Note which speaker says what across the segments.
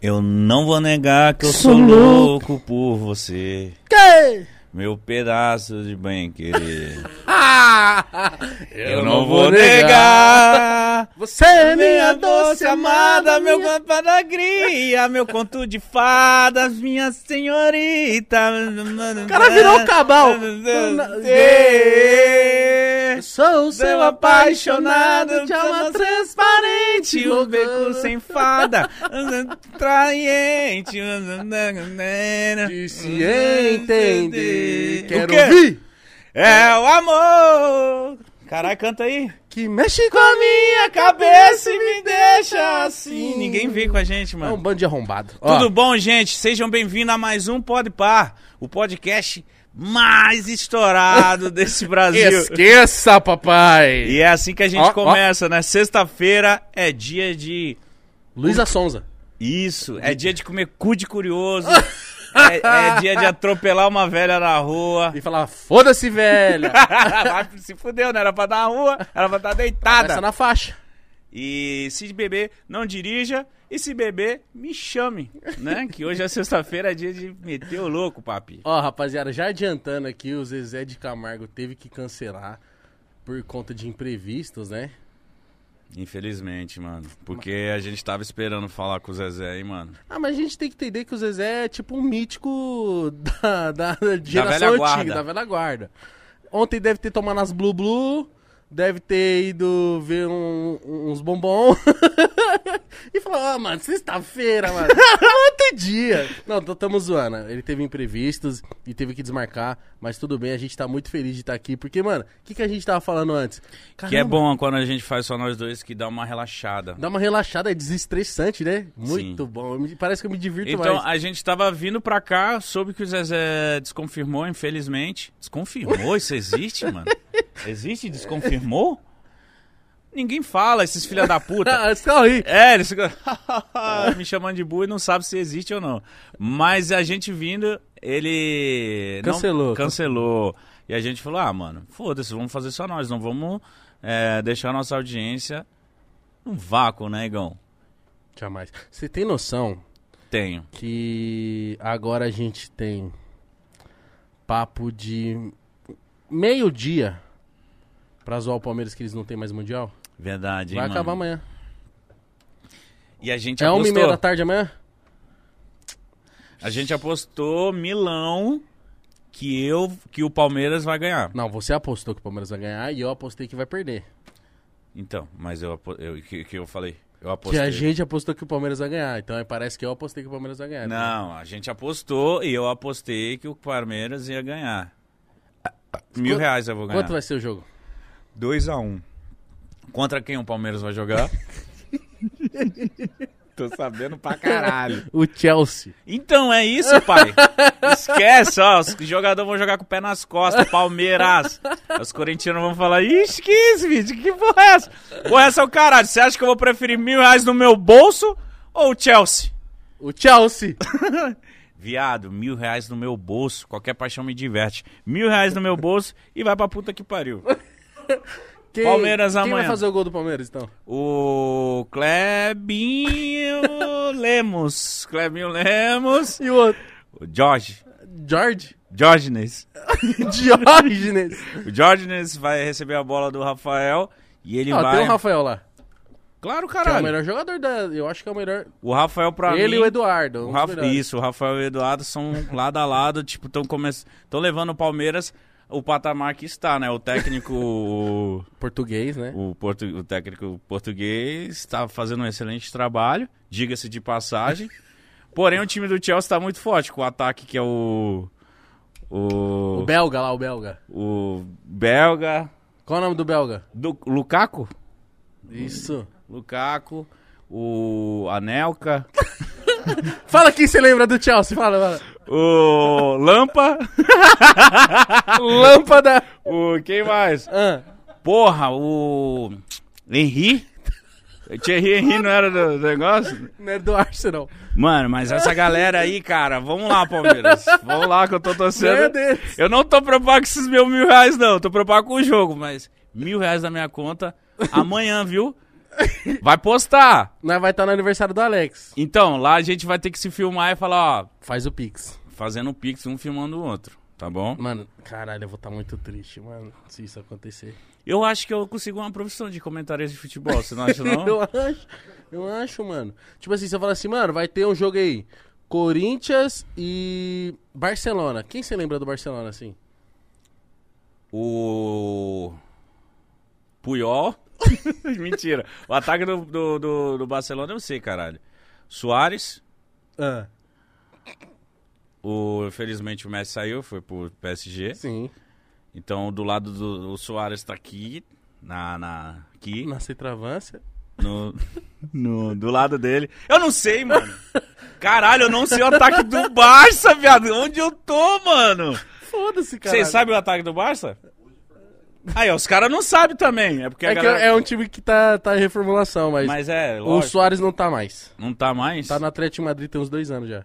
Speaker 1: Eu não vou negar que eu sou, louco. por você.
Speaker 2: Que?
Speaker 1: Meu pedaço de bem querer.
Speaker 2: Eu,
Speaker 1: eu não vou negar.
Speaker 2: Você é minha doce amada, meu
Speaker 1: meu canto de alegria, meu conto de fadas, minha senhorita. O
Speaker 2: cara virou um cabal. Sou o
Speaker 1: Seu apaixonado, te ama transparente, o beco sem fada, traiente.
Speaker 2: Disse entender.
Speaker 1: O
Speaker 2: Quero
Speaker 1: quê?
Speaker 2: ouvir
Speaker 1: É o amor. Caralho, canta aí.
Speaker 2: que mexe com a minha
Speaker 1: Cabeça e me deixa assim. Ninguém vê com a gente,
Speaker 2: É um
Speaker 1: mano.
Speaker 2: bando de arrombado. Ó,
Speaker 1: Tudo bom, gente? Sejam bem-vindos a mais um Pod Par, o podcast mais estourado desse Brasil.
Speaker 2: Esqueça, papai.
Speaker 1: E é assim que a gente
Speaker 2: Ó, ó.
Speaker 1: começa, né? Sexta-feira é dia de.
Speaker 2: Luísa Sonza.
Speaker 1: Isso, é dia de comer cu de curioso. É, é dia de atropelar uma velha na rua.
Speaker 2: E falar, foda-se, velha.
Speaker 1: Vai, Se fudeu, né? Era pra dar na rua, era pra estar deitada.
Speaker 2: Essa na faixa.
Speaker 1: E se beber, não dirija. E se beber, me chame, né? Que hoje é sexta-feira, é dia de meter o louco, papi.
Speaker 2: Ó, rapaziada, já adiantando aqui, o Zezé de Camargo teve que cancelar por conta de imprevistos, né?
Speaker 1: Infelizmente, mano. Porque a gente tava esperando falar com o Zezé, hein, mano.
Speaker 2: Ah, mas a gente tem que entender que o Zezé é tipo um mítico da, da geração
Speaker 1: velha
Speaker 2: antiga,
Speaker 1: guarda.
Speaker 2: da velha guarda. Ontem deve ter tomado as Blue Blue, deve ter ido ver um- uns bombom e falou, ah, mano, sexta-feira, mano, outro dia. Não, tô- tamo zoando, ele teve imprevistos e teve que desmarcar, mas tudo bem, a gente tá muito feliz de estar aqui, porque, mano, o que, que a gente tava falando antes?
Speaker 1: Que é
Speaker 2: Caramba,
Speaker 1: bom quando a gente faz só nós dois que dá uma relaxada.
Speaker 2: Dá uma relaxada, é desestressante, né? Muito bom, eu me- parece que eu me divirto
Speaker 1: Então,
Speaker 2: mais.
Speaker 1: a gente tava vindo pra cá, soube que o Zezé desconfirmou, infelizmente. Desconfirmou? Isso existe, mano? Existe? Desconfirmou? Ninguém fala, esses filha da puta.
Speaker 2: Ah, sorry.
Speaker 1: É, eles ficam me chamando de burro e não sabe se existe ou não. Mas a gente vindo, ele... não-
Speaker 2: Cancelou.
Speaker 1: cancelou. E a gente falou, ah, mano, foda-se, vamos fazer só nós. Não vamos é, deixar a nossa audiência num vácuo, né, Igão?
Speaker 2: Jamais. Você tem noção
Speaker 1: Tenho.
Speaker 2: que agora a gente tem papo de meio-dia pra zoar o Palmeiras que eles não têm mais Mundial?
Speaker 1: Verdade, hein,
Speaker 2: Vai
Speaker 1: mano?
Speaker 2: acabar amanhã.
Speaker 1: E a gente
Speaker 2: É uma e
Speaker 1: apostou.
Speaker 2: meia da tarde amanhã?
Speaker 1: A gente apostou Milão que eu que o Palmeiras vai ganhar.
Speaker 2: Não, você apostou que o Palmeiras vai ganhar e eu apostei que vai perder.
Speaker 1: Então, mas eu apo- eu que, que eu falei, eu
Speaker 2: Que
Speaker 1: apostei.
Speaker 2: a gente apostou que o Palmeiras vai ganhar. Então aí parece que eu apostei que o Palmeiras vai ganhar.
Speaker 1: Não, a gente apostou e eu apostei que o Palmeiras ia ganhar. Mil
Speaker 2: Quanto-
Speaker 1: reais eu vou ganhar.
Speaker 2: Quanto vai ser o jogo?
Speaker 1: 2 a 1 um. Contra quem o Palmeiras vai jogar? Tô sabendo pra caralho.
Speaker 2: O Chelsea.
Speaker 1: Então é isso, pai. Esquece, ó. Os jogadores vão jogar com o pé nas costas, Palmeiras. Os corintianos vão falar, ixi, que isso, vídeo? Que porra é essa? Porra, essa é o caralho. Você acha que eu vou preferir mil reais no meu bolso ou o Chelsea?
Speaker 2: O Chelsea!
Speaker 1: Viado, mil reais no meu bolso. Qualquer paixão me diverte. Mil reais no meu bolso e vai pra puta que pariu.
Speaker 2: Quem-
Speaker 1: Palmeiras
Speaker 2: Quem vai
Speaker 1: amanhã.
Speaker 2: fazer o gol do Palmeiras então?
Speaker 1: O Clebinho Lemos. Clebinho Lemos.
Speaker 2: E o outro?
Speaker 1: O Jorge.
Speaker 2: George?
Speaker 1: Jorgenes.
Speaker 2: Diógenes!
Speaker 1: O Jorgenes vai receber a bola do Rafael e ele
Speaker 2: Ó,
Speaker 1: vai.
Speaker 2: Ah, tem o Rafael lá.
Speaker 1: Claro,
Speaker 2: Que é o
Speaker 1: caralho.
Speaker 2: melhor jogador da. Eu acho que é o melhor.
Speaker 1: O Rafael pra mim.
Speaker 2: ele e o Eduardo. um
Speaker 1: o
Speaker 2: dos
Speaker 1: Rafa-
Speaker 2: melhores.
Speaker 1: Isso, o Rafael e o Eduardo são lado a lado, tipo, estão come... tão levando o Palmeiras o patamar que está, né? O técnico, o,
Speaker 2: Português, né?
Speaker 1: o portu... o técnico português está fazendo um excelente trabalho, diga-se de passagem. Porém, o time do Chelsea está muito forte, com o ataque que é o
Speaker 2: O
Speaker 1: o,
Speaker 2: belga lá, o belga.
Speaker 1: o belga,
Speaker 2: Qual o nome do belga?
Speaker 1: do Lukaku,
Speaker 2: Isso.
Speaker 1: Lukaku, o Anelka,
Speaker 2: Fala quem você lembra do Chelsea, fala, fala.
Speaker 1: o Lampa,
Speaker 2: Lâmpada!
Speaker 1: o quem mais?
Speaker 2: Ah,
Speaker 1: Porra, o Henry? O Thierry Henry não era do do negócio?
Speaker 2: não é do Arsenal.
Speaker 1: Mano, mas essa galera aí, cara, vamos lá, Palmeiras. Vamos lá que eu tô
Speaker 2: Meu
Speaker 1: torcendo.
Speaker 2: Deus.
Speaker 1: Eu não tô preocupado com esses meus mil reais, não. Tô preocupado com o jogo, mas mil reais na minha conta amanhã, viu? Vai postar.
Speaker 2: Nós vai estar no aniversário do Alex.
Speaker 1: Então, lá a gente vai ter que se filmar e falar, ó,
Speaker 2: Faz o Pix.
Speaker 1: fazendo um pix, um filmando o outro, tá bom?
Speaker 2: Mano, caralho, eu vou estar muito triste, mano, se isso acontecer.
Speaker 1: Eu acho que eu consigo uma profissão de comentarista de futebol, você não acha não?
Speaker 2: Eu acho, eu acho, mano. Tipo assim, você fala assim, mano, vai ter um jogo aí. Corinthians e Barcelona. Quem você lembra do Barcelona, assim?
Speaker 1: o Puyol. Mentira. O ataque do, do, do, do Barcelona eu sei, caralho. Soares.
Speaker 2: Ah.
Speaker 1: O, infelizmente o Messi saiu, foi pro PSG.
Speaker 2: Sim.
Speaker 1: Então do lado do o Soares tá aqui. Na. na aqui.
Speaker 2: Na centroavância.
Speaker 1: No, no- do lado dele. Eu não sei, mano. Caralho, eu não sei o ataque do Barça, viado. Onde eu tô, mano?
Speaker 2: Foda-se, cara.
Speaker 1: Vocês sabem o ataque do Barça? Aí, ó, os caras não sabem também. É porque a
Speaker 2: É, que
Speaker 1: galera...
Speaker 2: é um time que tá, tá em reformulação, mas,
Speaker 1: Mas é,
Speaker 2: o
Speaker 1: lógico.
Speaker 2: Soares não tá mais.
Speaker 1: Não tá mais?
Speaker 2: Tá no Atlético de Madrid tem uns dois anos já.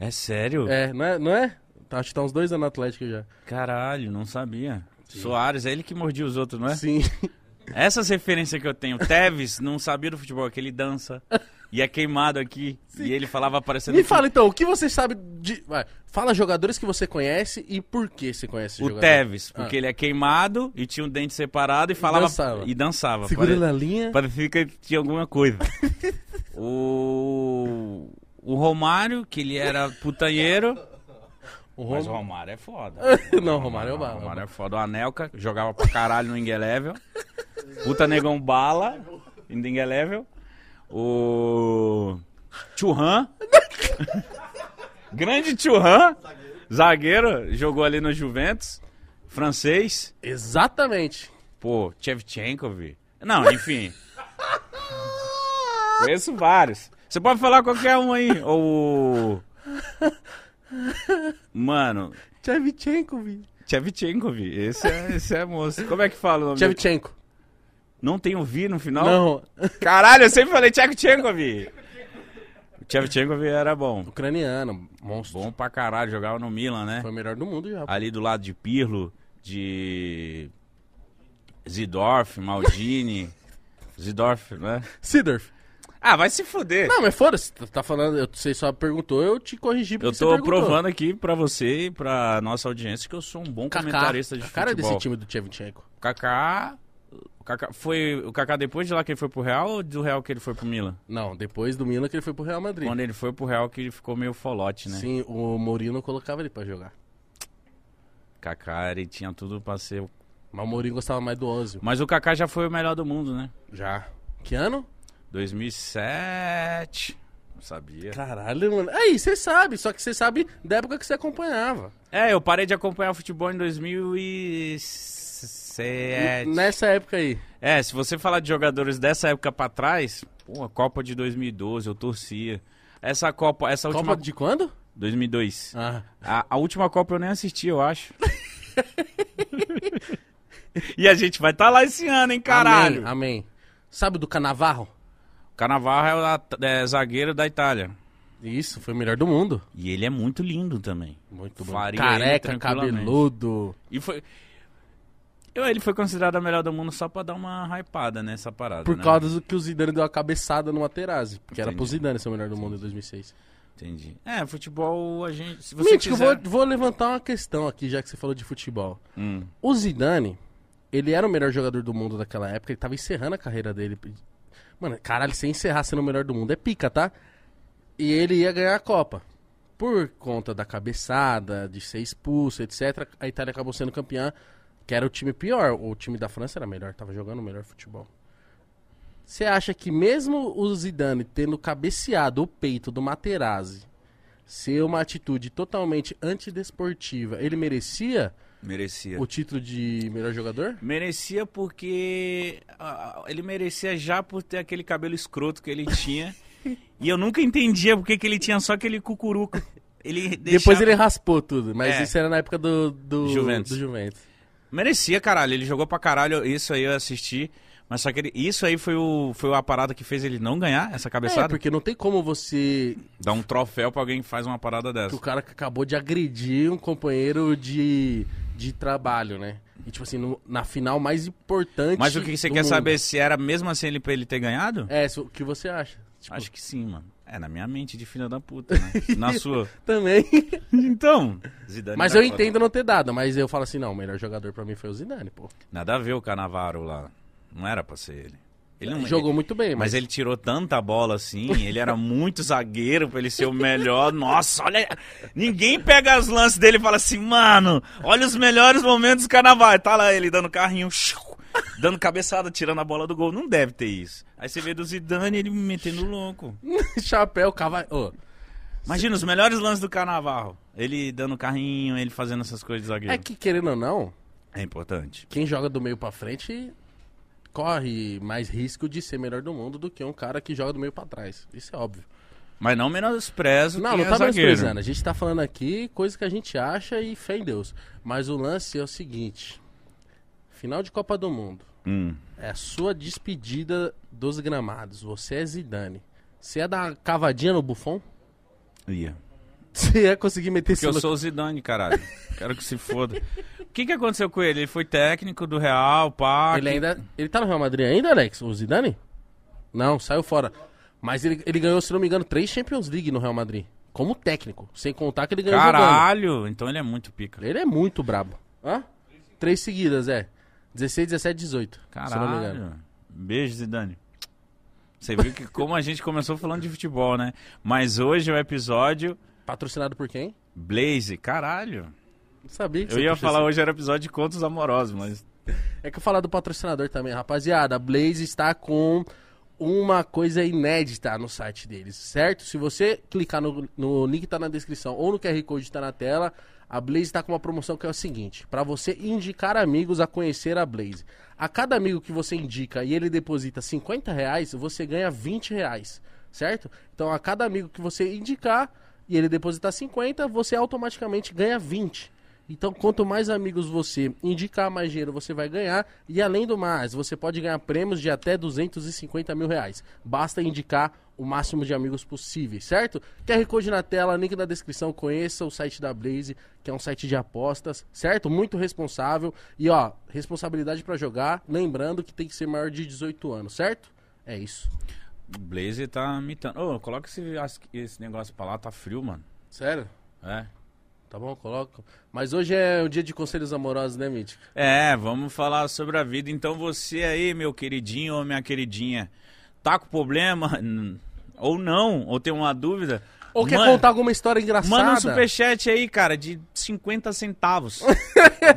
Speaker 1: É sério?
Speaker 2: É, não é? Não é? Tá- Acho que tá uns dois anos no Atlético já.
Speaker 1: Caralho, não sabia. Soares, é ele que mordia os outros, não é?
Speaker 2: Sim.
Speaker 1: Essas referências que eu tenho. Tevez não sabia do futebol, é que ele dança. E é queimado aqui. E ele falava aparecendo.
Speaker 2: Me fala então, o que você sabe de. Vai, fala jogadores que você conhece e por que você conhece
Speaker 1: O
Speaker 2: jogador.
Speaker 1: Tevez,
Speaker 2: Ah.
Speaker 1: porque ele é queimado e tinha um dente separado e falava.
Speaker 2: dançava.
Speaker 1: E dançava.
Speaker 2: Segura
Speaker 1: Pare-
Speaker 2: na linha.
Speaker 1: Parecia que tinha alguma coisa. o. O Romário, que ele era putanheiro.
Speaker 2: O
Speaker 1: Mas o
Speaker 2: Romário.
Speaker 1: Romário é foda.
Speaker 2: Não, o Romário é o
Speaker 1: O
Speaker 2: bala.
Speaker 1: Romário é foda. O Anelka jogava pra caralho no Ing Level. Puta negão bala no Ing Level. O. Churran. Grande Churran. Zagueiro. Jogou ali no Juventus. Francês.
Speaker 2: Exatamente.
Speaker 1: Pô, Chevchenko, vi. Não, enfim. Conheço vários. Você pode falar qualquer um aí. Ou. Mano,
Speaker 2: Tchevchenko, vi.
Speaker 1: Tchevchenko, vi. Esse é, esse é moço. Como é que fala o nome dele?
Speaker 2: Tchevchenko.
Speaker 1: Não tem um vi no final?
Speaker 2: Não.
Speaker 1: Caralho, eu sempre falei Tchevchenko, vi. O Tchevchenko, vi, era bom.
Speaker 2: Ucraniano, monstro.
Speaker 1: Bom pra caralho, jogava no Milan, né?
Speaker 2: Foi o melhor do mundo já.
Speaker 1: Ali do lado de Pirlo, de... Zidorf, Maldini... Zidorf, né?
Speaker 2: Sidorf.
Speaker 1: Ah, vai se fuder.
Speaker 2: Não, mas foda-se. Tá tá falando, eu- você só perguntou, eu te corrigi porque
Speaker 1: eu
Speaker 2: você
Speaker 1: tô
Speaker 2: perguntou.
Speaker 1: provando aqui pra você e pra nossa audiência que eu sou um bom
Speaker 2: Kaká.
Speaker 1: comentarista de
Speaker 2: A cara
Speaker 1: futebol.
Speaker 2: desse tipo. time do Tchevchenko.
Speaker 1: O Kaká... O Kaká foi o Kaká depois de lá que ele foi pro Real ou do Real que ele foi pro Milan?
Speaker 2: Não, depois do Milan que ele foi pro Real Madrid.
Speaker 1: Quando ele foi pro Real que ele ficou meio folote, né?
Speaker 2: Sim, o Mourinho não colocava ele pra jogar.
Speaker 1: Kaká, ele tinha tudo pra ser.
Speaker 2: Mas o Mourinho gostava mais do Ozil.
Speaker 1: Mas o Kaká já foi o melhor do mundo, né?
Speaker 2: Já. Que ano?
Speaker 1: 2007. Não sabia.
Speaker 2: Caralho, mano. Aí, É você sabe, só que você sabe da época que você acompanhava.
Speaker 1: É, eu parei de acompanhar futebol em 2007.
Speaker 2: Nessa época aí.
Speaker 1: É, se você falar de jogadores dessa época pra trás, pô, a Copa de 2012, eu torcia. Essa Copa, essa última.
Speaker 2: Copa de quando?
Speaker 1: 2002.
Speaker 2: Ah.
Speaker 1: A, a última Copa eu nem assisti, eu acho. e a gente vai estar lá esse ano, hein, caralho.
Speaker 2: Amém, amém. Sabe do Canavarro?
Speaker 1: Canavarro é, o at- é zagueiro da Itália.
Speaker 2: Isso, foi o melhor do mundo.
Speaker 1: E ele é muito lindo também.
Speaker 2: Muito bom.
Speaker 1: Faria
Speaker 2: Careca,
Speaker 1: ele tranquilamente.
Speaker 2: cabeludo.
Speaker 1: E foi. Eu, ele foi considerado a melhor do mundo só pra dar uma hypada nessa parada.
Speaker 2: Por
Speaker 1: né?
Speaker 2: causa do que o Zidane deu a cabeçada no Materazzi. Porque era pro
Speaker 1: Entendi.
Speaker 2: Zidane ser o melhor do mundo em 2006.
Speaker 1: Entendi. É, futebol, a gente. Se você
Speaker 2: Mítico, eu
Speaker 1: quiser...
Speaker 2: vou, vou levantar uma questão aqui, já que você falou de futebol.
Speaker 1: Hum.
Speaker 2: O Zidane, ele era o melhor jogador do mundo daquela época, ele tava encerrando a carreira dele. Mano, caralho, se encerrar sendo o melhor do mundo é pica, tá? E ele ia ganhar a Copa. Por conta da cabeçada, de ser expulso, etc., a Itália acabou sendo campeã, que era o time pior. O time da França era melhor, tava jogando o melhor futebol. Você acha que mesmo o Zidane tendo cabeceado o peito do Materazzi, ser uma atitude totalmente antidesportiva, ele merecia
Speaker 1: Merecia.
Speaker 2: o título de melhor jogador?
Speaker 1: Merecia porque. ah, Ele merecia já por ter aquele cabelo escroto que ele tinha. e eu nunca entendia porque que ele tinha só aquele cucuruco. Ele
Speaker 2: Depois
Speaker 1: deixava-
Speaker 2: ele raspou tudo, mas
Speaker 1: É.
Speaker 2: isso era na época do, do
Speaker 1: Juventus.
Speaker 2: do Juventus.
Speaker 1: Merecia, caralho. Ele jogou pra caralho. Isso aí eu assisti. Mas só que ele- isso aí foi, o, foi a parada que fez ele não ganhar essa
Speaker 2: É,
Speaker 1: cabeçada.
Speaker 2: porque não tem como você.
Speaker 1: Dá um troféu pra alguém que faz uma parada
Speaker 2: que
Speaker 1: dessa.
Speaker 2: o cara que acabou de agredir um companheiro de, de trabalho, né? E, tipo assim, no- na final mais importante.
Speaker 1: Mas o que você
Speaker 2: do
Speaker 1: quer
Speaker 2: mundo.
Speaker 1: saber se era mesmo assim ele, ele ter ganhado?
Speaker 2: É, isso- o que você acha? Tipo,
Speaker 1: Acho que sim, mano. É, na minha mente, de filha da puta, né? Na sua.
Speaker 2: também.
Speaker 1: Então. Zidane
Speaker 2: Mas
Speaker 1: da
Speaker 2: eu
Speaker 1: Copa.
Speaker 2: entendo não ter dado, mas eu falo assim, não, o melhor jogador pra mim foi o Zidane, pô.
Speaker 1: Nada a ver o Canavaro lá. Não era pra ser ele. Ele não
Speaker 2: É,
Speaker 1: é.
Speaker 2: Jogou muito bem,
Speaker 1: ele-
Speaker 2: mas,
Speaker 1: Mas ele tirou tanta bola assim, ele era muito zagueiro pra ele ser o melhor. Nossa, olha. Ninguém pega os lances dele e fala assim, mano, olha os melhores momentos do carnaval. Tá lá ele dando carrinho, shiu, dando cabeçada, tirando a bola do gol. Não deve ter isso. Aí você vê do Zidane ele metendo louco.
Speaker 2: chapéu, cavalo. Ô,
Speaker 1: Imagina os melhores lances do Carnaval. Ele dando carrinho, ele fazendo essas coisas de zagueiro.
Speaker 2: É que, querendo ou não,
Speaker 1: É importante.
Speaker 2: quem joga do meio pra frente corre mais risco de ser melhor do mundo do que um cara que joga do meio pra trás. Isso é óbvio.
Speaker 1: Mas não menosprezo
Speaker 2: Não,
Speaker 1: quem
Speaker 2: não
Speaker 1: é
Speaker 2: tá
Speaker 1: zagueiro.
Speaker 2: menosprezando. A gente tá falando aqui coisa que a gente acha e fé em Deus. Mas o lance é o seguinte: final de Copa do Mundo.
Speaker 1: Hum.
Speaker 2: É a sua despedida dos gramados. Você é Zidane. Você ia dar uma cavadinha no bufão?
Speaker 1: Ia.
Speaker 2: Você ia conseguir meter
Speaker 1: Porque eu sou o Zidane, caralho. Quero que se foda. O que, que aconteceu com ele? Ele foi técnico do Real, pá.
Speaker 2: Ele
Speaker 1: que-
Speaker 2: ainda. Ele tá no Real Madrid ainda, Alex? O Zidane? Não, saiu fora. Mas ele, ele ganhou, se não me engano, três Champions League no Real Madrid. Como técnico. Sem contar que ele ganhou jogando.
Speaker 1: Caralho! Então ele é muito pica.
Speaker 2: Ele é muito brabo. Hã? Três seguidas, é. 16, 17, 18. Se não me engano.
Speaker 1: Caralho. Beijo, Zidane. Você viu que como a gente começou falando de futebol, né? Mas hoje o episódio
Speaker 2: Patrocinado por quem?
Speaker 1: Blaze, caralho.
Speaker 2: Não sabia que
Speaker 1: Eu
Speaker 2: você
Speaker 1: ia
Speaker 2: puxa
Speaker 1: falar
Speaker 2: esse-
Speaker 1: hoje era episódio de contos amorosos, mas
Speaker 2: É que eu falar do patrocinador também, rapaziada. A Blaze está com uma coisa inédita no site deles, certo? Se você clicar no, no link que tá na descrição ou no QR Code que tá na tela, a Blaze está com uma promoção que é o seguinte: para você indicar amigos a conhecer a Blaze. A cada amigo que você indica e ele deposita 50 reais, você ganha 20 reais, certo? Então a cada amigo que você indicar e ele depositar 50, você automaticamente ganha 20. Então, quanto mais amigos você indicar, mais dinheiro você vai ganhar. E além do mais, você pode ganhar prêmios de até 250 mil reais. Basta indicar o máximo de amigos possíveis, certo? QR Code na tela, link na descrição. Conheça o site da Blaze, que é um site de apostas, certo? Muito responsável. E ó, responsabilidade pra jogar. Lembrando que tem que ser maior de 18 anos, certo? É isso.
Speaker 1: O Blaze tá mitando. Ô, coloca esse, as- esse negócio pra lá, tá frio, mano.
Speaker 2: Sério?
Speaker 1: É.
Speaker 2: Tá bom, coloco. Mas hoje é o dia de conselhos amorosos, né, Mítico?
Speaker 1: É, vamos falar sobre a vida. Então você aí, meu queridinho ou minha queridinha, tá com problema? N- Ou não? Ou tem uma dúvida?
Speaker 2: Ou quer
Speaker 1: Man-
Speaker 2: contar alguma história engraçada?
Speaker 1: Manda um superchat aí, cara, de 50 centavos.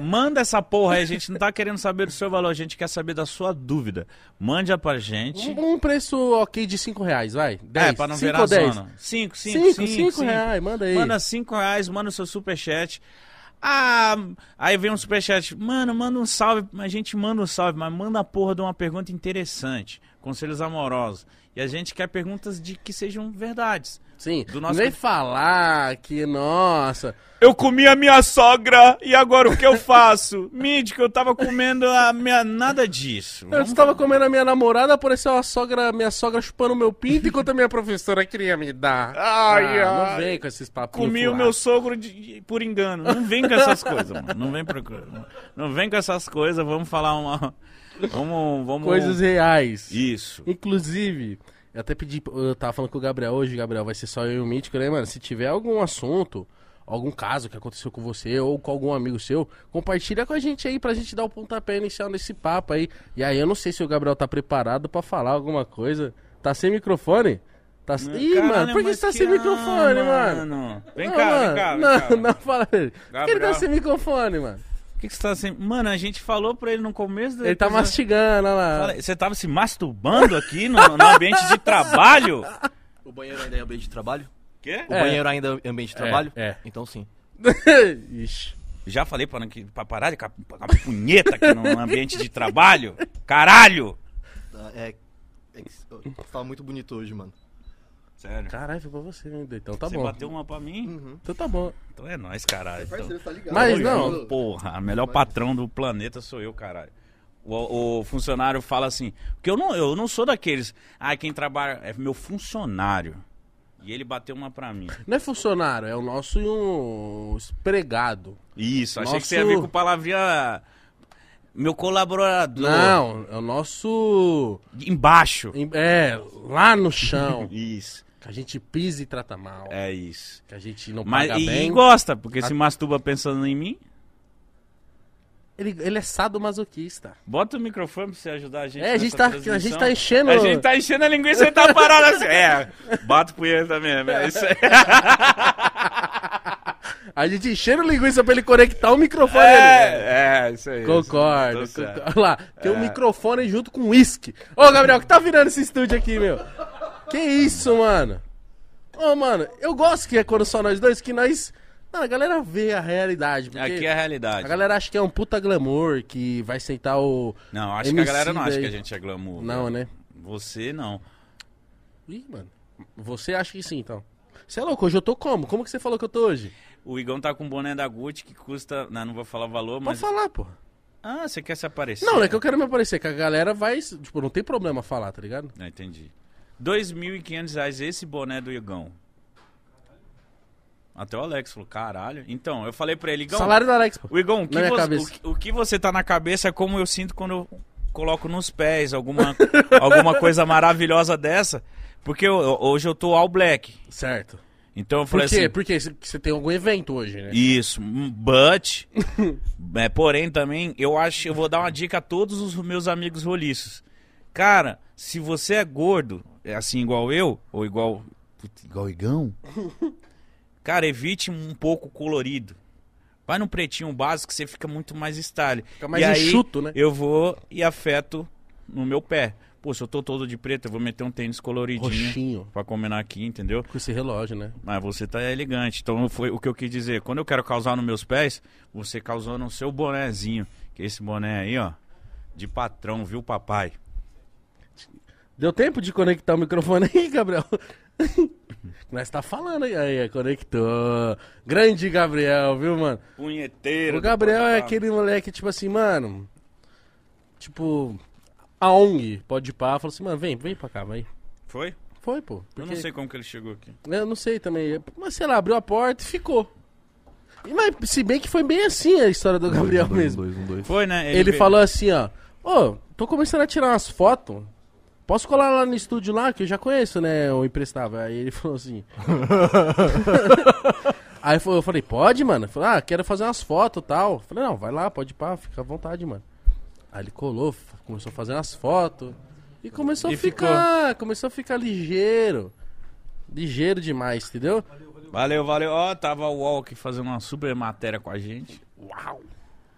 Speaker 1: Manda essa porra aí, a gente não tá querendo saber do seu valor, a gente quer saber da sua dúvida. Mande a pra gente.
Speaker 2: Um, um preço ok de 5 reais, vai. Dez.
Speaker 1: é, pra não
Speaker 2: Cinco
Speaker 1: virar
Speaker 2: ou dez?
Speaker 1: zona. 5, 5,
Speaker 2: Cinco,
Speaker 1: 5,
Speaker 2: cinco reais, manda aí.
Speaker 1: Manda 5 reais, manda o seu superchat. Ah, aí vem um superchat. Mano, manda um salve. A gente manda um salve, mas manda a porra de uma pergunta interessante. Conselhos amorosos. E a gente quer perguntas de que sejam verdades.
Speaker 2: Sim,
Speaker 1: do nosso-
Speaker 2: vem falar que, nossa...
Speaker 1: Eu comi a minha sogra e agora o que eu faço? Mídico, eu tava comendo a minha. Nada disso.
Speaker 2: Eu estava comendo a minha namorada, apareceu a sogra, minha sogra chupando meu pinto enquanto a minha professora queria me dar.
Speaker 1: Ai,
Speaker 2: ah,
Speaker 1: ai.
Speaker 2: Não vem com esses papos.
Speaker 1: Comi o meu sogro de- de- por engano. Não vem com essas coisas, mano. Não vem, pra- não vem com essas coisas. Vamos falar uma. Vamos. vamos...
Speaker 2: Coisas reais.
Speaker 1: Isso.
Speaker 2: Inclusive, eu até pedi, eu tava falando com o Gabriel hoje, Gabriel, vai ser só eu e o Mítico, né, mano? Se tiver algum assunto, algum caso que aconteceu com você ou com algum amigo seu, compartilha com a gente aí pra gente dar o pontapé inicial nesse papo aí. E aí eu não sei se o Gabriel tá preparado pra falar alguma coisa. Tá sem microfone? Tá... Ih,
Speaker 1: Hum, Né? Caralho,
Speaker 2: mano, por que
Speaker 1: mas
Speaker 2: você tá sem microfone,
Speaker 1: ah,
Speaker 2: mano?
Speaker 1: Vem
Speaker 2: Não,
Speaker 1: cá,
Speaker 2: mano,
Speaker 1: vem cá, vem
Speaker 2: Não,
Speaker 1: cá.
Speaker 2: não, fala ele. Por que ele tá
Speaker 1: Gabriel.
Speaker 2: sem microfone, mano?
Speaker 1: Por que, que você tá assim? Mano, a gente falou pra ele no começo do
Speaker 2: Ele tá
Speaker 1: episódio.
Speaker 2: mastigando, olha lá.
Speaker 1: Fala, Você tava se masturbando aqui no, no ambiente de trabalho?
Speaker 3: O banheiro ainda é ambiente de trabalho?
Speaker 1: Quê?
Speaker 3: O banheiro ainda é ambiente de trabalho?
Speaker 2: é.
Speaker 3: Então sim.
Speaker 2: Ixi.
Speaker 1: Já falei pra, não- que- pra parar de cap- com a punheta aqui no ambiente de trabalho? Caralho!
Speaker 3: Tá, É, é que você tá muito bonito hoje, mano.
Speaker 1: Sério.
Speaker 2: Caralho, ficou você, né? Então tá
Speaker 1: você
Speaker 2: bom.
Speaker 1: bateu uma pra mim?
Speaker 2: Então tá bom.
Speaker 1: Então é nóis, caralho. Então-
Speaker 3: tá ligado?
Speaker 2: Mas
Speaker 1: Oi,
Speaker 2: não.
Speaker 1: mano, Porra, o melhor patrão do planeta sou eu, caralho. O, o funcionário fala assim, porque eu não, eu não sou daqueles. Ah, quem trabalha é meu funcionário. E ele bateu uma pra mim.
Speaker 2: Não é funcionário, é o nosso um, empregado.
Speaker 1: Isso, achei
Speaker 2: Nosso-
Speaker 1: que você ia vir com palavrinha. Meu colaborador.
Speaker 2: Não, é o nosso.
Speaker 1: Embaixo.
Speaker 2: É, lá no chão.
Speaker 1: Isso.
Speaker 2: que a gente pisa e trata mal.
Speaker 1: É isso.
Speaker 2: Que a gente não
Speaker 1: Mas,
Speaker 2: paga
Speaker 1: e,
Speaker 2: bem.
Speaker 1: e gosta, porque se masturba pensando em mim.
Speaker 2: Ele, ele é sadomasoquista.
Speaker 1: Bota o microfone pra você ajudar a gente.
Speaker 2: É, a gente,
Speaker 1: nessa
Speaker 2: tá, a
Speaker 1: transmissão.
Speaker 2: gente tá enchendo.
Speaker 1: A gente tá enchendo a linguiça e ele tá parado assim. É, bato punheta mesmo. É isso aí.
Speaker 2: A gente tá enchendo linguiça pra ele conectar o microfone ali. né?
Speaker 1: É, é, isso aí.
Speaker 2: Concordo.
Speaker 1: Tô certo. É.
Speaker 2: concordo. Olha lá, tem um microfone junto com uísque. Ô, Gabriel, que tá virando esse estúdio aqui, meu? Que isso, mano? Ô, mano, eu gosto que é quando só nós dois, que nós... Mano, a galera vê a realidade. Porque
Speaker 1: Aqui é a realidade.
Speaker 2: A galera acha que é um puta glamour, que vai sentar o...
Speaker 1: Não, acho que
Speaker 2: MC
Speaker 1: a galera não acha
Speaker 2: daí.
Speaker 1: que a gente é glamour.
Speaker 2: Não, né?
Speaker 1: Você não.
Speaker 2: Ih, mano. Você acha que sim, então. Você é louco, hoje eu tô como? Como que você falou que eu tô hoje?
Speaker 1: O Igão tá com um boné da Gucci que custa. né, Não, não vou falar o valor,
Speaker 2: Pode
Speaker 1: mas.
Speaker 2: falar, porra.
Speaker 1: Ah, você quer se aparecer?
Speaker 2: Não, não é que eu quero me aparecer, que a galera vai... Tipo, não tem problema falar, tá ligado?
Speaker 1: Não, Ah, entendi. R$ 2.500 reais esse boné do Igão. Até o Alex falou, caralho. Então, eu falei pra ele, Igão.
Speaker 2: Salário da Alex, pô.
Speaker 1: O Igão, o que,
Speaker 2: Na minha
Speaker 1: você,
Speaker 2: cabeça.
Speaker 1: o que- o que você tá na cabeça é como eu sinto quando eu coloco nos pés alguma, alguma coisa maravilhosa dessa. Porque eu- eu- hoje eu tô all black.
Speaker 2: Certo.
Speaker 1: Então eu
Speaker 2: Por
Speaker 1: falei
Speaker 2: quê?
Speaker 1: assim.
Speaker 2: Porque c- você tem algum evento hoje, né?
Speaker 1: Isso, um but. é, porém, também, eu acho que eu vou dar uma dica a todos os meus amigos roliços. Cara, se você é gordo, é assim igual eu, ou igual. putz, igual igão. cara, evite um pouco colorido. Vai no pretinho básico, você fica muito mais style.
Speaker 2: Fica mais
Speaker 1: e aí,
Speaker 2: enxuto, né?
Speaker 1: Eu vou e afeto no meu pé. Pô, se eu tô todo de preto, eu vou meter um tênis coloridinho.
Speaker 2: Roxinho.
Speaker 1: Pra combinar aqui, entendeu?
Speaker 2: Com esse relógio, né?
Speaker 1: Mas você tá elegante. Então foi o que eu quis dizer. Quando eu quero causar nos meus pés, você causou no seu bonézinho. Que é esse boné aí, ó. De patrão, viu, papai?
Speaker 2: Deu tempo de conectar o microfone aí, Gabriel? Nós tá falando aí, aí, conectou. Grande Gabriel, viu, mano?
Speaker 1: Punheteiro.
Speaker 2: O Gabriel é aquele moleque, tipo assim, mano. Tipo, a ONG pode ir pá, falou assim, mano, vem, vem pra cá, vai.
Speaker 1: Foi?
Speaker 2: Foi, pô.
Speaker 1: Eu não sei como que ele chegou aqui.
Speaker 2: Eu não sei também. Mas sei lá, abriu a porta e ficou. E, Mas se bem que foi bem assim a história do Gabriel mesmo.
Speaker 3: Dois, um, dois.
Speaker 1: Foi, né?
Speaker 2: Ele
Speaker 1: veio-
Speaker 2: falou assim, ó. Ô, tô começando a tirar umas fotos. Posso colar lá no estúdio lá, que eu já conheço, né? O emprestável. Aí ele falou assim. Aí foi- eu falei, pode, mano? Ele falou, ah, quero fazer umas fotos e tal. Eu falei, não, vai lá, pode ir pá, fica à vontade, mano. Aí ele colou, f- começou a fazer umas fotos. E começou
Speaker 1: E
Speaker 2: a ficar, começou a ficar ligeiro. Ligeiro demais, entendeu?
Speaker 1: Valeu, valeu. Ó, tava o Walk fazendo uma super matéria com a gente.
Speaker 2: Uau!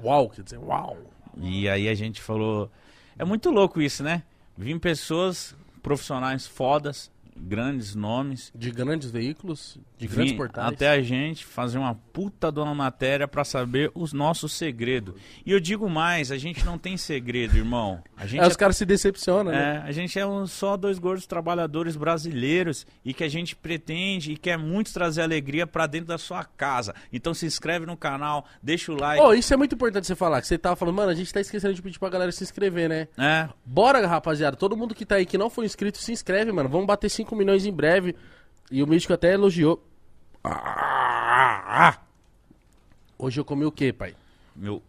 Speaker 2: Uau, quer dizer, uau!
Speaker 1: E aí a gente falou. É muito louco isso, né? Vim pessoas, profissionais fodas, grandes nomes.
Speaker 2: De grandes veículos, de grandes
Speaker 1: Vim
Speaker 2: portais.
Speaker 1: até a gente fazer uma puta de uma matéria pra saber os nossos segredos. E eu digo mais, a gente não tem segredo, irmão. A gente
Speaker 2: É, os
Speaker 1: é,
Speaker 2: caras se decepcionam, né?
Speaker 1: é, a gente é um- só dois gordos trabalhadores brasileiros e que a gente pretende e quer muito trazer alegria pra dentro da sua casa. Então se inscreve no canal, deixa o like.
Speaker 2: Ô, isso é muito importante você falar, que você tava falando, mano, a gente tá esquecendo de pedir pra galera se inscrever, né?
Speaker 1: É,
Speaker 2: Bora, rapaziada, todo mundo que tá aí que não foi inscrito, se inscreve, mano. Vamos bater 5 milhões em breve. E o Místico até elogiou. Ah! Hoje eu comi o quê, pai?
Speaker 1: meu.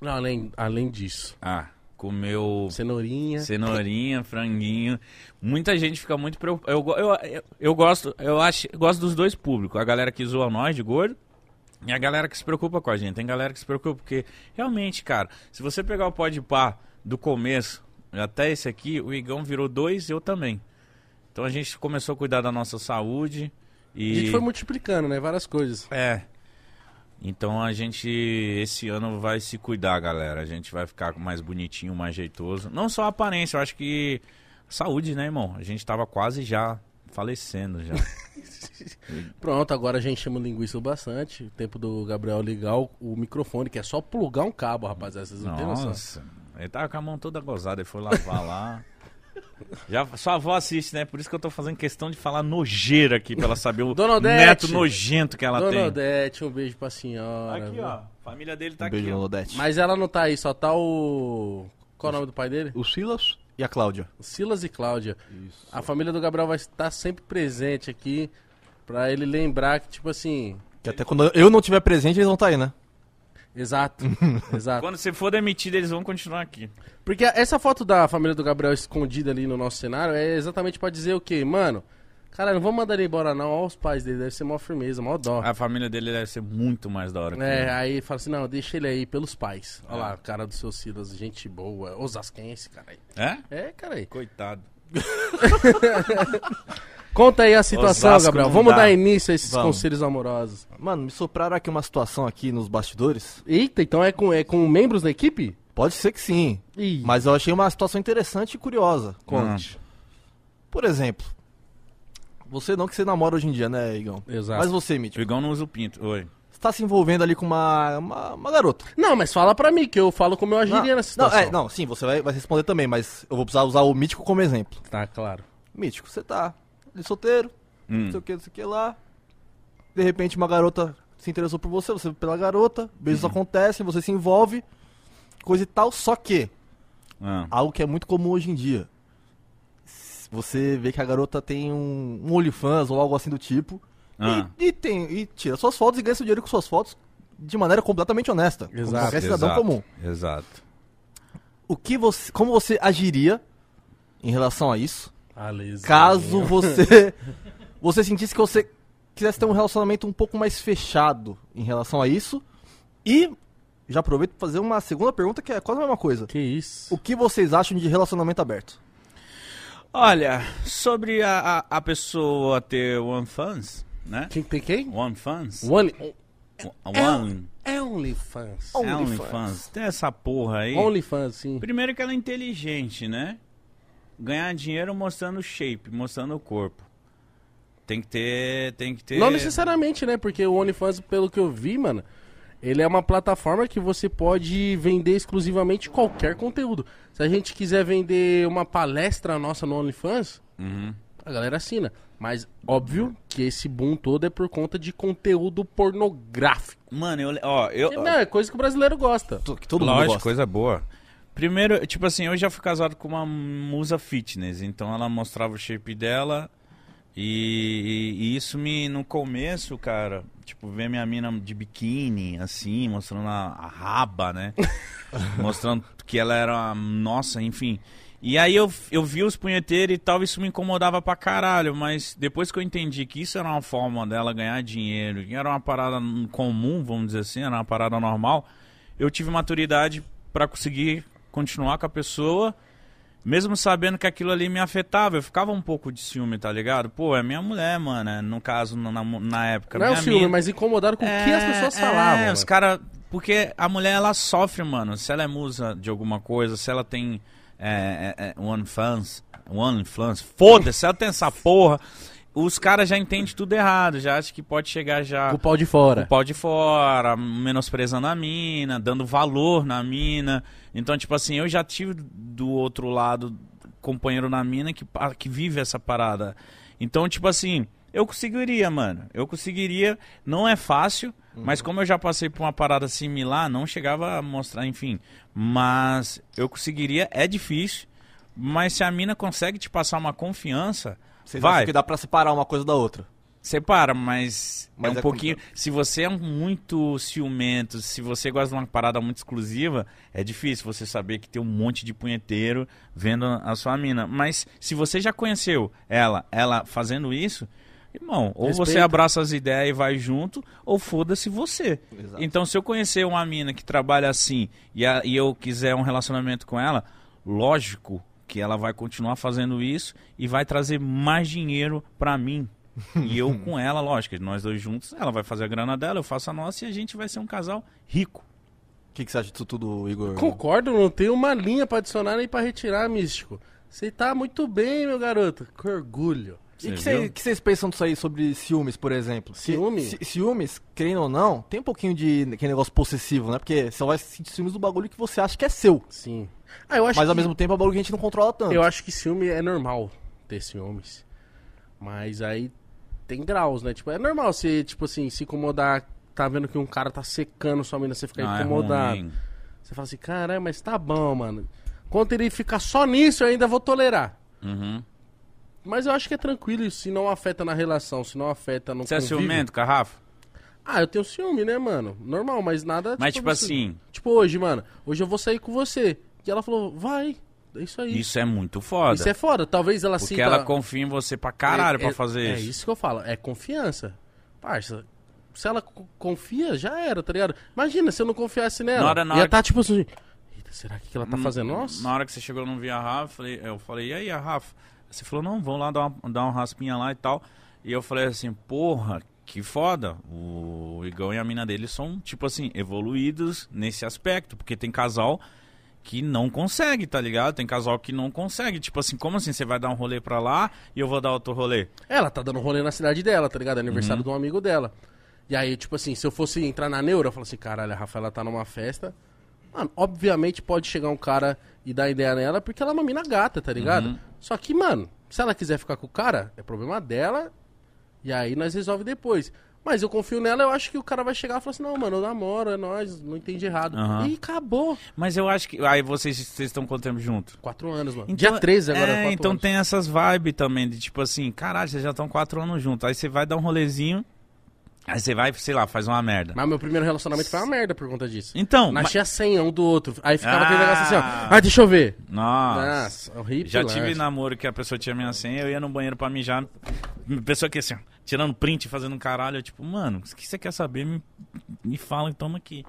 Speaker 2: Não, além, além disso.
Speaker 1: Ah, comeu.
Speaker 2: Cenourinha.
Speaker 1: Cenourinha, franguinho. Muita gente fica muito preocupada. Eu, go- eu, eu, eu gosto, eu acho, eu gosto dos dois públicos. A galera que zoa nós de gordo e a galera que se preocupa com a gente. Tem galera que se preocupa, porque realmente, cara, se você pegar o pó de pá do começo até esse aqui, o Igão virou dois e eu também. Então a gente começou a cuidar da nossa saúde. E...
Speaker 2: A gente foi multiplicando, né? Várias coisas.
Speaker 1: É. Então a gente esse ano vai se cuidar, galera. A gente vai ficar mais bonitinho, mais jeitoso. Não só a aparência, eu acho que saúde, né, irmão? A gente tava quase já falecendo já.
Speaker 2: Pronto, agora já enchemos linguiça bastante. O tempo do Gabriel ligar o, o microfone, que é só plugar um cabo, rapaziada. Vocês não têm noção.
Speaker 1: Nossa. Ele tava com a mão toda gozada, ele foi lavar lá. Já, sua avó assiste, né? Por isso que eu tô fazendo questão de falar nojeira aqui, pra ela saber o
Speaker 2: Dona Odete.
Speaker 1: neto nojento que ela
Speaker 2: Dona
Speaker 1: tem. Tá
Speaker 2: Odete, um beijo pra senhora.
Speaker 1: Aqui,
Speaker 2: viu?
Speaker 1: ó. A família dele tá
Speaker 3: Um beijo,
Speaker 1: aqui.
Speaker 3: Dona
Speaker 1: Ó.
Speaker 3: Odete.
Speaker 2: Mas ela não tá aí, só tá o. Qual é o nome do pai dele?
Speaker 3: O Silas e a Cláudia.
Speaker 2: Silas e Cláudia.
Speaker 3: Isso.
Speaker 2: A família do Gabriel vai estar sempre presente aqui pra ele lembrar que, tipo assim.
Speaker 3: Que até quando eu não tiver presente, eles vão estar tá aí, né?
Speaker 2: Exato, exato.
Speaker 1: Quando você for demitido, eles vão continuar aqui.
Speaker 2: Porque essa foto da família do Gabriel escondida ali no nosso cenário é exatamente pra dizer o quê? Mano, cara, não vamos mandar ele embora não, olha os pais dele, deve ser mó firmeza, mó dó.
Speaker 1: A família dele deve ser muito mais da hora que
Speaker 2: É,
Speaker 1: eu.
Speaker 2: aí fala assim, não, deixa ele aí pelos pais. Olha
Speaker 1: É.
Speaker 2: lá, cara do seu Silas, gente boa, osasquense, cara.
Speaker 1: É?
Speaker 2: É, cara aí.
Speaker 1: Coitado.
Speaker 2: Conta aí a situação,
Speaker 1: Osasco
Speaker 2: Gabriel.
Speaker 1: não
Speaker 2: Vamos
Speaker 1: dá.
Speaker 2: dar início a esses
Speaker 3: Vamos.
Speaker 2: conselhos amorosos.
Speaker 3: Mano, me sopraram aqui uma situação aqui nos bastidores.
Speaker 2: Eita, então é com, é com membros da equipe?
Speaker 3: Pode ser que sim,
Speaker 2: Ih,
Speaker 3: mas eu achei uma situação interessante e curiosa.
Speaker 2: conte.
Speaker 3: Hum. Por exemplo, você não que você namora hoje em dia, né, Igão?
Speaker 2: Exato.
Speaker 3: Mas você, Mitch,
Speaker 1: O Igão não usa o pinto. Oi.
Speaker 3: você tá se envolvendo ali com uma, uma, uma garota.
Speaker 2: Não, mas fala pra mim, que eu falo como eu agiria
Speaker 3: não,
Speaker 2: nessa situação.
Speaker 3: Não, é, não, sim, você vai, vai responder também, mas eu vou precisar usar o Mítico como exemplo.
Speaker 2: Tá, claro.
Speaker 3: Mítico, você tá ali solteiro,
Speaker 1: Hum.
Speaker 3: não sei o que, não sei o que lá. De repente uma garota se interessou por você, você pela garota,
Speaker 1: Hum.
Speaker 3: beijos acontecem, você se envolve, coisa e tal, só que
Speaker 1: Ah.
Speaker 3: algo que é muito comum hoje em dia. S- Você vê que a garota tem um, um OnlyFans ou algo assim do tipo.
Speaker 1: Ah.
Speaker 3: E, e tem, e tira suas fotos e ganha seu dinheiro com suas fotos de maneira completamente honesta. como
Speaker 2: Exato,
Speaker 3: qualquer é cidadão
Speaker 1: Exato,
Speaker 3: comum.
Speaker 1: Exato.
Speaker 3: O que você. Como você agiria em relação a isso?
Speaker 2: Alezinha.
Speaker 3: Caso você. você sentisse que você quisesse ter um relacionamento um pouco mais fechado em relação a isso. E já aproveito pra fazer uma segunda pergunta que é quase a mesma coisa.
Speaker 2: Que isso?
Speaker 3: O que vocês acham de relacionamento aberto?
Speaker 1: Olha, sobre a, a, a pessoa ter one fans, né?
Speaker 2: Quem tem quem?
Speaker 1: One fans?
Speaker 2: Only,
Speaker 3: É um,
Speaker 1: One.
Speaker 2: um OnlyFans.
Speaker 1: É only fans. Tem essa porra aí.
Speaker 2: OnlyFans, sim.
Speaker 1: Primeiro que ela é inteligente, né? Ganhar dinheiro mostrando shape, mostrando o corpo. Tem que ter, tem que ter.
Speaker 2: Não necessariamente, né? Porque o OnlyFans, pelo que eu vi, mano, ele é uma plataforma que você pode vender exclusivamente qualquer conteúdo. Se a gente quiser vender uma palestra nossa no OnlyFans,
Speaker 1: Uhum.
Speaker 2: a galera assina. Mas óbvio que esse boom todo é por conta de conteúdo pornográfico.
Speaker 1: Mano, eu, ó, eu,
Speaker 2: Não, é coisa que o brasileiro gosta.
Speaker 3: To- Que todo mundo
Speaker 1: Lógico,
Speaker 3: gosta.
Speaker 1: coisa boa. Primeiro, tipo assim, eu já fui casado com uma musa fitness, então ela mostrava o shape dela e, e- e isso me, no começo, cara, tipo, ver minha mina de biquíni, assim, mostrando a, a raba, né? mostrando que ela era uma nossa, enfim. E aí eu, eu vi os punheteiros e tal, isso me incomodava pra caralho, mas depois que eu entendi que isso era uma forma dela ganhar dinheiro, que era uma parada n- comum, vamos dizer assim, era uma parada normal, eu tive maturidade pra conseguir continuar com a pessoa, mesmo sabendo que aquilo ali me afetava, eu ficava um pouco de ciúme, tá ligado? Pô, é minha mulher, mano, é, no caso, na, na, na época,
Speaker 2: Não é o
Speaker 1: minha
Speaker 2: ciúme,
Speaker 1: mina.
Speaker 2: mas incomodaram com o que as pessoas falavam.
Speaker 1: É,
Speaker 2: mano.
Speaker 1: os caras. Porque a mulher, ela sofre, mano. Se ela é musa de alguma coisa, se ela tem é, é, é, one fans, one fans, foda-se, se ela tem essa porra. Os caras já entendem tudo errado, já acham que pode chegar já
Speaker 2: O pau de fora.
Speaker 1: o pau de fora, menosprezando a mina, dando valor na mina. Então, tipo assim, eu já tive do outro lado companheiro na mina que, pa- que vive essa parada. Então, tipo assim, eu conseguiria, mano. Eu conseguiria. Não é fácil, mas como eu já passei por uma parada similar, não chegava a mostrar, enfim. Mas eu conseguiria, é difícil. Mas se a mina consegue te passar uma confiança,
Speaker 3: Vocês
Speaker 1: vai.
Speaker 3: acham que dá pra separar uma coisa da outra?
Speaker 1: Separa, mas,
Speaker 3: Mas
Speaker 1: é um
Speaker 3: é
Speaker 1: pouquinho. Se você é um muito ciumento, se você gosta de uma parada muito exclusiva, é difícil você saber que tem um monte de punheteiro vendo a sua mina. Mas se você já conheceu ela, ela fazendo isso, irmão, ou você
Speaker 2: Respeita.
Speaker 1: abraça as ideias e vai junto, ou foda-se você.
Speaker 3: Exato.
Speaker 1: Então, se eu conhecer uma mina que trabalha assim e, a- e eu quiser um relacionamento com ela, lógico que ela vai continuar fazendo isso e vai trazer mais dinheiro pra mim. E eu com ela, lógico, nós dois juntos, ela vai fazer a grana dela, eu faço a nossa e a gente vai ser um casal rico.
Speaker 3: O que, que você acha disso tudo, Igor?
Speaker 2: Concordo, não tem uma linha pra adicionar nem pra retirar, místico. Você tá muito bem, meu garoto. Que orgulho.
Speaker 3: E
Speaker 1: Você
Speaker 3: o que cê-
Speaker 1: viu?
Speaker 3: que vocês pensam disso aí sobre ciúmes, por exemplo? Que
Speaker 2: Ciúme?
Speaker 3: ci- ciúmes, querendo ou não, tem um pouquinho de aquele negócio possessivo, né? Porque você só vai sentir ciúmes do bagulho que você acha que é seu.
Speaker 2: Sim. Ah, eu acho
Speaker 3: Mas ao
Speaker 2: que,
Speaker 3: mesmo tempo é um bagulho que a gente não controla tanto.
Speaker 2: eu acho que ciúme é normal ter ciúmes. Mas aí tem graus, né? Tipo, é normal você, tipo assim, se incomodar, tá vendo que um cara tá secando sua mina, você fica
Speaker 1: Ah, é
Speaker 2: incomodado.
Speaker 1: ruim.
Speaker 2: você fala assim, caramba, mas tá bom, mano. Quando ele ficar só nisso, eu ainda vou tolerar.
Speaker 1: Uhum.
Speaker 2: Mas eu acho que é tranquilo se não afeta na relação, se não afeta no
Speaker 1: Você é
Speaker 2: convívio.
Speaker 1: ciumento, Carrafa?
Speaker 2: Ah, eu tenho ciúme, né, mano? Normal, mas nada.
Speaker 1: Mas, tipo
Speaker 2: absurdo.
Speaker 1: assim,
Speaker 2: Tipo hoje, mano. Hoje eu vou sair com você. E ela falou, vai. É isso aí.
Speaker 1: isso é muito foda.
Speaker 2: Isso é foda. Talvez ela
Speaker 1: porque
Speaker 2: sinta-
Speaker 1: ela confia em você pra caralho
Speaker 2: é,
Speaker 1: pra
Speaker 2: é-
Speaker 1: fazer
Speaker 2: é
Speaker 1: isso.
Speaker 2: isso que eu falo. É confiança. Parça. Se ela co- confia, já era, tá ligado? Imagina se eu não confiasse nela.
Speaker 1: Na hora- na
Speaker 2: ia
Speaker 1: hora Hum,
Speaker 2: tá tipo assim. Eita, será que ela tá fazendo? Nossa.
Speaker 1: Na hora que você chegou, eu não vi a Rafa. Falei, eu falei, e aí, a Rafa? Você falou, não, vamos lá dar uma, dar uma raspinha lá e tal. E eu falei assim, porra, que foda. O Igão e a mina dele são, tipo assim, evoluídos nesse aspecto. Porque tem casal que não consegue, tá ligado? Tem casal que não consegue. Tipo assim, como assim? Você vai dar um rolê pra lá e eu vou dar outro rolê?
Speaker 2: Ela tá dando rolê na cidade dela, tá ligado?
Speaker 1: Uhum.
Speaker 2: Aniversário de um amigo dela. E aí, tipo assim, se eu fosse entrar na neura, eu falo assim, caralho, a Rafaela tá numa festa. Mano, obviamente pode chegar um cara e dar ideia nela, porque ela é uma mina gata, tá ligado?
Speaker 1: Uhum.
Speaker 2: Só que, mano, se ela quiser ficar com o cara, é problema dela. E aí nós resolve depois. Mas eu confio nela, eu acho que o cara vai chegar e falar assim, não, mano, eu namoro, é nóis, não entendi errado.
Speaker 1: Aham.
Speaker 2: E acabou.
Speaker 1: Mas eu acho que. Aí vocês vocês estão quanto tempo junto?
Speaker 2: Quatro anos, mano. Dia 13 agora,
Speaker 1: é,
Speaker 2: quatro
Speaker 1: então
Speaker 2: anos.
Speaker 1: tem essas vibes também, de tipo assim, caralho, vocês já estão quatro anos juntos. Aí você vai dar um rolezinho, aí você vai, sei lá, faz uma merda.
Speaker 2: Mas meu primeiro relacionamento foi uma merda por conta disso.
Speaker 1: Então, mas...
Speaker 2: Nascia senha um do outro. Aí ficava
Speaker 1: Ah.
Speaker 2: aquele negócio assim, ó. Ah, deixa eu ver.
Speaker 1: nossa.
Speaker 2: Nossa, é horrível.
Speaker 1: Já tive namoro que a pessoa tinha minha senha, eu ia no banheiro pra mijar. A pessoa que assim, ó, tirando print, fazendo um caralho, eu tipo, mano, o que você quer saber? Me, me fala e toma aqui.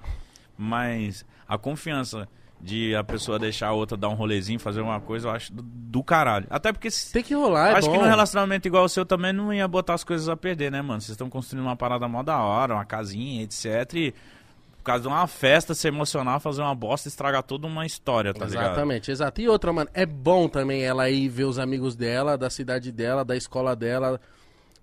Speaker 1: Mas a confiança de a pessoa deixar a outra dar um rolezinho, fazer uma coisa, eu acho do, do caralho. Até porque se-
Speaker 2: Tem que rolar, é
Speaker 1: Acho que
Speaker 2: bom.
Speaker 1: num relacionamento igual o seu também não ia botar as coisas a perder, né, mano? Vocês estão construindo uma parada mó da hora, uma casinha, etc. E por causa de uma festa, se emocionar, fazer uma bosta, estragar toda uma história, tá ligado?
Speaker 2: Exatamente, exato. E outra, mano, é bom também ela ir ver os amigos dela, da cidade dela, da escola dela.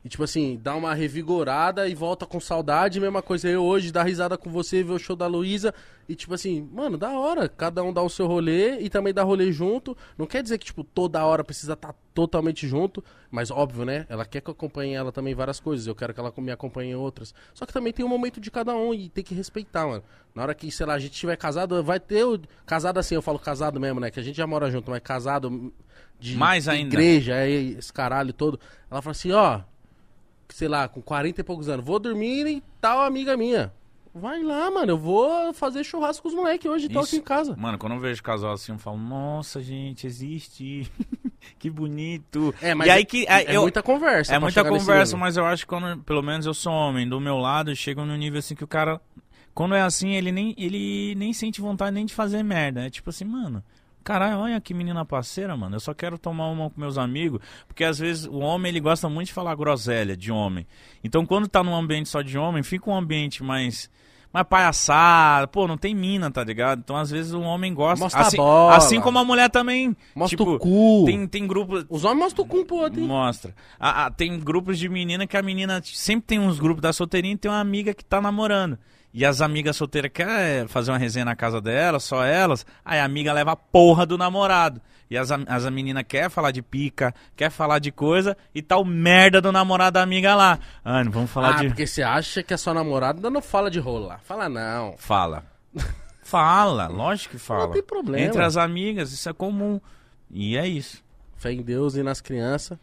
Speaker 2: E tipo assim, dá uma revigorada e volta com saudade. Mesma coisa eu hoje, dar risada com você, ver o show da Luísa. E tipo assim, mano, da hora. Cada um dá o seu rolê e também dá rolê junto. Não quer dizer que, tipo, toda hora precisa estar totalmente junto. Mas óbvio, né? Ela quer que eu acompanhe ela também em várias coisas. Eu quero que ela me acompanhe em outras. Só que também tem um momento de cada um e tem que respeitar, mano. Na hora que, sei lá, a gente tiver casado, vai ter o. Casado assim, eu falo casado mesmo, né? Que a gente já mora junto, mas casado de
Speaker 1: Mais ainda.
Speaker 2: igreja, é esse caralho todo. Ela fala assim, ó, sei lá, com 40 e poucos anos, vou dormir em tal amiga minha. Vai lá, mano, eu vou fazer churrasco com os moleques hoje, tô
Speaker 1: Isso.
Speaker 2: aqui em casa.
Speaker 1: Mano, quando eu vejo casal assim, eu falo, nossa, gente, existe. que bonito.
Speaker 2: É, mas
Speaker 1: e aí
Speaker 2: é,
Speaker 1: que. aí
Speaker 2: é
Speaker 1: eu-
Speaker 2: muita conversa.
Speaker 1: É
Speaker 2: pra
Speaker 1: muita
Speaker 2: chegar nesse
Speaker 1: conversa,
Speaker 2: nível.
Speaker 1: mas eu acho que quando, pelo menos eu sou homem, do meu lado, chega num nível assim que o cara, quando é assim, ele nem, ele nem sente vontade nem de fazer merda. É tipo assim, mano, caralho, olha que menina parceira, mano, eu só quero tomar uma com meus amigos, porque às vezes o homem, ele gosta muito de falar groselha de homem. Então quando tá num ambiente só de homem, fica um ambiente mais... mais palhaçada, pô, não tem mina, tá ligado? Então, às vezes, o homem gosta.
Speaker 2: Mostra a
Speaker 1: assim,
Speaker 2: bola.
Speaker 1: assim como a mulher também.
Speaker 2: Mostra
Speaker 1: tipo,
Speaker 2: o cu.
Speaker 1: Tem, tem grupo.
Speaker 2: Os homens mostram o cu um pro outro, hein?
Speaker 1: Mostra. Ah, ah, tem grupos de menina que a menina sempre tem uns grupos da solteirinha e tem uma amiga que tá namorando. E as amigas solteiras querem fazer uma resenha na casa dela, só elas. Aí a amiga leva a porra do namorado. E as, am- as meninas querem falar de pica, quer falar de coisa e tal merda do namorado da amiga lá. Ah, não vamos falar
Speaker 2: ah,
Speaker 1: de.
Speaker 2: porque você acha que a sua namorada não fala de rolar. Fala não.
Speaker 1: Fala. Fala, lógico que fala.
Speaker 2: tem problema.
Speaker 1: Entre as amigas, isso é comum. E é isso.
Speaker 2: Fé em Deus e nas crianças.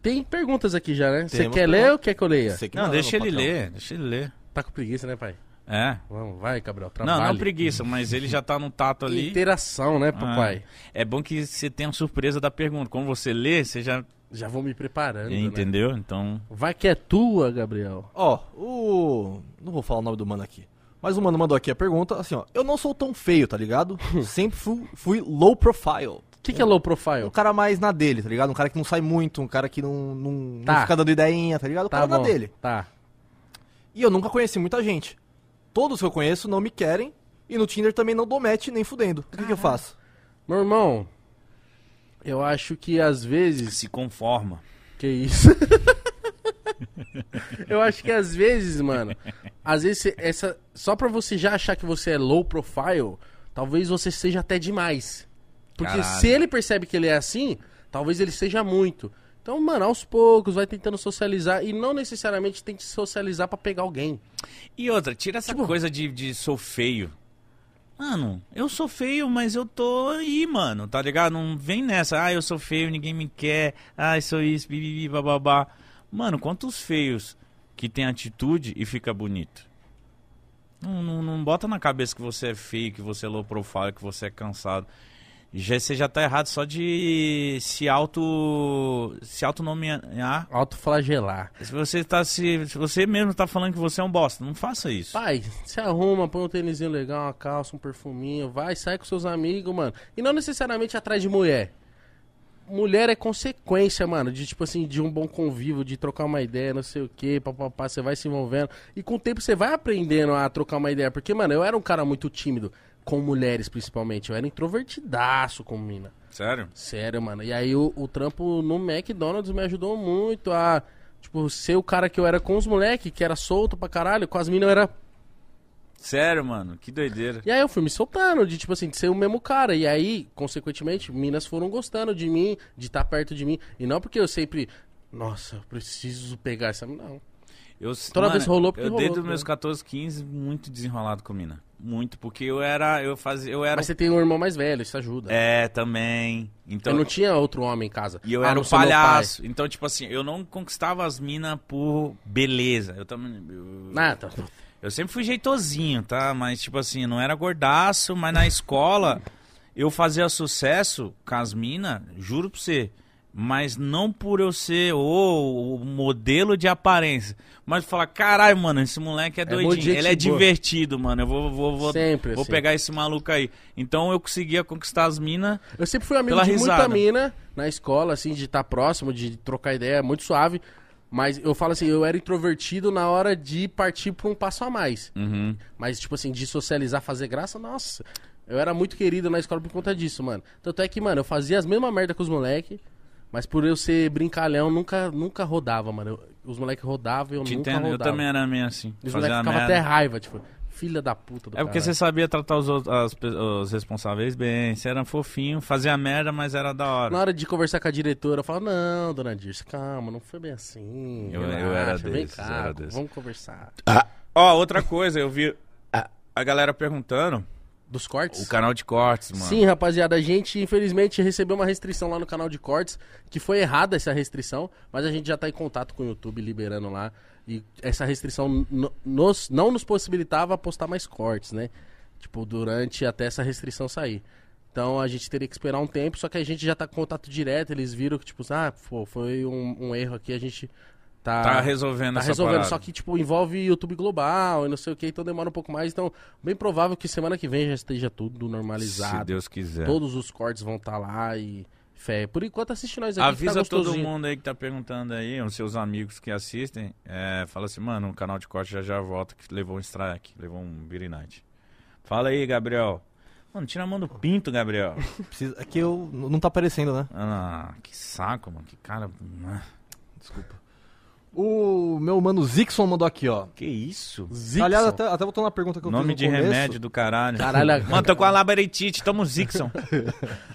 Speaker 2: Tem perguntas aqui já, né? Você
Speaker 4: Temos
Speaker 2: quer ler
Speaker 4: perguntas.
Speaker 2: ou quer que é. eu leia?
Speaker 4: Você que
Speaker 1: Não,
Speaker 3: é
Speaker 4: manda,
Speaker 1: deixa ele
Speaker 4: patrão.
Speaker 1: ler, deixa ele ler.
Speaker 2: Tá com preguiça, né, pai?
Speaker 1: É.
Speaker 2: Vamos, vai, Gabriel,
Speaker 1: Não,
Speaker 2: trabalha.
Speaker 1: não preguiça, mas ele já tá no tato ali.
Speaker 2: Interação, né, papai?
Speaker 1: É bom que você tenha a surpresa da pergunta. Quando você lê, você já
Speaker 2: Já vou me preparando, né?
Speaker 1: entendeu? Então,
Speaker 2: Vai que é tua, Gabriel.
Speaker 3: Ó, o. Não vou falar o nome do mano aqui. Mas o mano mandou aqui a pergunta, assim, ó. Eu não sou tão feio, tá ligado? Sempre fui, fui low profile.
Speaker 2: O que, que é low
Speaker 3: Um
Speaker 2: profile?
Speaker 3: cara mais na dele, tá ligado? Um cara que não sai muito, um cara que não, não,
Speaker 2: Tá.
Speaker 3: não fica dando ideinha, tá ligado? O cara na dele.
Speaker 2: Tá.
Speaker 3: E eu nunca conheci muita gente. Todos que eu conheço não me querem. E no Tinder também não dou match nem fudendo. O que, que eu faço?
Speaker 2: Meu irmão, eu acho que às vezes.
Speaker 1: se conforma.
Speaker 2: Que isso? eu acho que às vezes, mano, às vezes cê- essa só pra você já achar que você é low profile, talvez você seja até demais. Porque
Speaker 1: Caralho.
Speaker 2: se ele percebe que ele é assim, talvez ele seja muito. Então, mano, aos poucos vai tentando socializar e não necessariamente tem que socializar pra pegar alguém.
Speaker 1: E outra, tira essa coisa de, de sou feio. Mano, eu sou feio, mas eu tô aí, mano, tá ligado? Não vem nessa, ah, eu sou feio, ninguém me quer, ah, eu sou isso, bibibi, bababá. Mano, quantos feios que tem atitude e fica bonito. Não, não, não bota na cabeça que você é feio, que você é low profile, que você é cansado. Já, você já tá errado só de se auto. se autonomear.
Speaker 2: Autoflagelar.
Speaker 1: Se você tá se. se você mesmo tá falando que você é um bosta, não faça isso.
Speaker 2: Pai, se arruma, põe um tênisinho legal, uma calça, um perfuminho, vai, sai com seus amigos, mano. E não necessariamente atrás de mulher. Mulher é consequência, mano, de tipo assim, de um bom convívio, de trocar uma ideia, não sei o que, papapá, você vai se envolvendo. E com o tempo você vai aprendendo a trocar uma ideia. Porque, mano, eu era um cara muito tímido, com mulheres principalmente. Eu era introvertidaço com mina.
Speaker 1: Sério?
Speaker 2: Sério, mano. E aí o, o trampo no McDonald's me ajudou muito a, tipo, ser o cara que eu era com os moleque, que era solto pra caralho, com as minas eu era.
Speaker 1: Sério, mano, que doideira.
Speaker 2: E aí eu fui me soltando, de tipo assim, de ser o mesmo cara. E aí, consequentemente, minas foram gostando de mim, de estar perto de mim. E não porque eu sempre, nossa, eu preciso pegar essa. mina", Não.
Speaker 1: Eu,
Speaker 2: Toda vez rolou porque
Speaker 1: eu
Speaker 2: rolou,
Speaker 1: desde os
Speaker 2: né?
Speaker 1: meus 14, 15, muito desenrolado com mina. Muito, porque eu era. Eu fazia. Eu era.
Speaker 2: Mas você tem um irmão mais velho, isso ajuda.
Speaker 1: É, também. Então.
Speaker 2: Eu não tinha outro homem em casa.
Speaker 1: E eu
Speaker 2: a
Speaker 1: era
Speaker 2: não
Speaker 1: um
Speaker 2: ser meu pai.
Speaker 1: palhaço. Então, tipo assim, eu não conquistava as minas por beleza. Eu também. Eu,
Speaker 2: Nada.
Speaker 1: eu sempre fui jeitosinho, tá? Mas, tipo assim, não era gordaço, mas na escola eu fazia sucesso com as minas, juro pra você. Mas não por eu ser o, o modelo de aparência. Mas falar, caralho, mano, esse moleque é
Speaker 2: muito
Speaker 1: doidinho.
Speaker 2: gente
Speaker 1: Ele é
Speaker 2: boa."
Speaker 1: divertido, mano. Eu vou, vou, vou,
Speaker 2: Sempre
Speaker 1: vou
Speaker 2: assim.
Speaker 1: pegar esse maluco aí. Então eu conseguia conquistar as minas.
Speaker 2: Eu sempre fui amigo
Speaker 1: Pela
Speaker 2: de
Speaker 1: risada.
Speaker 2: muita mina na escola, assim, de estar próximo, de trocar ideia, muito suave. Mas eu falo assim, eu era introvertido na hora de partir pra um passo a mais.
Speaker 1: Uhum.
Speaker 2: Mas, tipo assim, de socializar, fazer graça, nossa. Eu era muito querido na escola por conta disso, mano. Tanto é que, mano, eu fazia as mesmas merda com os moleques, mas por eu ser brincalhão, nunca, nunca rodava, mano. Eu- os moleques rodavam e eu
Speaker 1: Te
Speaker 2: nunca
Speaker 1: entendo, eu
Speaker 2: rodava.
Speaker 1: também era meio assim.
Speaker 2: E os
Speaker 1: fazer
Speaker 2: moleques
Speaker 1: uma
Speaker 2: ficavam
Speaker 1: merda.
Speaker 2: até raiva, tipo, filha da puta do
Speaker 1: É porque você
Speaker 2: caralho.
Speaker 1: sabia tratar os, outros- as pe- os responsáveis bem, você era fofinho, fazia merda, mas era da hora.
Speaker 2: Na hora de conversar com a diretora, eu falo, não, dona Dirce, calma, não foi bem assim.
Speaker 1: Eu- eu
Speaker 2: relaxa,
Speaker 1: era
Speaker 2: vem
Speaker 1: desses,
Speaker 2: cá,
Speaker 1: eu era desses.
Speaker 2: Vamos conversar.
Speaker 1: Ó, outra coisa, eu vi
Speaker 2: Ah.
Speaker 1: a galera perguntando
Speaker 2: Dos cortes?
Speaker 1: o canal de cortes, mano.
Speaker 2: Sim, rapaziada, a gente infelizmente recebeu uma restrição lá no canal de cortes, que foi errada essa restrição, mas a gente já tá em contato com o YouTube liberando lá. E essa restrição n- nos, não nos possibilitava postar mais cortes, né? Tipo, durante até essa restrição sair. Então a gente teria que esperar um tempo, só que a gente já tá com contato direto, eles viram que, tipo, ah, pô, foi um, um erro aqui, a gente tá.
Speaker 1: Tá resolvendo
Speaker 2: Tá
Speaker 1: essa
Speaker 2: resolvendo,
Speaker 1: parada.
Speaker 2: só que, tipo, envolve YouTube global e não sei o que, então demora um pouco mais. Então, bem provável que semana que vem já esteja tudo
Speaker 1: Se
Speaker 2: normalizado.
Speaker 1: Deus quiser.
Speaker 2: Todos os cortes vão estar lá e. Fé, por enquanto assiste nós aqui. que
Speaker 1: Avisa
Speaker 2: tá
Speaker 1: todo
Speaker 2: gostosinho.
Speaker 1: mundo aí que tá perguntando aí, os seus amigos que assistem, é, fala assim, mano, o canal de corte já já volta, que levou um strike, levou um Billy Night. Fala aí, Gabriel. Mano, tira a mão do pinto, Gabriel.
Speaker 3: Precisa... É que eu... n- Não tá aparecendo, né?
Speaker 1: Ah, que saco, mano, que cara...
Speaker 3: Desculpa. O meu mano Zixon mandou aqui, ó.
Speaker 1: Que isso?
Speaker 2: Zixon.
Speaker 3: Aliás, até, até voltando na pergunta que eu
Speaker 1: Nome
Speaker 3: fiz no
Speaker 1: de
Speaker 3: começo.
Speaker 1: remédio do caralho.
Speaker 2: Caralho, a-
Speaker 1: Mano, tô com a labaretite, tamo Zixon.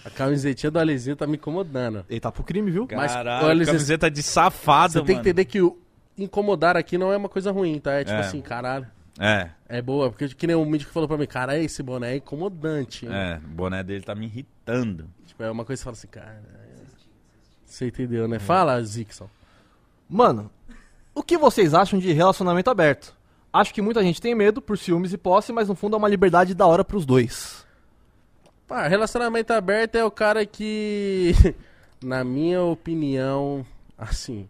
Speaker 2: A camisetinha do Alezinho tá me incomodando.
Speaker 3: Ele tá pro crime, viu?
Speaker 2: Mas,
Speaker 1: Caralho,
Speaker 2: olha, você-
Speaker 1: camiseta de safado,
Speaker 2: Você
Speaker 1: mano.
Speaker 2: tem que entender que o incomodar aqui não é uma coisa ruim, tá? É tipo
Speaker 1: É.
Speaker 2: assim, caralho.
Speaker 1: É,
Speaker 2: É boa, porque que nem o mídico falou pra mim, cara, esse boné é incomodante. hein?
Speaker 1: é, o boné dele tá me irritando.
Speaker 2: Tipo, é uma coisa que você fala assim, cara. Você entendeu, né? Fala, Zixon.
Speaker 3: Mano, o que vocês acham de relacionamento aberto? Acho que muita gente tem medo por ciúmes e posse, mas no fundo é uma liberdade da hora pros dois.
Speaker 2: Pá, relacionamento aberto é o cara que, na minha opinião, assim,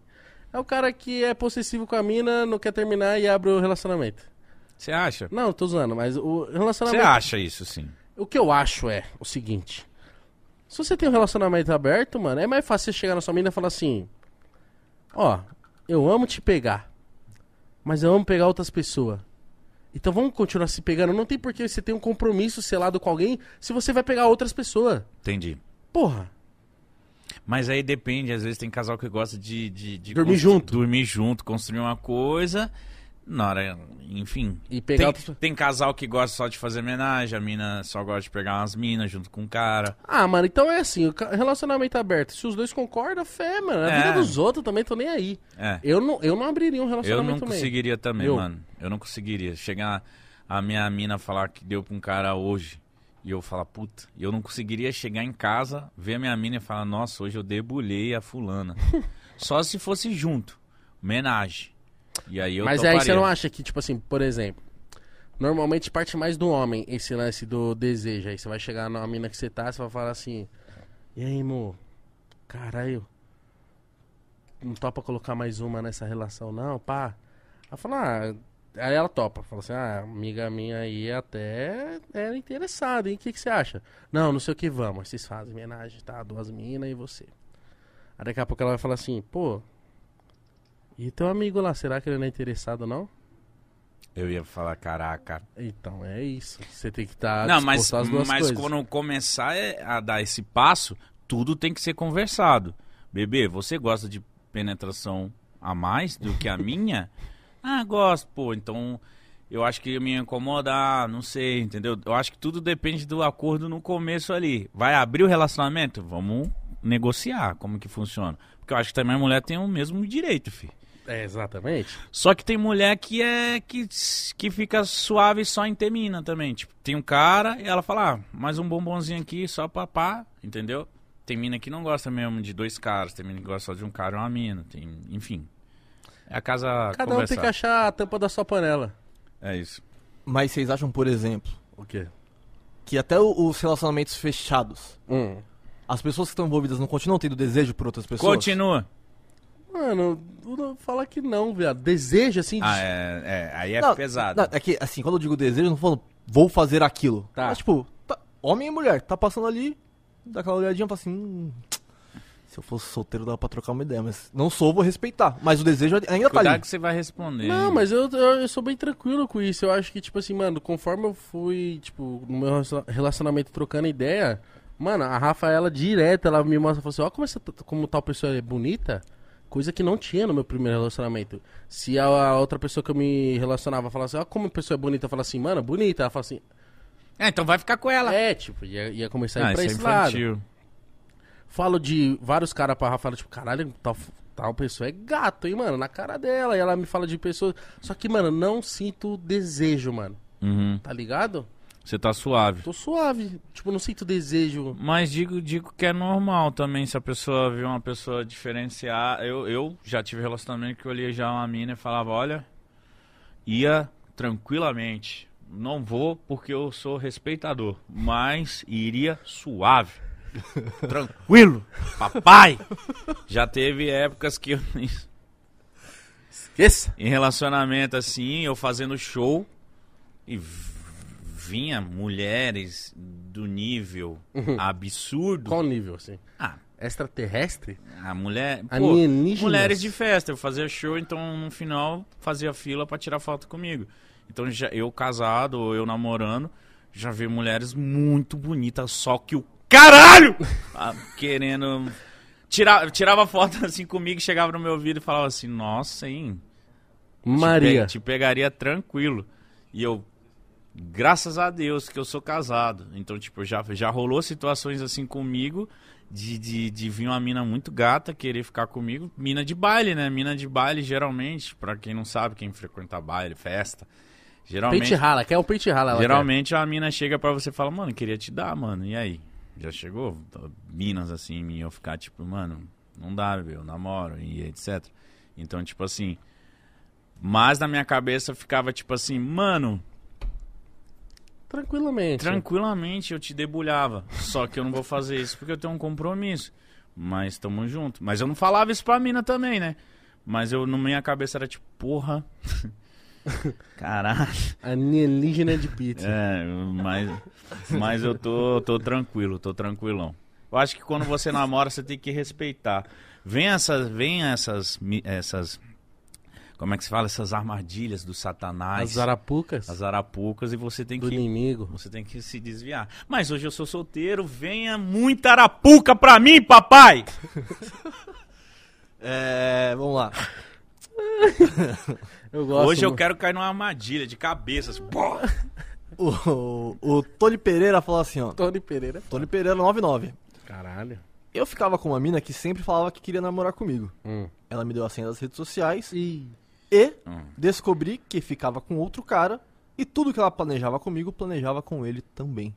Speaker 2: é o cara que é possessivo com a mina, não quer terminar e abre o relacionamento.
Speaker 1: Você acha?
Speaker 2: Não, tô zoando, mas o
Speaker 1: Você
Speaker 2: relacionamento.
Speaker 1: acha isso, sim.
Speaker 2: O que eu acho é o seguinte: se você tem um relacionamento aberto, mano, é mais fácil você chegar na sua mina e falar assim: Ó, eu amo te pegar, mas eu amo pegar outras pessoas. Então vamos continuar se pegando. Não tem por que você ter um compromisso selado com alguém se você vai pegar outras pessoas.
Speaker 1: Entendi.
Speaker 2: Porra.
Speaker 1: Mas aí depende, às vezes tem casal que gosta de... de- de
Speaker 2: Dormir
Speaker 1: constru-
Speaker 2: junto.
Speaker 1: Dormir junto, construir uma coisa... Na hora, enfim.
Speaker 2: E pegar
Speaker 1: tem,
Speaker 2: outras-
Speaker 1: tem casal que gosta só de fazer homenagem, a mina só gosta de pegar umas minas junto com o cara.
Speaker 2: Ah, mano, então é assim, o ca- relacionamento aberto. Se os dois concordam, fé, mano. A
Speaker 1: É.
Speaker 2: vida dos outros também tô nem aí.
Speaker 1: É.
Speaker 2: Eu não, eu não abriria
Speaker 1: Eu
Speaker 2: um
Speaker 1: não
Speaker 2: relacionamento meio.
Speaker 1: conseguiria também,
Speaker 2: Eu.
Speaker 1: mano. Eu não conseguiria. Chegar a minha mina falar que deu pra um cara hoje e eu falar, puta, e eu não conseguiria chegar em casa, ver a minha mina e falar, nossa, hoje eu debulhei a fulana. Só se fosse junto. Homenagem. E aí eu
Speaker 2: Mas aí você
Speaker 1: toparia.
Speaker 2: não acha que, tipo assim, por exemplo, normalmente parte mais do homem esse lance do desejo. Aí você vai chegar na mina que você tá, você vai falar assim: E aí, mo? Caralho, não topa colocar mais uma nessa relação, não, pá? Ela fala: ah, Aí ela topa. Fala assim: Ah, amiga minha aí até era interessada, hein? O que, que você acha? Não, não sei o que, vamos. Aí vocês fazem homenagem, tá? Duas minas e você. Aí daqui a pouco ela vai falar assim: Pô. E teu amigo lá, será que ele não é interessado, não?
Speaker 1: Eu ia falar, caraca.
Speaker 2: Então, é isso. Você tem que estar
Speaker 1: não, mas,
Speaker 2: às duas
Speaker 1: mas
Speaker 2: coisas.
Speaker 1: quando começar é- a dar esse passo, tudo tem que ser conversado. Bebê, você gosta de penetração a mais do que a minha? ah, gosto, pô, então eu acho que ia me incomodar, não sei, entendeu? Eu acho que tudo depende do acordo no começo ali. Vai abrir o relacionamento? Vamos negociar como que funciona. Porque eu acho que também a mulher tem o mesmo direito, filho.
Speaker 2: É, exatamente.
Speaker 1: Só que tem mulher que é que, que fica suave só em ter mina também. Tipo, tem um cara e ela fala, ah, mais um bombonzinho aqui só pra pá, entendeu? Tem mina que não gosta mesmo de dois caras, tem mina que gosta só de um cara e uma mina, tem, enfim. É a casa
Speaker 2: Cada um tem que
Speaker 1: conversada.
Speaker 2: achar a tampa da sua panela.
Speaker 1: É isso.
Speaker 3: Mas vocês acham, por exemplo,
Speaker 2: O quê?
Speaker 3: que até o- os relacionamentos fechados,
Speaker 2: Hum.
Speaker 3: as pessoas que estão envolvidas não continuam tendo desejo por outras pessoas?
Speaker 1: Continua.
Speaker 2: Mano, eu não fala que não, viado. Deseja, assim... de-
Speaker 1: Ah, é, é, aí é
Speaker 3: Não,
Speaker 1: pesado.
Speaker 3: não, é que, assim, quando eu digo desejo, eu não falo vou fazer aquilo.
Speaker 2: Tá.
Speaker 3: Mas, tipo, tá- homem e mulher, tá passando ali, dá aquela olhadinha e fala assim. "Hum, se eu fosse solteiro, dava pra trocar uma ideia, mas não sou, vou respeitar. Mas o desejo ainda tá
Speaker 1: Cuidado
Speaker 3: ali.
Speaker 1: que você vai responder.
Speaker 2: Não, mas eu, eu, eu sou bem tranquilo com isso. Eu acho que, tipo assim, mano, conforme eu fui, tipo, no meu relaciona- relacionamento trocando ideia, mano, a Rafaela direto, ela me mostra, falou assim, ó como, essa, t- como tal pessoa é bonita, coisa que não tinha no meu primeiro relacionamento. Se a, a outra pessoa que eu me relacionava falasse, ó como a pessoa é bonita, eu fala assim, mano, bonita, ela fala assim,
Speaker 1: É, então vai ficar com ela.
Speaker 2: é, tipo, ia, ia começar a
Speaker 1: Ah,
Speaker 2: ir pra
Speaker 1: isso é
Speaker 2: esse lado.
Speaker 1: infantil.
Speaker 2: Falo de vários caras pra Rafa, tipo, caralho, tal, tal pessoa é gato, hein, mano, na cara dela. E ela me fala de pessoas. Só que, mano, não sinto desejo, mano.
Speaker 1: Uhum.
Speaker 2: Tá ligado?
Speaker 1: Você tá suave.
Speaker 2: Tô suave. Tipo, não sinto desejo.
Speaker 1: Mas digo, digo que é normal também se a pessoa vê uma pessoa diferenciar. Eu, eu já tive relacionamento que eu olhei já uma mina e falava, olha, ia tranquilamente. Não vou porque eu sou respeitador, mas iria suave. Tranquilo, papai. Já teve épocas que eu
Speaker 2: Esqueça.
Speaker 1: em relacionamento assim, eu fazendo show e v- vinha mulheres do nível absurdo.
Speaker 2: Qual nível, assim?
Speaker 1: Ah,
Speaker 2: Extraterrestre?
Speaker 1: a mulher. Pô,
Speaker 2: Alienígenas?
Speaker 1: mulheres de festa. Eu fazia show, então no final fazia fila pra tirar foto comigo. Então já, eu casado ou eu namorando, já vi mulheres muito bonitas, só que o caralho! Ah, querendo. Tira, tirava foto assim comigo, chegava no meu ouvido e falava assim: Nossa, hein? Te
Speaker 2: Maria.
Speaker 1: pe- Te, pegaria tranquilo. E eu, graças a Deus que eu sou casado. Então, tipo, já, já rolou situações assim comigo de, de, de vir uma mina muito gata querer ficar comigo. Mina de baile, né? Mina de baile, geralmente, pra quem não sabe, quem frequenta baile, festa.
Speaker 2: Pente
Speaker 1: Geralmente,
Speaker 2: rala. Quer um pente rala. ela
Speaker 1: geralmente a mina chega pra você e fala, mano, queria te dar, mano. E aí? Já chegou? Tô- Minas assim em mim, eu ficar tipo, mano, não dá, bebê, eu namoro e etc. Então, tipo assim. Mas na minha cabeça ficava tipo assim, mano,
Speaker 2: quer. Tranquilamente.
Speaker 1: tranquilamente eu te debulhava. Só que eu não vou fazer isso porque eu tenho um compromisso. Mas tamo junto. Mas eu não falava isso pra mina também, né? Mas eu, na minha cabeça era tipo, porra. Caralho.
Speaker 2: Alienígena de pizza.
Speaker 1: É, mas, mas eu tô, tô tranquilo, tô tranquilão. Eu acho que quando você namora, você tem que respeitar. Vem essas, vem essas, mi- essas, como é que se fala? Essas armadilhas do satanás,
Speaker 2: As arapucas
Speaker 1: as arapucas, e você tem
Speaker 2: do
Speaker 1: que,
Speaker 2: inimigo.
Speaker 1: você tem que se desviar. Mas hoje eu sou solteiro, venha muita arapuca pra mim, papai!
Speaker 3: É, vamos lá.
Speaker 2: Eu gosto.
Speaker 1: hoje eu
Speaker 2: mano.
Speaker 1: quero cair numa armadilha de cabeça. assim, pô.
Speaker 3: O, o Tony Pereira falou assim, ó.
Speaker 2: Tony Pereira.
Speaker 3: Tony Pereira 99.
Speaker 2: Caralho.
Speaker 3: Eu ficava com uma mina que sempre falava que queria namorar comigo.
Speaker 2: Hum.
Speaker 3: Ela me deu a senha das redes sociais
Speaker 2: Ih.
Speaker 3: e
Speaker 1: Hum.
Speaker 3: descobri que ficava com outro cara e tudo que ela planejava comigo, planejava com ele também.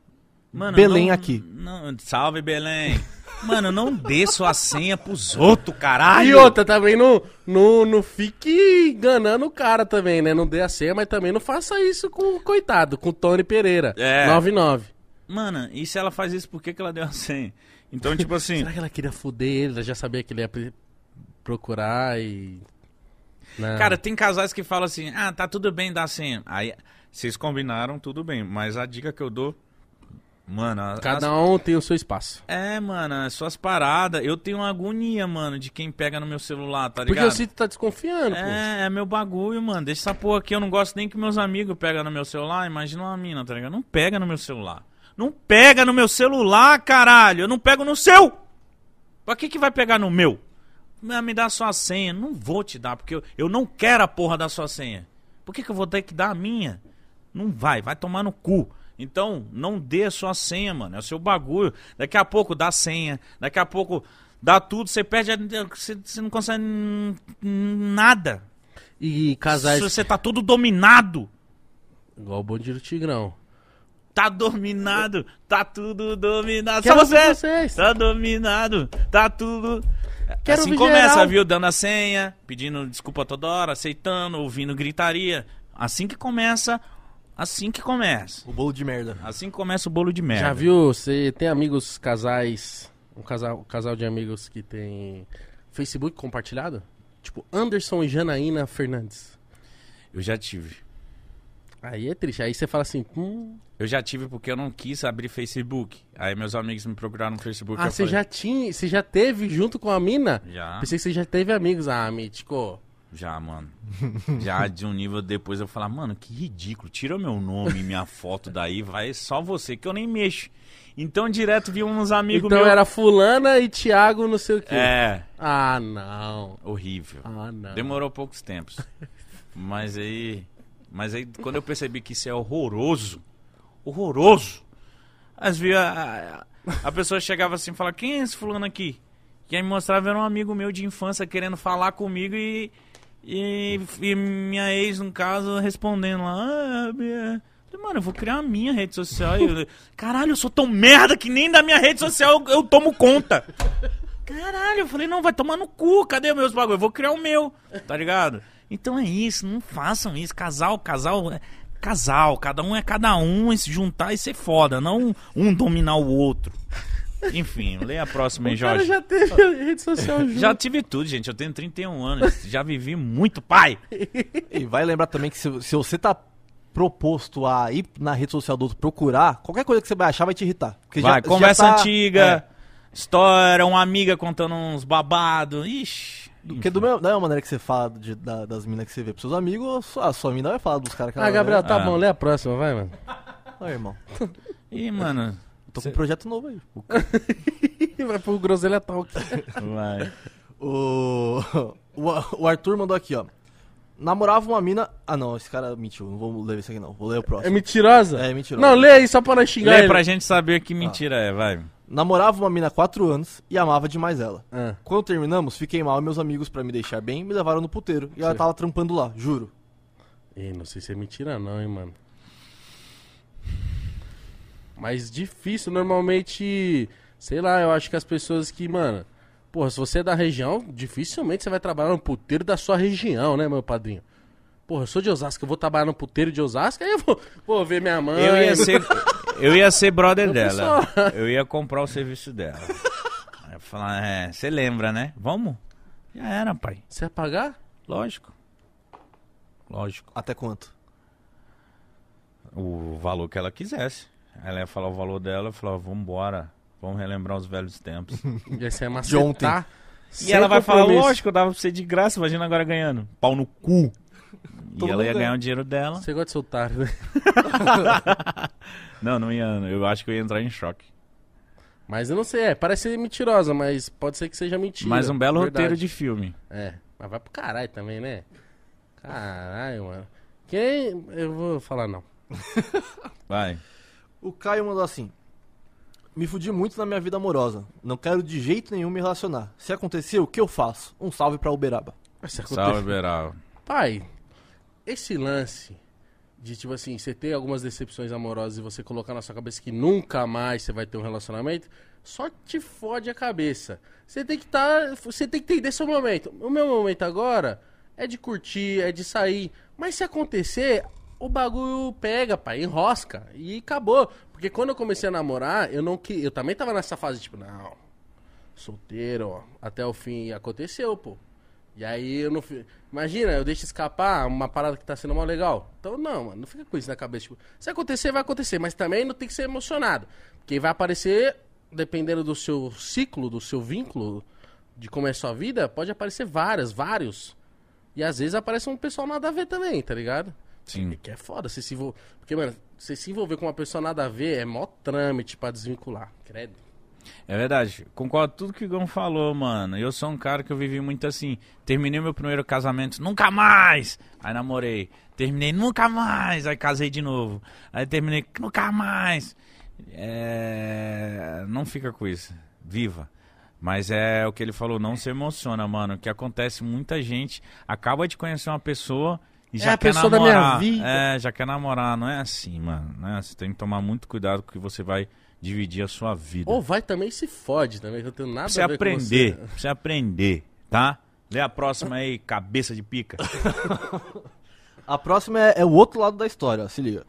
Speaker 1: Mano,
Speaker 3: Belém
Speaker 1: não-
Speaker 3: aqui.
Speaker 1: não- salve, Belém. Mano, não dê sua senha pros outros, caralho.
Speaker 2: e outra, também não, não, não fique enganando o cara também, né? Não dê a senha, mas também não faça isso com o coitado, com o Tony Pereira.
Speaker 1: É.
Speaker 2: 99.
Speaker 1: Mano, e se ela faz isso, por que, que ela deu a senha? Então, tipo assim.
Speaker 2: Será que ela queria foder ele? Ela já sabia que ele ia pre- procurar e... né? Não.
Speaker 1: Cara, tem casais que falam assim: ah, tá tudo bem dar senha. Aí, vocês combinaram, tudo bem. Mas a dica que eu dou. Mano, a- as-
Speaker 2: Cada um tem o seu espaço.
Speaker 1: É, mano, as suas paradas. Eu tenho uma agonia, mano, de quem pega no meu celular, tá
Speaker 2: Porque
Speaker 1: ligado?
Speaker 2: o Cito tá desconfiando, pô.
Speaker 1: É, é meu bagulho, mano. Deixa essa porra aqui. Eu não gosto nem que meus amigos pegam no meu celular. Imagina uma mina, tá ligado? Não pega no meu celular. Não pega no meu celular, caralho. Eu não pego no seu. Pra que que vai pegar no meu? Ah, Me dá sua senha. Não vou te dar, porque eu, eu não quero a porra da sua senha. Por que que eu vou ter que dar a minha? Não vai, vai tomar no cu. Então, não dê a sua senha, mano. É o seu bagulho. Daqui a pouco dá senha. Daqui a pouco dá tudo. Você perde. a- Você, você não consegue n- nada.
Speaker 2: E casais...
Speaker 1: Você tá todo dominado.
Speaker 2: Igual o Bom Dia do Tigrão.
Speaker 1: Tá dominado. Tá tudo dominado.
Speaker 2: Quero
Speaker 1: Só
Speaker 2: ouvir
Speaker 1: você.
Speaker 2: vocês.
Speaker 1: Tá dominado. Tá tudo.
Speaker 2: Quero
Speaker 1: assim
Speaker 2: ouvir
Speaker 1: começa,
Speaker 2: geral.
Speaker 1: viu? Dando a senha, pedindo desculpa toda hora, aceitando, ouvindo gritaria. Assim que começa. Assim que começa.
Speaker 3: O bolo de merda.
Speaker 1: Assim que começa o bolo de merda.
Speaker 2: Já viu? Você tem amigos casais, um casal, um casal de amigos que tem Facebook compartilhado? Tipo Anderson e Janaína Fernandes.
Speaker 1: Eu já tive.
Speaker 2: Aí é triste. Aí você fala assim, hum,
Speaker 1: Eu já tive porque eu não quis abrir Facebook. Aí meus amigos me procuraram no Facebook.
Speaker 2: ah,
Speaker 1: eu
Speaker 2: você
Speaker 1: falei, Ah.
Speaker 2: já tinha, você já teve junto com a mina?
Speaker 1: Já,
Speaker 2: Pensei que você já teve amigos, ah, mítico.
Speaker 1: já, mano. já de um nível depois eu falar, mano, que ridículo. Tira meu nome e minha foto daí, vai é só você, que eu nem mexo. Então direto vi uns amigos
Speaker 2: então
Speaker 1: meus.
Speaker 2: era fulana e Thiago, não sei o quê.
Speaker 1: É,
Speaker 2: Ah, não.
Speaker 1: horrível.
Speaker 2: Ah, não.
Speaker 1: Demorou poucos tempos. Mas aí. Mas aí, quando eu percebi que isso é horroroso, horroroso, as via. A, a pessoa chegava assim e falava: Quem é esse fulano aqui? E aí me mostrava era um amigo meu de infância querendo falar comigo e. E, e minha ex, no caso, respondendo lá: Ah, minha-" Eu falei, Mano, eu vou criar a minha rede social. E eu, Caralho, eu sou tão merda que nem da minha rede social eu- eu tomo conta. Caralho, eu falei, não, vai tomar no cu, cadê meus bagulho? Eu vou criar o meu, tá ligado? Então é isso, não façam isso. Casal, casal, é casal, cada um é cada um, e se juntar e ser foda, não um dominar o outro. Enfim, lê a próxima aí,
Speaker 2: O cara
Speaker 1: Jorge. Já...
Speaker 2: já teve rede social junto.
Speaker 1: tive tudo, gente. Eu tenho 31 anos, já vivi muito, pai.
Speaker 3: E vai lembrar também que se, se você tá proposto a ir na rede social do outro procurar, qualquer coisa que você vai achar vai te irritar. Porque
Speaker 1: Vai,
Speaker 3: já- já
Speaker 1: conversa
Speaker 3: tá- é.
Speaker 1: antiga, história, uma amiga contando uns babados. Ixi.
Speaker 3: Do- Porque do meu, da mesma maneira que você fala de- da- das minas que você vê pros seus amigos, a sua, a sua mina vai falar dos caras que
Speaker 2: Ah, Gabriel, tá
Speaker 1: Ah.
Speaker 2: bom, lê a próxima, vai, mano.
Speaker 3: Ô, irmão,
Speaker 1: Ih, mano.
Speaker 3: tô com um projeto novo aí.
Speaker 2: Vai pro Groselha Talk.
Speaker 1: Vai.
Speaker 3: O, o, o Arthur mandou aqui, ó. Namorava uma mina... Ah, não, esse cara mentiu. Não vou ler isso aqui, não. Vou ler o
Speaker 2: É
Speaker 3: próximo.
Speaker 2: mentirosa?
Speaker 3: É, mentirosa.
Speaker 2: Não, lê aí só pra nós xingar
Speaker 1: Lê
Speaker 2: ele.
Speaker 1: pra gente saber
Speaker 3: Ah.
Speaker 1: que mentira é, vai.
Speaker 3: Namorava uma mina há 4 anos e amava demais ela.
Speaker 2: Ah.
Speaker 3: Quando terminamos, fiquei mal e meus amigos, pra me deixar bem, me levaram no puteiro. E ela
Speaker 2: Sim.
Speaker 3: tava trampando lá, juro.
Speaker 2: Ei, não sei se é mentira não, hein, mano. Mas difícil, normalmente, sei lá, eu acho que as pessoas que, mano, porra, se você é da região, dificilmente você vai trabalhar no puteiro da sua região, né, meu padrinho? Porra, eu sou de Osasco, eu vou trabalhar no puteiro de Osasco, aí eu vou, vou ver minha mãe.
Speaker 1: Eu ia ser, eu ia ser brother dela.
Speaker 2: pessoal.
Speaker 1: Eu ia comprar o serviço dela. Aí eu falar, é, você lembra, né? Vamos? Já era, pai.
Speaker 2: Você ia pagar?
Speaker 1: Lógico. Lógico.
Speaker 3: Até quanto?
Speaker 1: O valor que ela quisesse. Ela ia falar o valor dela, eu falava, vambora. Vamos relembrar os velhos tempos.
Speaker 2: Ia ser
Speaker 3: De ontem.
Speaker 2: macetar.
Speaker 1: e ela vai falar, lógico, eu dava pra você de graça, imagina agora ganhando. Pau no cu.
Speaker 3: Todo
Speaker 1: e ela
Speaker 3: mundo
Speaker 1: ia ganhar
Speaker 3: ganha.
Speaker 1: o dinheiro dela.
Speaker 2: Você gosta de soltar, né?
Speaker 1: Não, não ia. Eu acho que eu ia entrar em choque.
Speaker 2: Mas eu não sei, é, parece ser mentirosa, mas pode ser que seja mentira.
Speaker 1: Mas um belo
Speaker 2: verdade.
Speaker 1: roteiro de filme.
Speaker 2: É, mas vai pro caralho também, né? Caralho, mano. Quem. Eu vou falar não.
Speaker 1: Vai.
Speaker 3: O Caio mandou assim: Me fudi muito na minha vida amorosa. Não quero de jeito nenhum me relacionar. Se acontecer, o que eu faço? Um salve pra Uberaba.
Speaker 2: Mas se acontecer-
Speaker 1: Salve, Beral.
Speaker 2: Pai, esse lance De tipo assim, você ter algumas decepções amorosas e você colocar na sua cabeça que nunca mais você vai ter um relacionamento, só te fode a cabeça. Você tem que estar. você tem que entender seu momento. O meu momento agora é de curtir, é de sair. Mas se acontecer, o bagulho pega, pai, enrosca. E acabou. Porque quando eu comecei a namorar, eu não que. Eu também tava nessa fase, tipo, não. Solteiro, ó. Até o fim E aconteceu, pô. E aí eu não. fi- Imagina, eu deixo escapar uma parada que tá sendo mal legal. Então, não, mano, não fica com isso na cabeça. Tipo, se acontecer, vai acontecer. Mas também não tem que ser emocionado. Porque vai aparecer, dependendo do seu ciclo, do seu vínculo, de como é a sua vida, pode aparecer várias, vários. E às vezes aparece um pessoal nada a ver também, tá ligado?
Speaker 1: Sim.
Speaker 2: Que é foda, você se envolver. Porque, mano, você se envolver com uma pessoa nada a ver é mó trâmite pra desvincular. Credo.
Speaker 1: É verdade. Concordo com tudo que o Igão falou, mano. Eu sou um cara que eu vivi muito assim. Terminei meu primeiro casamento, nunca mais! Aí namorei. Terminei, nunca mais! Aí casei de novo. Aí terminei, nunca mais! É... Não fica com isso. Viva. Mas é o que ele falou, não se emociona, mano. O que acontece, muita gente acaba de conhecer uma pessoa e já
Speaker 2: É a
Speaker 1: quer
Speaker 2: pessoa da minha
Speaker 1: namorar.
Speaker 2: vida.
Speaker 1: É, já quer namorar. Não é assim, mano. Não é assim. Tem que tomar muito cuidado com o que você vai dividir a sua vida.
Speaker 2: Ou vai também e se fode também, que eu não tenho nada
Speaker 1: Pra você
Speaker 2: a ver com
Speaker 1: aprender,
Speaker 2: você.
Speaker 1: pra você aprender, tá? Lê a próxima aí, cabeça de pica.
Speaker 3: A próxima é, é o outro lado da história, ó, se liga.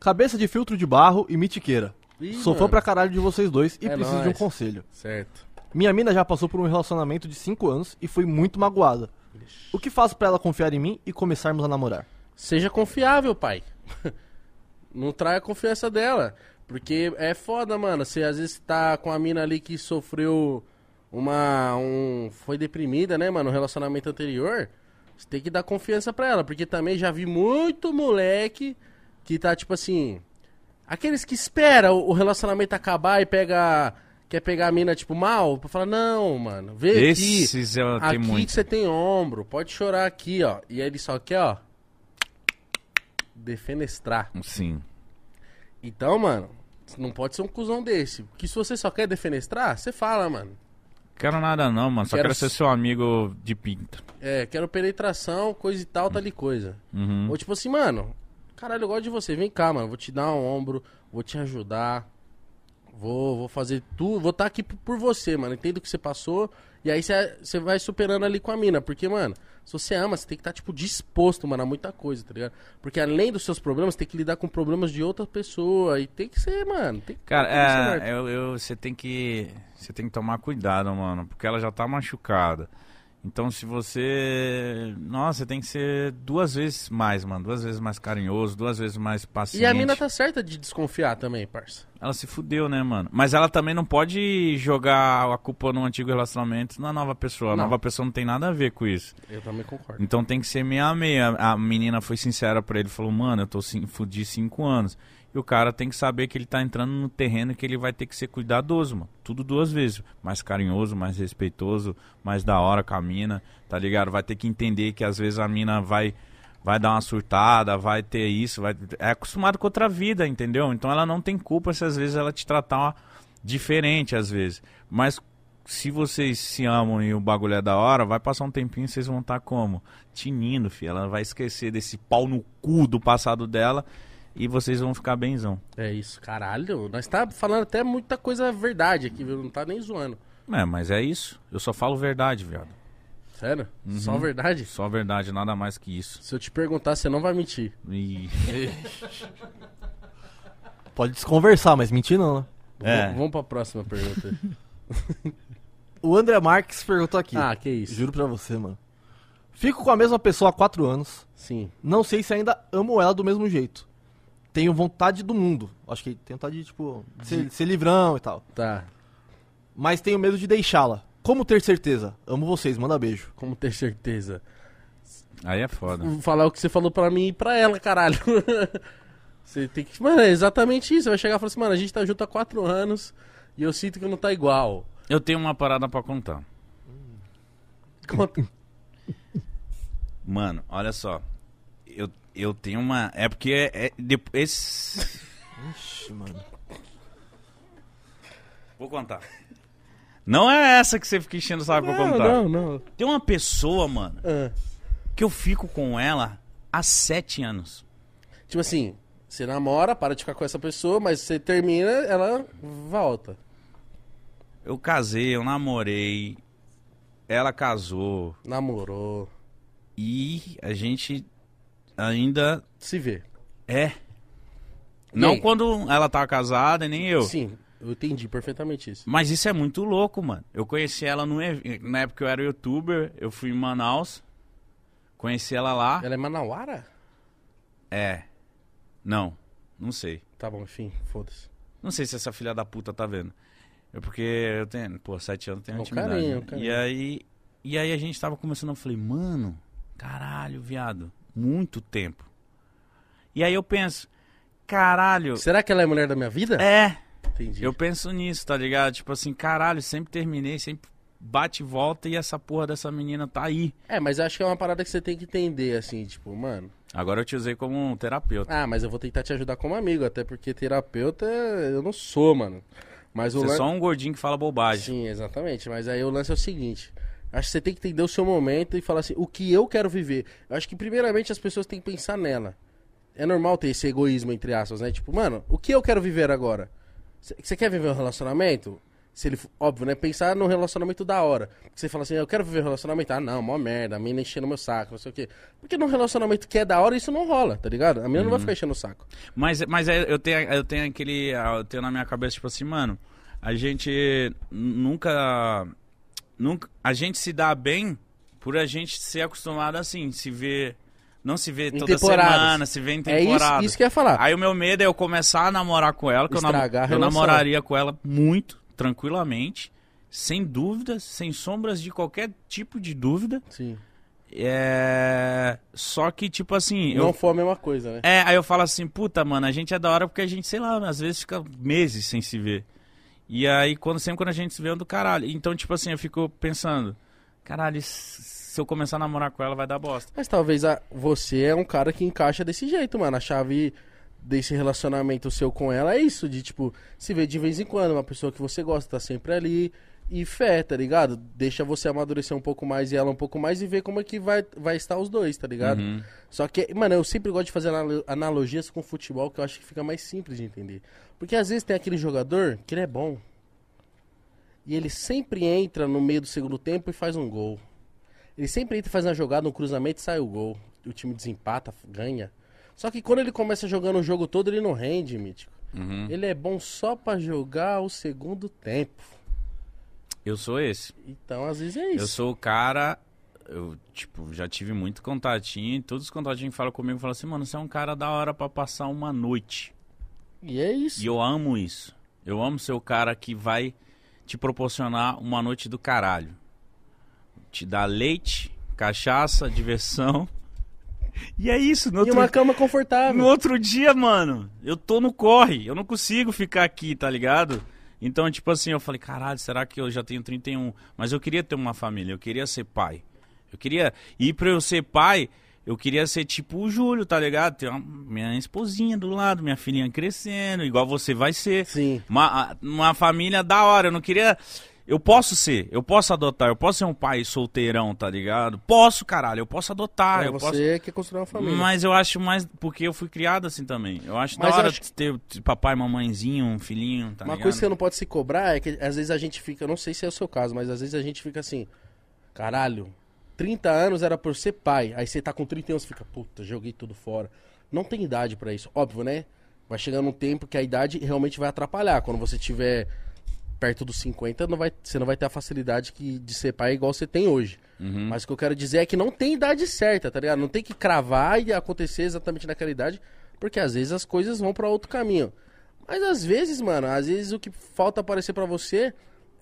Speaker 3: Cabeça de filtro de barro e mitiqueira.
Speaker 2: Ih,
Speaker 3: Sou fã
Speaker 2: mano.
Speaker 3: pra caralho de vocês dois e
Speaker 2: É
Speaker 3: preciso de um
Speaker 2: nóis.
Speaker 3: conselho.
Speaker 2: Certo.
Speaker 3: Minha mina já passou por um relacionamento de 5 anos e foi muito magoada. O que faço pra ela confiar em mim e começarmos a namorar?
Speaker 2: Seja confiável, pai. Não traia a confiança dela. Porque é foda, mano. Você às vezes tá com a mina ali que sofreu uma. Um, foi deprimida, né, mano? Um relacionamento anterior. Você tem que dar confiança pra ela. Porque também já vi muito moleque que tá tipo assim. Aqueles que espera o o relacionamento acabar e pega. Quer pegar a mina, tipo, mal, pra falar, não, mano, vê aqui.
Speaker 1: Esses eu
Speaker 2: Aqui
Speaker 1: tenho muito.
Speaker 2: você tem ombro, pode chorar aqui, ó. E aí ele só quer, ó. Defenestrar.
Speaker 1: Sim.
Speaker 2: Então, mano, não pode ser um cuzão desse. Porque se você só quer defenestrar, você fala, mano.
Speaker 1: Quero nada não, mano. Só quero,
Speaker 2: Quero
Speaker 1: ser
Speaker 2: s-
Speaker 1: seu amigo de pinta.
Speaker 2: É, quero penetração, coisa e tal, tal e coisa.
Speaker 1: Uhum.
Speaker 2: Ou tipo assim, mano, caralho, eu gosto de você, vem cá, mano, vou te dar um ombro, vou te ajudar. Vou, vou fazer tudo, vou estar aqui p- por você, mano. Entendo o que você passou. E aí você você vai superando ali com a mina. Porque, mano, se você ama, você tem que estar, tipo, disposto, mano, a muita coisa, tá ligado? Porque além dos seus problemas, tem que lidar com problemas de outra pessoa. E tem que ser, mano. Tem que
Speaker 1: Cara,
Speaker 2: tem que ser norte.
Speaker 1: é, eu, eu- você tem que você tem que tomar cuidado, mano, porque ela já tá machucada. Então, se você, nossa, você tem que ser duas vezes mais, mano, duas vezes mais carinhoso, duas vezes mais paciente.
Speaker 2: E a mina tá certa de desconfiar também, parça.
Speaker 1: Ela se fudeu, né, mano? Mas ela também não pode jogar a culpa no antigo relacionamento na nova pessoa. A
Speaker 2: Não.
Speaker 1: nova pessoa não tem nada a ver com isso.
Speaker 2: Eu também concordo.
Speaker 1: Então tem que ser meia a meia. A menina foi sincera pra ele, falou, mano, eu tô sim, fudi cinco anos. E o cara tem que saber que ele tá entrando no terreno que ele vai ter que ser cuidadoso, mano. Tudo duas vezes. Mais carinhoso, mais respeitoso, mais da hora com a mina, tá ligado? Vai ter que entender que às vezes a mina vai vai dar uma surtada, vai ter isso, vai é acostumado com outra vida, entendeu? Então ela não tem culpa se às vezes ela te tratar uma- diferente às vezes. Mas se vocês se amam e o bagulho é da hora, vai passar um tempinho e vocês vão estar como? Tinindo, filho. Ela vai esquecer desse pau no cu do passado dela e vocês vão ficar benzão.
Speaker 2: É isso, caralho. Nós tá falando até muita coisa verdade aqui, viu? Não tá nem zoando.
Speaker 1: É, mas é isso. Eu só falo verdade, viado.
Speaker 2: Sério? Só verdade?
Speaker 1: Só verdade, nada mais que isso.
Speaker 2: Se eu te perguntar, você não vai mentir.
Speaker 1: E...
Speaker 3: Pode desconversar, mas mentir não, né?
Speaker 1: É.
Speaker 2: V- Vamos pra próxima pergunta.
Speaker 3: O André Marques perguntou aqui.
Speaker 2: ah, que isso.
Speaker 3: Juro pra você, mano. Fico com a mesma pessoa há 4 anos.
Speaker 2: Sim.
Speaker 3: Não sei se ainda amo ela do mesmo jeito. Tenho vontade do mundo. Acho que tenho vontade de, tipo, de ser, ser livrão e tal.
Speaker 2: Tá.
Speaker 3: Mas tenho medo de deixá-la. Como ter certeza? Amo vocês, manda beijo.
Speaker 2: Como ter certeza?
Speaker 1: Aí é foda.
Speaker 2: Vou falar o que você falou pra mim e pra ela, caralho. você tem que. Mano, é exatamente isso. Você vai chegar e falar assim, mano, a gente tá junto há quatro anos e eu sinto que não tá igual.
Speaker 1: Eu tenho uma parada pra contar.
Speaker 2: Conta.
Speaker 1: Mano, olha só. Eu, eu tenho uma. É porque é, é- de- esse.
Speaker 3: Ixi, mano.
Speaker 1: Vou contar. Não é essa que você fica enchendo o saco pra
Speaker 2: Não,
Speaker 1: contar.
Speaker 2: não, não.
Speaker 1: Tem uma pessoa, mano,
Speaker 2: Ah.
Speaker 1: que eu fico com ela há sete anos.
Speaker 2: Tipo assim, você namora, para de ficar com essa pessoa, mas você termina, ela volta.
Speaker 1: Eu casei, eu namorei. Ela casou.
Speaker 2: Namorou.
Speaker 1: E a gente ainda
Speaker 2: Se vê.
Speaker 1: é. Não
Speaker 2: aí?
Speaker 1: quando ela tava casada, nem eu.
Speaker 2: Sim, eu entendi perfeitamente isso.
Speaker 1: Mas isso é muito louco, mano. Eu conheci ela no, ev- na época que eu era youtuber, eu fui em Manaus. Conheci ela lá.
Speaker 2: Ela é manauara?
Speaker 1: É. Não, não sei.
Speaker 2: Tá bom, enfim, foda-se.
Speaker 1: Não sei se essa filha da puta tá vendo. É porque eu tenho, pô, sete anos eu tenho
Speaker 2: É um
Speaker 1: intimidade.
Speaker 2: carinho, é um
Speaker 1: né?
Speaker 2: carinho.
Speaker 1: E aí, e aí a gente tava começando, eu falei, mano, caralho, viado, muito tempo. E aí eu penso, caralho,
Speaker 2: Será que ela é mulher da minha vida?
Speaker 1: é,
Speaker 2: Entendi.
Speaker 1: eu penso nisso, tá ligado? Tipo assim, caralho, sempre terminei, sempre bate e volta e essa porra dessa menina tá aí.
Speaker 2: É, mas eu acho que é uma parada que você tem que entender, assim, tipo, mano.
Speaker 1: Agora eu te usei como um terapeuta.
Speaker 2: Ah, mas eu vou tentar te ajudar como amigo, até porque terapeuta eu não sou, mano. Mas o
Speaker 1: Você é
Speaker 2: lance.
Speaker 1: só um gordinho que fala bobagem.
Speaker 2: Sim, exatamente. Mas aí o lance é o seguinte. Acho que você tem que entender o seu momento e falar assim, o que eu quero viver. Eu acho que primeiramente as pessoas têm que pensar nela. É normal ter esse egoísmo, entre aspas, né? Tipo, mano, o que eu quero viver agora? C- Você quer viver um relacionamento? Se ele, fo- óbvio, né? Pensar num relacionamento da hora. Você fala assim, eu quero viver um relacionamento. Ah, não, mó merda, a mina enchendo meu saco, não sei o quê. Porque num relacionamento que é da hora, isso não rola, tá ligado? A mina
Speaker 1: Uhum.
Speaker 2: não vai ficar enchendo o saco.
Speaker 1: Mas, mas aí eu tenho, eu tenho aquele. Eu tenho na minha cabeça, tipo assim, mano, a gente nunca. nunca a gente se dá bem por a gente ser acostumado assim, se ver. Não se vê
Speaker 2: Em
Speaker 1: toda
Speaker 2: temporadas.
Speaker 1: semana, se vê em
Speaker 2: É isso,
Speaker 1: temporada.
Speaker 2: isso que eu ia falar.
Speaker 1: Aí o meu medo é eu começar a namorar com ela, que eu, namo-
Speaker 2: Estragar a
Speaker 1: eu
Speaker 2: relação.
Speaker 1: namoraria com ela muito, tranquilamente, sem dúvidas, sem sombras de qualquer tipo de dúvida.
Speaker 2: Sim.
Speaker 1: É... Só que, tipo assim, eu
Speaker 2: Não for a mesma coisa, né?
Speaker 1: é, aí eu falo assim, puta, mano, a gente é da hora porque a gente, sei lá, às vezes fica meses sem se ver. E aí, quando, sempre quando a gente se vê, é um do caralho. Então, tipo assim, eu fico pensando, caralho, e se se eu começar a namorar com ela, vai dar bosta.
Speaker 2: Mas talvez a- você é um cara que encaixa desse jeito, mano. A chave desse relacionamento seu com ela é isso, de tipo, se ver de vez em quando, uma pessoa que você gosta, tá sempre ali. E fé, tá ligado? Deixa você amadurecer um pouco mais e ela um pouco mais e ver como é que vai, vai estar os dois, tá ligado? Só que, mano, eu sempre gosto de fazer analo- analogias com futebol que eu acho que fica mais simples de entender. Porque às vezes tem aquele jogador que ele é bom. E ele sempre entra no meio do segundo tempo e faz um gol. Ele sempre entra, faz uma jogada, um cruzamento e sai o gol. O time desempata, ganha. Só que quando ele começa jogando o jogo todo, ele não rende, Mítico.
Speaker 1: Uhum.
Speaker 2: Ele é bom só pra jogar o segundo tempo.
Speaker 1: Eu sou esse.
Speaker 2: Então, às vezes é
Speaker 1: Eu
Speaker 2: isso.
Speaker 1: sou o cara. Eu, tipo, já tive muito contatinho. e Todos os contatinhos que falam comigo falam assim, mano, você é um cara da hora pra passar uma noite.
Speaker 2: E é isso.
Speaker 1: E eu amo isso. Eu amo ser o cara que vai te proporcionar uma noite do caralho. Te dar leite, cachaça, diversão. E é isso. No
Speaker 2: E
Speaker 1: outro,
Speaker 2: uma cama
Speaker 1: no
Speaker 2: confortável.
Speaker 1: outro dia, mano, eu tô no corre. Eu não consigo ficar aqui, tá ligado? Então, tipo assim, eu falei, caralho, será que eu já tenho 31? Mas eu queria ter uma família, eu queria ser pai. Eu queria. E pra eu ser pai, eu queria ser tipo o Júlio, tá ligado? Ter uma, minha esposinha do lado, minha filhinha crescendo, igual você vai ser.
Speaker 2: Sim.
Speaker 1: Uma, uma família da hora. Eu não queria. Eu posso ser, eu posso adotar, eu posso ser um pai solteirão, tá ligado? Posso, caralho, eu posso adotar,
Speaker 2: pra
Speaker 1: Ah, eu posso.
Speaker 2: É você que construir uma família.
Speaker 1: Mas eu acho mais. Porque eu fui criado assim também. Eu acho
Speaker 2: Mas
Speaker 1: da
Speaker 2: eu
Speaker 1: hora
Speaker 2: acho
Speaker 1: de ter t- papai, mamãezinho, um filhinho, tá
Speaker 2: Uma
Speaker 1: ligado?
Speaker 2: coisa que você não pode se cobrar é que às vezes a gente fica, eu não sei se é o seu caso, mas às vezes a gente fica assim, caralho, 30 anos era por ser pai, aí você tá com 30 anos, fica, puta, joguei tudo fora. Não tem idade pra isso, óbvio, né? Vai chegando um tempo que a idade realmente vai atrapalhar. Quando você tiver perto dos 50, não vai, você não vai ter a facilidade que, de ser pai igual você tem hoje. Mas o que eu quero dizer é que não tem idade certa, tá ligado? Não tem que cravar e acontecer exatamente naquela idade, porque às vezes as coisas vão pra outro caminho. Mas às vezes, mano, às vezes o que falta aparecer pra você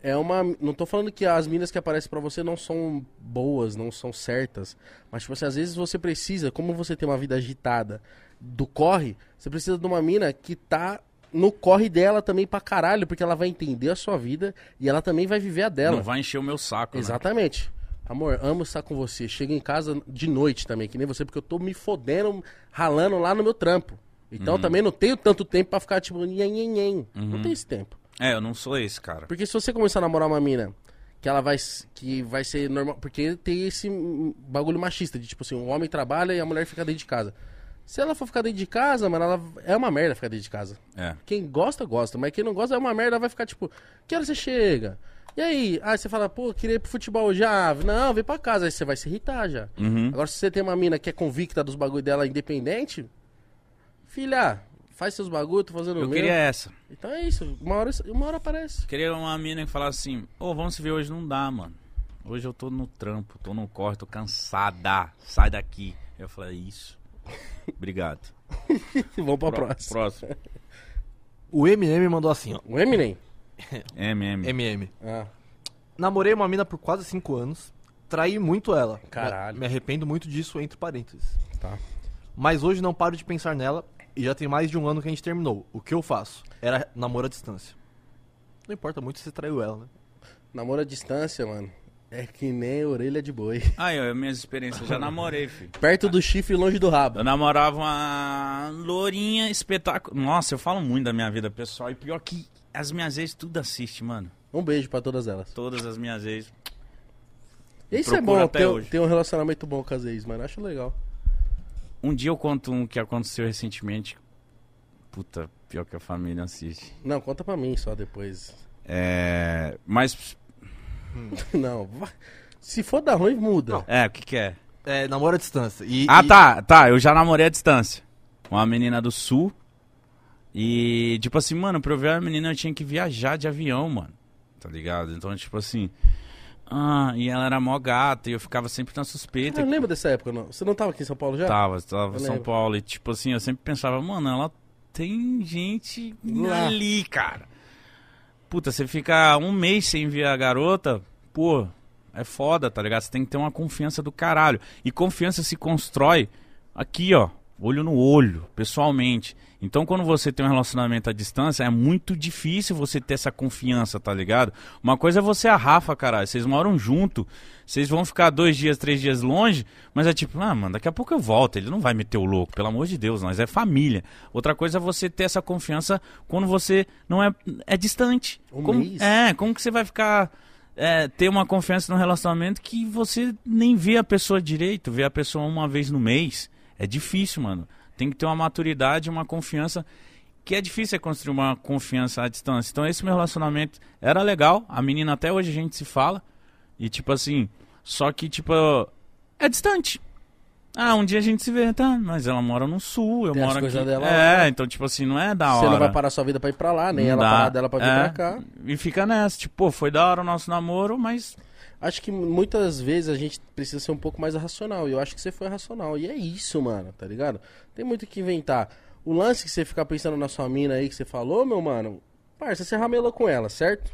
Speaker 2: é uma. Não tô falando que as minas que aparecem pra você não são boas, não são certas. Mas, tipo assim, às vezes você precisa, como você tem uma vida agitada do corre, você precisa de uma mina que tá no corre dela também pra caralho, porque ela vai entender a sua vida e ela também vai viver a dela.
Speaker 1: Não vai encher o meu saco. né?
Speaker 2: Exatamente. Amor, amo estar com você. Chego em casa de noite também, que nem você, porque eu tô me fodendo, ralando lá no meu trampo. Então também não tenho tanto tempo pra ficar tipo, nhen, nhen, nhen. Não tenho esse tempo.
Speaker 1: É, eu não sou esse, cara.
Speaker 2: Porque se você começar a namorar uma mina que ela vai s- que vai ser um normal, porque tem esse hum, bagulho machista de tipo assim, o homem trabalha e a mulher fica dentro de casa. Se ela for ficar dentro de casa, mano, ela é uma merda ficar dentro de casa.
Speaker 1: É.
Speaker 2: Quem gosta, gosta. Mas quem não gosta é uma merda, vai ficar tipo, que hora você chega? E aí? Aí você fala, pô, queria ir pro futebol já. Não, vem pra casa. Aí você vai se irritar já.
Speaker 1: Uhum.
Speaker 2: Agora, se você tem uma mina que é convicta dos bagulho dela, independente, filha, faz seus bagulho, tô fazendo o
Speaker 1: Eu
Speaker 2: meu.
Speaker 1: queria essa.
Speaker 2: Então é isso. Uma hora, uma hora aparece.
Speaker 1: Queria uma mina que falasse assim, ô, vamos se ver hoje, não dá, mano. Hoje eu tô no trampo, tô no corre, tô cansada, sai daqui. Eu falei, "É isso. Obrigado.
Speaker 2: Vamos pra
Speaker 1: Pró-
Speaker 2: próxima.
Speaker 1: Próximo.
Speaker 3: O MM mandou assim, ó.
Speaker 2: O Eminem?
Speaker 1: MM.
Speaker 3: MM.
Speaker 2: Ah,
Speaker 3: Namorei uma mina por quase 5 anos. Traí muito ela.
Speaker 2: Caralho.
Speaker 3: Me arrependo muito disso, entre parênteses.
Speaker 2: tá.
Speaker 3: Mas hoje não paro de pensar nela e já tem mais de um ano que a gente terminou. O que eu faço? Era namoro à distância. Não importa muito se você traiu ela, né?
Speaker 2: Namoro à distância, mano. É que nem orelha de boi.
Speaker 1: Aí, ó, minhas experiências, já namorei, filho.
Speaker 2: Perto do chifre e longe do rabo.
Speaker 1: Eu namorava uma lourinha espetáculo. Nossa, eu falo muito da minha vida pessoal. E pior que as minhas ex tudo assiste, mano.
Speaker 2: Um beijo pra todas elas.
Speaker 1: Todas as minhas ex.
Speaker 2: Isso é
Speaker 1: Procura
Speaker 2: bom,
Speaker 1: até
Speaker 2: ter,
Speaker 1: hoje.
Speaker 2: ter um relacionamento bom com as ex, mano. Acho legal.
Speaker 1: Um dia eu conto um que aconteceu recentemente. Puta, pior que a família assiste.
Speaker 2: Não, conta pra mim só depois.
Speaker 1: É. Mas.
Speaker 2: Não, vai. se for dar ruim, muda.
Speaker 1: É, o que que é?
Speaker 3: É, namoro à distância. E,
Speaker 1: Ah,
Speaker 3: e-
Speaker 1: tá, tá. Eu já namorei à distância. Uma menina do sul. E, tipo assim, mano, pra eu ver a menina eu tinha que viajar de avião, mano. Tá ligado? Então, tipo assim. Ah, e ela era mó gata e eu ficava sempre na suspeita.
Speaker 2: Ah, eu lembro dessa época, não. Você não tava aqui em São Paulo já?
Speaker 1: Tava, tava
Speaker 2: Eu
Speaker 1: em São
Speaker 2: lembro.
Speaker 1: Paulo. E tipo assim, eu sempre pensava, mano, ela tem gente
Speaker 2: Lá.
Speaker 1: ali, cara. Puta, você fica um mês sem ver a garota, pô, é foda, tá ligado? Você tem que ter uma confiança do caralho. E confiança se constrói aqui, ó, olho no olho, pessoalmente. Então, quando você tem um relacionamento à distância, é muito difícil você ter essa confiança, tá ligado? Uma coisa é você e a Rafa, caralho, vocês moram junto, vocês vão ficar dois dias, três dias longe, mas é tipo, ah, mano, daqui a pouco eu volto, ele não vai meter o louco, pelo amor de Deus, nós é família. Outra coisa é você ter essa confiança quando você não é, é distante.
Speaker 2: Um
Speaker 1: como,
Speaker 2: mês?
Speaker 1: É, como que você vai ficar, é, ter uma confiança num relacionamento que você nem vê a pessoa direito, vê a pessoa uma vez no mês. É difícil, mano. Tem que ter uma maturidade, uma confiança que é difícil é construir uma confiança à distância. Então esse meu relacionamento era legal, a menina até hoje a gente se fala e tipo assim, só que tipo é distante. Ah, um dia a gente se vê, tá? Mas ela mora no sul, eu
Speaker 2: Tem as
Speaker 1: moro aqui.
Speaker 2: coisas dela
Speaker 1: é, então tipo assim, não é da hora.
Speaker 2: Você não vai parar sua vida pra ir pra lá, nem
Speaker 1: Não
Speaker 2: ela
Speaker 1: dá.
Speaker 2: parar dela pra vir
Speaker 1: É.
Speaker 2: pra cá.
Speaker 1: E fica nessa, tipo, pô, foi da hora o nosso namoro, mas
Speaker 2: Acho que muitas vezes a gente precisa ser um pouco mais racional. E eu acho que você foi racional. E é isso, mano, tá ligado? Tem muito o que inventar. O lance que você ficar pensando na sua mina aí que você falou, meu mano, parça, você ramelou com ela, certo?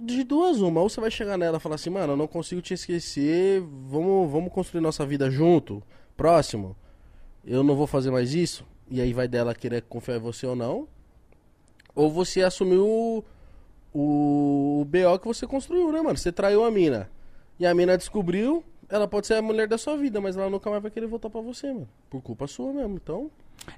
Speaker 2: De duas, uma. Ou você vai chegar nela e falar assim, mano, eu não consigo te esquecer, vamos, vamos construir nossa vida junto, próximo. Eu não vou fazer mais isso. E aí vai dela querer confiar em você ou não. Ou você assumiu o- o, o BO que você construiu, né, mano? Você traiu a mina. E a mina descobriu, ela pode ser a mulher da sua vida, mas ela nunca mais vai querer voltar pra você, mano. Por culpa sua mesmo. Então,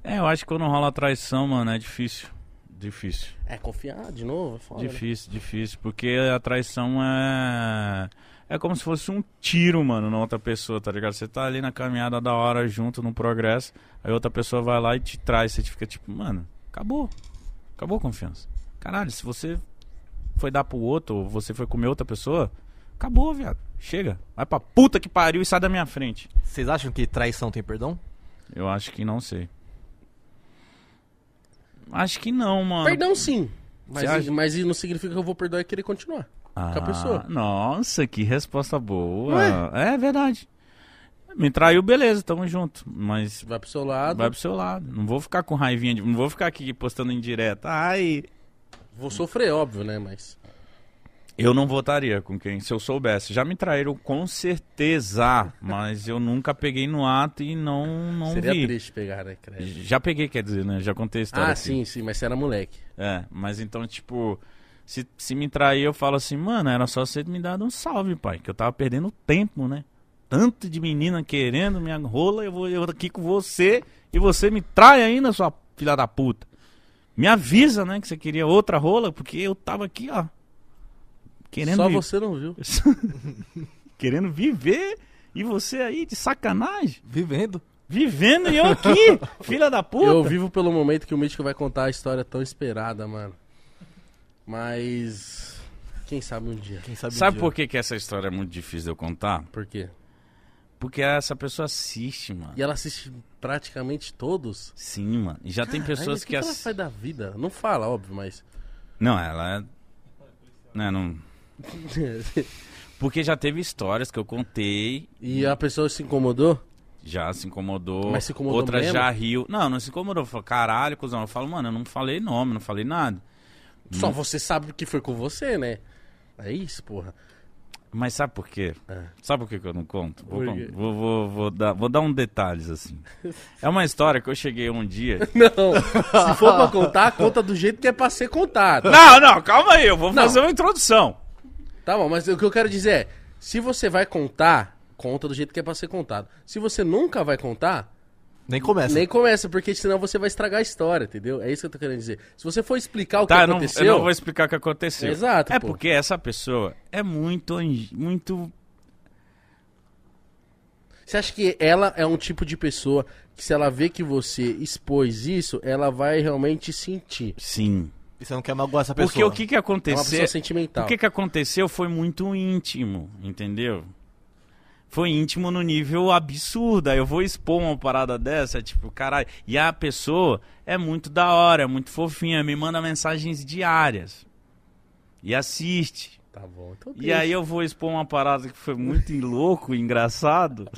Speaker 1: é, eu acho que quando rola traição, mano, é difícil. Difícil.
Speaker 2: é confiar de novo, é foda. né?
Speaker 1: Difícil, difícil, porque a traição é. É como se fosse um tiro, mano, na outra pessoa, tá ligado? Você tá ali na caminhada da hora junto, no progresso, aí outra pessoa vai lá e te traz. Você fica tipo, mano, acabou. Acabou a confiança. Caralho, se você foi dar pro outro, ou você foi comer outra pessoa, acabou, viado. Chega. Vai pra puta que pariu e sai da minha frente.
Speaker 3: Vocês acham que traição tem perdão?
Speaker 1: Eu acho que não sei. Acho que não, mano.
Speaker 2: Perdão sim.
Speaker 1: Você
Speaker 2: Mas,
Speaker 1: acha?
Speaker 2: mas isso não significa que eu vou perdoar e querer continuar. com a pessoa.
Speaker 1: Ah, Nossa, que resposta boa.
Speaker 2: Não
Speaker 1: É verdade. Me traiu, beleza, tamo junto. Mas
Speaker 2: Vai pro seu lado,
Speaker 1: vai pro seu lado. Não vou ficar com raivinha, de- não vou ficar aqui postando em direto. Ai.
Speaker 2: vou sofrer, óbvio, né? Mas.
Speaker 1: Eu não votaria com quem, se eu soubesse. Já me traíram com certeza, mas eu nunca peguei no ato e não, não
Speaker 2: seria
Speaker 1: vi.
Speaker 2: triste pegar, né, credo?
Speaker 1: Já peguei, quer dizer, né? Já contei a história.
Speaker 2: Ah,
Speaker 1: aqui.
Speaker 2: sim, sim, mas você era moleque.
Speaker 1: É, mas então, tipo, se, se me trair, eu falo assim, mano, era só você me dar um salve, pai, que eu tava perdendo tempo, né? Tanto de menina querendo minha rola, eu vou eu aqui com você e você me trai ainda, sua filha da puta. Me avisa, né, que você queria outra rola, porque eu tava aqui, ó, querendo
Speaker 2: Só
Speaker 1: vi-
Speaker 2: você não viu.
Speaker 1: querendo viver E você aí, de sacanagem,
Speaker 3: Vivendo.
Speaker 1: vivendo e eu aqui, filha da puta.
Speaker 2: Eu vivo pelo momento que o Mítico vai contar a história tão esperada, mano. Mas. Quem sabe um dia.
Speaker 3: Quem sabe,
Speaker 1: Sabe por que, que essa história é muito difícil de eu contar?
Speaker 2: Por quê?
Speaker 1: Porque essa pessoa assiste, mano.
Speaker 2: E ela assiste praticamente todos.
Speaker 1: Sim, mano. E já tem
Speaker 2: Ai, mas
Speaker 1: pessoas
Speaker 2: o
Speaker 1: que,
Speaker 2: ela
Speaker 1: assistem.
Speaker 2: faz da vida? Não fala, óbvio, mas.
Speaker 1: Não, ela é. Não, não. Porque já teve histórias que eu contei,
Speaker 2: e a pessoa se incomodou?
Speaker 1: já se incomodou.
Speaker 2: Mas se incomodou
Speaker 1: Outra
Speaker 2: mesmo?
Speaker 1: já riu. Não, não se incomodou. Falou, caralho, cuzão. Eu falo, mano, eu não falei nome, não falei nada. Hum.
Speaker 2: Só você sabe que foi com você, né? É isso, porra.
Speaker 1: Mas sabe por quê?
Speaker 2: É.
Speaker 1: Sabe por que que eu não conto? Vou,
Speaker 2: Por
Speaker 1: con-
Speaker 2: quê?
Speaker 1: vou, vou, vou dar, vou dar um detalhes, assim. É uma história que eu cheguei um dia...
Speaker 2: Não, se for pra contar, conta do jeito que é pra ser contado.
Speaker 1: não, não, calma aí. Eu vou
Speaker 2: Não.
Speaker 1: fazer uma introdução.
Speaker 2: Tá bom, mas o que eu quero dizer é: se você vai contar, conta do jeito que é pra ser contado. Se você nunca vai contar,
Speaker 3: Nem começa.
Speaker 2: nem começa, porque senão você vai estragar a história, entendeu? É isso que eu tô querendo dizer. Se você for explicar o
Speaker 1: Tá,
Speaker 2: que
Speaker 1: eu não,
Speaker 2: aconteceu.
Speaker 1: eu não vou explicar o que aconteceu.
Speaker 2: Exato,
Speaker 1: É
Speaker 2: pô.
Speaker 1: porque essa pessoa é muito... anj- muito...
Speaker 2: Você acha que ela é um tipo de pessoa que, se ela vê que você expôs isso, ela vai realmente sentir?
Speaker 1: Sim.
Speaker 3: E você não quer magoar essa pessoa.
Speaker 1: Porque o que que
Speaker 2: É uma
Speaker 1: aconteceu...
Speaker 2: pessoa sentimental.
Speaker 1: O que, que aconteceu foi muito íntimo, entendeu? Foi íntimo no nível absurdo. Aí Eu vou expor uma parada dessa, tipo, caralho. E a pessoa é muito da hora, é muito fofinha, me manda mensagens diárias. E assiste.
Speaker 2: Tá bom, então
Speaker 1: E aí eu vou expor uma parada que foi muito louco, engraçado.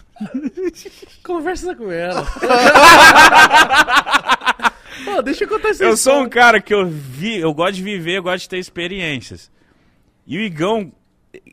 Speaker 2: Conversa com ela. Pô, deixa eu contar essa
Speaker 1: Eu sou um
Speaker 2: história.
Speaker 1: cara que eu vi, eu gosto de viver, eu gosto de ter experiências. E o Igão,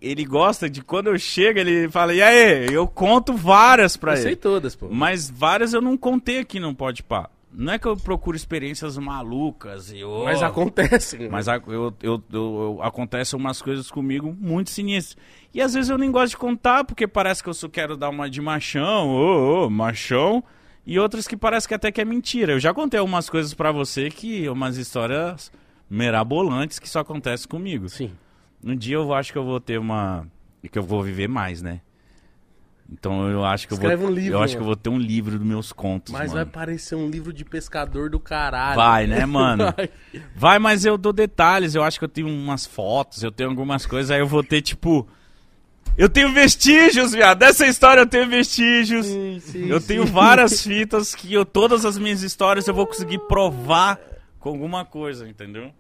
Speaker 1: ele gosta de quando eu chego, ele fala: "E aí?" Eu conto várias pra
Speaker 2: Eu
Speaker 1: ele.
Speaker 2: sei todas, pô.
Speaker 1: Mas várias eu não contei aqui no Pode Pá. Não é que eu procuro experiências malucas e ô,
Speaker 2: Mas acontece. né?
Speaker 1: mas a- eu, eu- eu- eu- acontecem umas coisas comigo muito sinistras. E às vezes eu nem gosto de contar, porque parece que eu só quero dar uma de machão, ô, ô, machão. E outras que parece que até que é mentira. Eu já contei umas coisas pra você que. umas histórias mirabolantes que só acontecem comigo.
Speaker 2: Sim.
Speaker 1: Um dia eu acho que eu vou ter uma. que eu vou viver mais, né? Então eu acho que
Speaker 2: Escreve
Speaker 1: eu vou.
Speaker 2: um livro,
Speaker 1: eu acho que eu vou
Speaker 2: mano.
Speaker 1: ter um livro dos meus contos.
Speaker 2: Mas vai
Speaker 1: mano.
Speaker 2: parecer um livro de pescador do caralho.
Speaker 1: Vai, né, mano?
Speaker 2: Vai.
Speaker 1: Vai, mas eu dou detalhes. Eu acho que eu tenho umas fotos, eu tenho algumas coisas. Aí eu vou ter, tipo. Eu tenho vestígios, viado. Dessa história eu tenho vestígios.
Speaker 2: Sim, sim,
Speaker 1: eu
Speaker 2: sim.
Speaker 1: tenho várias fitas que eu, todas as minhas histórias eu vou conseguir provar com alguma coisa, entendeu?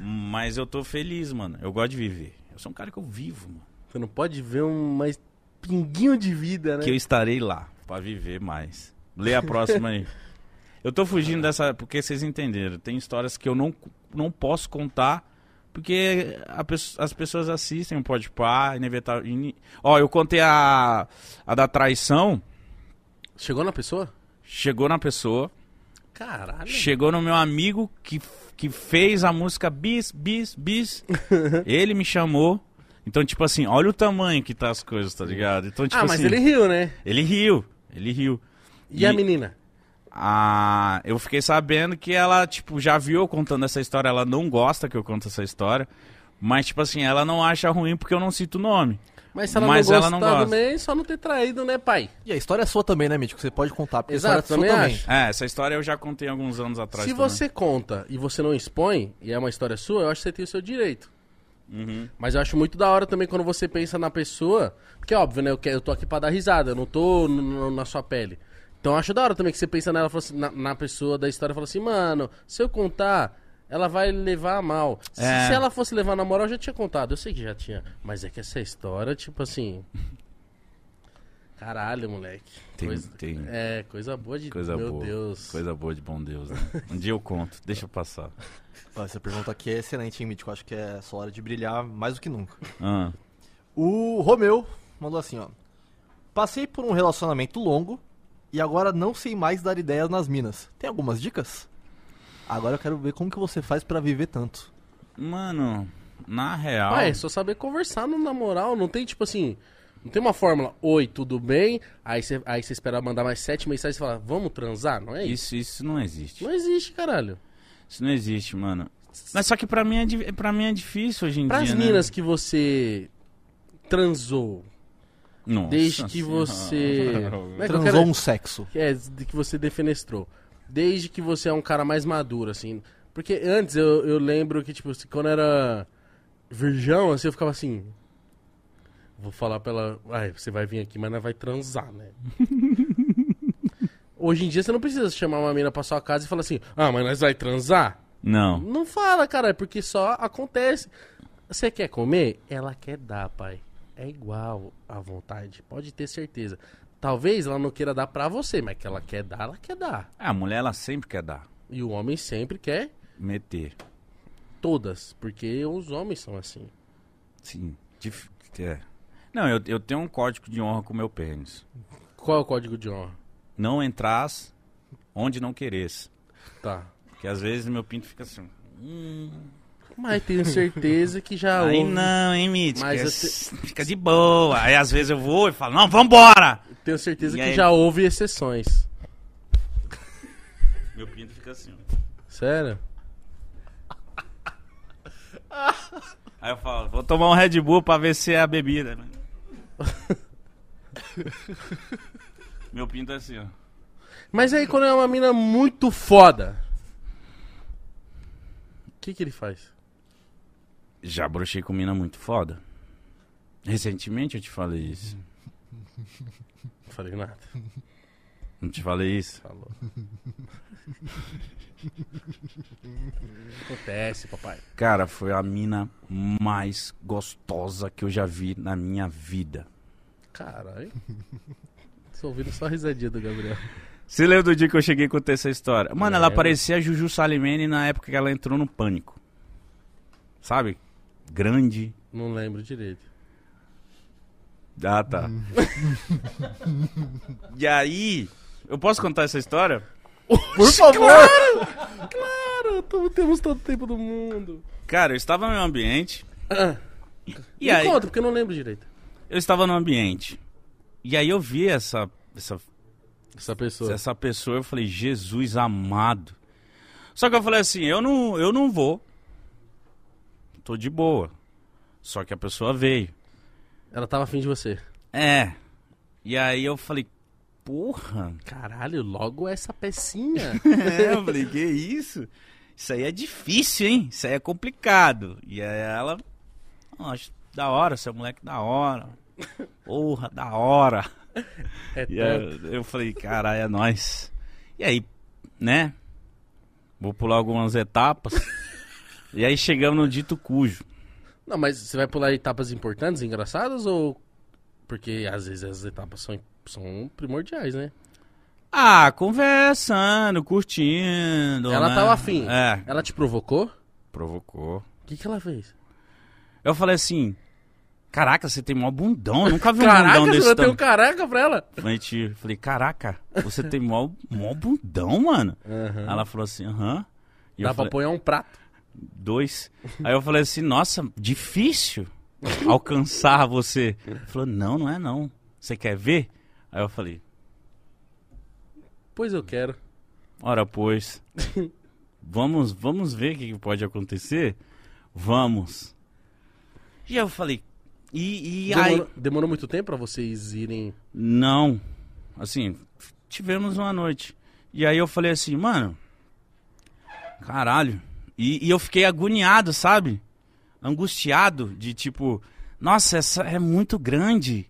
Speaker 1: Mas eu tô feliz, mano. Eu gosto de viver. Eu sou um cara que eu vivo, mano.
Speaker 2: Você não pode ver um mais pinguinho de vida, né?
Speaker 1: que eu estarei lá pra viver mais. Lê a próxima aí. Eu tô fugindo dessa porque vocês entenderam. Tem histórias que eu não, não posso contar porque a pesso- as pessoas assistem o Pode Pá, inevitável. ini- Ó, eu contei a a da traição,
Speaker 2: Chegou na pessoa?
Speaker 1: chegou na pessoa,
Speaker 2: Caralho.
Speaker 1: chegou no meu amigo que que fez a música bis bis bis. Ele me chamou. Então, tipo assim, olha o tamanho que tá as coisas, tá ligado? Então, tipo
Speaker 2: ah, mas
Speaker 1: assim,
Speaker 2: ele riu, né?
Speaker 1: ele riu, ele riu.
Speaker 2: E, a menina?
Speaker 1: Ah, eu fiquei sabendo que ela, tipo, já viu eu contando essa história, ela não gosta que eu conto essa história. Mas, tipo assim, ela não acha ruim porque eu não cito o nome.
Speaker 2: Mas se ela
Speaker 1: Mas
Speaker 2: não
Speaker 1: ela não
Speaker 2: gostar
Speaker 1: gosta.
Speaker 2: também, só não ter traído, né, pai?
Speaker 3: E a história é sua também, né, Mítico? Você pode contar, porque a
Speaker 2: Exato,
Speaker 3: história é
Speaker 2: também
Speaker 3: sua
Speaker 2: acho.
Speaker 1: É, essa história eu já contei alguns anos atrás.
Speaker 2: Se
Speaker 1: também.
Speaker 2: você conta e você não expõe, e é uma história sua, eu acho que você tem o seu direito.
Speaker 1: Uhum.
Speaker 2: Mas eu acho muito da hora também quando você pensa na pessoa. Porque é óbvio, né? Eu, que- eu tô aqui pra dar risada, eu não tô n- n- na sua pele. Então eu acho da hora também que você pensa nela, fala assim, na, na pessoa da história, fala assim, mano, se eu contar, ela vai levar a mal. Se,
Speaker 1: É.
Speaker 2: se ela fosse levar na moral, eu já tinha contado. Eu sei que já tinha. Mas é que essa história, tipo assim. Caralho, moleque.
Speaker 1: Tem,
Speaker 2: coisa,
Speaker 1: tem
Speaker 2: É, coisa boa de
Speaker 1: coisa
Speaker 2: Meu
Speaker 1: boa.
Speaker 2: Deus.
Speaker 1: Coisa boa de bom Deus, né? Um dia eu conto, deixa eu passar.
Speaker 3: Ó, Essa pergunta aqui é excelente, hein, Mítico? Acho que é só hora de brilhar mais do que nunca.
Speaker 1: Ah,
Speaker 3: O Romeu mandou assim, ó. Passei por um relacionamento longo e agora não sei mais dar ideias nas minas. Tem algumas dicas? Agora eu quero ver como que você faz pra viver tanto.
Speaker 1: mano, na real.
Speaker 2: Ah, é só saber conversar no- na moral. Não tem, tipo assim. Não tem uma fórmula, oi, tudo bem? Aí você aí você espera mandar mais sete mensagens e fala, vamos transar? Não é isso?
Speaker 1: isso, isso não existe.
Speaker 2: Não existe, caralho.
Speaker 1: Isso não existe, mano. Mas só que pra mim é, di- pra mim é difícil hoje em
Speaker 2: Pras
Speaker 1: dia. né?
Speaker 2: minas que você transou,
Speaker 1: Nossa
Speaker 2: Desde que
Speaker 1: senhora.
Speaker 2: você. Como é que eu
Speaker 3: Transou
Speaker 2: quero-
Speaker 3: um sexo.
Speaker 2: que é de que você defenestrou. Desde que você é um cara mais maduro, assim. Porque antes eu, eu lembro que, tipo, assim, quando eu era virgão, assim, eu ficava assim. Vou falar pra ela. Ai, você vai vir aqui, mas não vai transar, né? Hoje em dia você não precisa chamar uma mina pra sua casa e falar assim, ah, mas nós vai transar?
Speaker 1: Não.
Speaker 2: Não fala, cara, é porque só acontece. Você quer comer? Ela quer dar, pai. É igual à vontade, pode ter certeza. Talvez ela não queira dar pra você, mas que ela quer dar, ela quer dar.
Speaker 1: Ah, A mulher, ela sempre quer dar.
Speaker 2: E o homem sempre quer
Speaker 1: Meter.
Speaker 2: todas, porque os homens são assim.
Speaker 1: Sim. Dif- é. Não, eu, eu tenho um código de honra com o meu pênis.
Speaker 2: Qual é o código de honra?
Speaker 1: Não entras onde não queres.
Speaker 2: Tá.
Speaker 1: Porque às vezes meu pinto fica assim.
Speaker 2: Mas tenho certeza que já
Speaker 1: Aí
Speaker 2: houve.
Speaker 1: não, hein, Mítico?
Speaker 2: Ah, Mas
Speaker 1: É,
Speaker 2: eu
Speaker 1: Fica de boa. Aí às vezes eu vou e falo, não, vambora!
Speaker 2: Tenho certeza
Speaker 1: E
Speaker 2: que
Speaker 1: aí?
Speaker 2: já houve exceções.
Speaker 1: Meu pinto fica assim. ó.
Speaker 2: Sério?
Speaker 1: Aí eu falo, vou tomar um Red Bull pra ver se é a bebida. né? Meu pinto é assim, ó.
Speaker 2: Mas aí quando é uma mina muito foda. O que que ele faz?
Speaker 1: Já brochei com mina muito foda. Recentemente eu te falei isso.
Speaker 2: Não falei nada.
Speaker 1: Não te falei isso?
Speaker 2: Falou. Acontece, papai.
Speaker 1: Cara, foi a mina mais gostosa que eu já vi na minha vida.
Speaker 2: Caralho. Tô ouvindo só a risadinha do Gabriel.
Speaker 1: Você lembra do dia que eu cheguei a contar essa história? Mano, ela
Speaker 2: Lembro.
Speaker 1: parecia a Juju Salimene na época que ela entrou no pânico. Sabe? Grande.
Speaker 2: Não lembro direito.
Speaker 1: Ah, tá. e aí, eu posso contar essa história?
Speaker 2: Por favor! Claro! Claro! to- Temos todo o tempo do mundo.
Speaker 1: Cara, eu estava no meu ambiente.
Speaker 2: Ah,
Speaker 1: E aí,
Speaker 2: conta, porque eu não lembro direito.
Speaker 1: eu estava no ambiente. E aí eu vi essa, essa,
Speaker 2: Essa pessoa.
Speaker 1: essa pessoa, eu falei, Jesus amado. Só que eu falei assim, eu não, eu não vou. Tô de boa. Só que a pessoa veio.
Speaker 2: Ela tava afim de você.
Speaker 1: É. E aí eu falei, porra.
Speaker 2: Caralho, logo essa pecinha.
Speaker 1: É, eu falei, que isso? Isso aí é difícil, hein? Isso aí é complicado. E aí ela, "Ó, acho da hora, seu moleque da hora. Porra, da hora.
Speaker 2: É
Speaker 1: E
Speaker 2: tanto.
Speaker 1: aí eu falei, caralho, é nóis. E aí, né? Vou pular algumas etapas. E aí chegamos no dito cujo.
Speaker 2: Não, mas você vai pular etapas importantes, engraçadas ou. Porque às vezes as etapas são, são primordiais, né?
Speaker 1: Ah, conversando, curtindo.
Speaker 2: Ela
Speaker 1: né?
Speaker 2: tava afim.
Speaker 1: É,
Speaker 2: Ela te provocou?
Speaker 1: provocou.
Speaker 2: O que, que ela fez?
Speaker 1: Eu falei assim: Caraca, você tem mó bundão. Eu nunca vi um
Speaker 2: Caraca,
Speaker 1: bundão
Speaker 2: você
Speaker 1: desse
Speaker 2: não tem
Speaker 1: tamanho.
Speaker 2: um caraca pra ela?
Speaker 1: A gente falei: Caraca, você tem mó, mó bundão, mano. Aí Ela falou assim: Aham. E
Speaker 2: Dá
Speaker 1: eu
Speaker 2: pra
Speaker 1: falei:
Speaker 2: apoiar um prato.
Speaker 1: Dois. Aí eu falei assim: Nossa, difícil alcançar você. Ela falou: Não, não é não. Você quer ver? Aí eu falei:
Speaker 2: Pois eu quero.
Speaker 1: Ora, pois. Vamos, vamos ver o que que pode acontecer? Vamos. E eu falei: E, e aí.
Speaker 2: Demorou, demorou muito tempo pra vocês irem.
Speaker 1: Não. Assim, tivemos uma noite. E aí eu falei assim, mano. Caralho. E, e eu fiquei agoniado, sabe? Angustiado de tipo, nossa, essa é muito grande.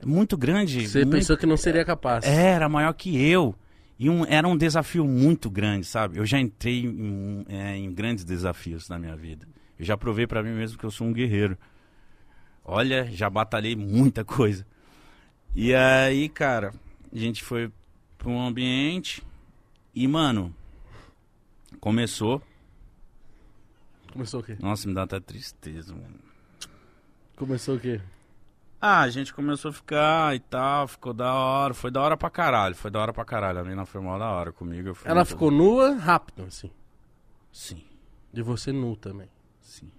Speaker 1: É muito grande.
Speaker 2: Você
Speaker 1: muito-
Speaker 2: pensou que não seria capaz.
Speaker 1: Era maior que eu. E um, era um desafio muito grande, sabe? Eu já entrei em, é, em grandes desafios na minha vida. Eu já provei pra mim mesmo que eu sou um guerreiro. Olha, já batalhei muita coisa. E aí, cara, a gente foi pra um ambiente e, mano, começou.
Speaker 2: Começou o quê?
Speaker 1: Nossa, me dá até tristeza, mano.
Speaker 2: Começou o quê?
Speaker 1: Ah, a gente começou a ficar e tal, ficou da hora, foi da hora pra caralho, foi da hora pra caralho. A menina foi mal da hora comigo. eu fui
Speaker 2: Ela
Speaker 1: muito-
Speaker 2: ficou nua rápido, assim.
Speaker 1: Sim,
Speaker 2: E você nu também.
Speaker 1: sim.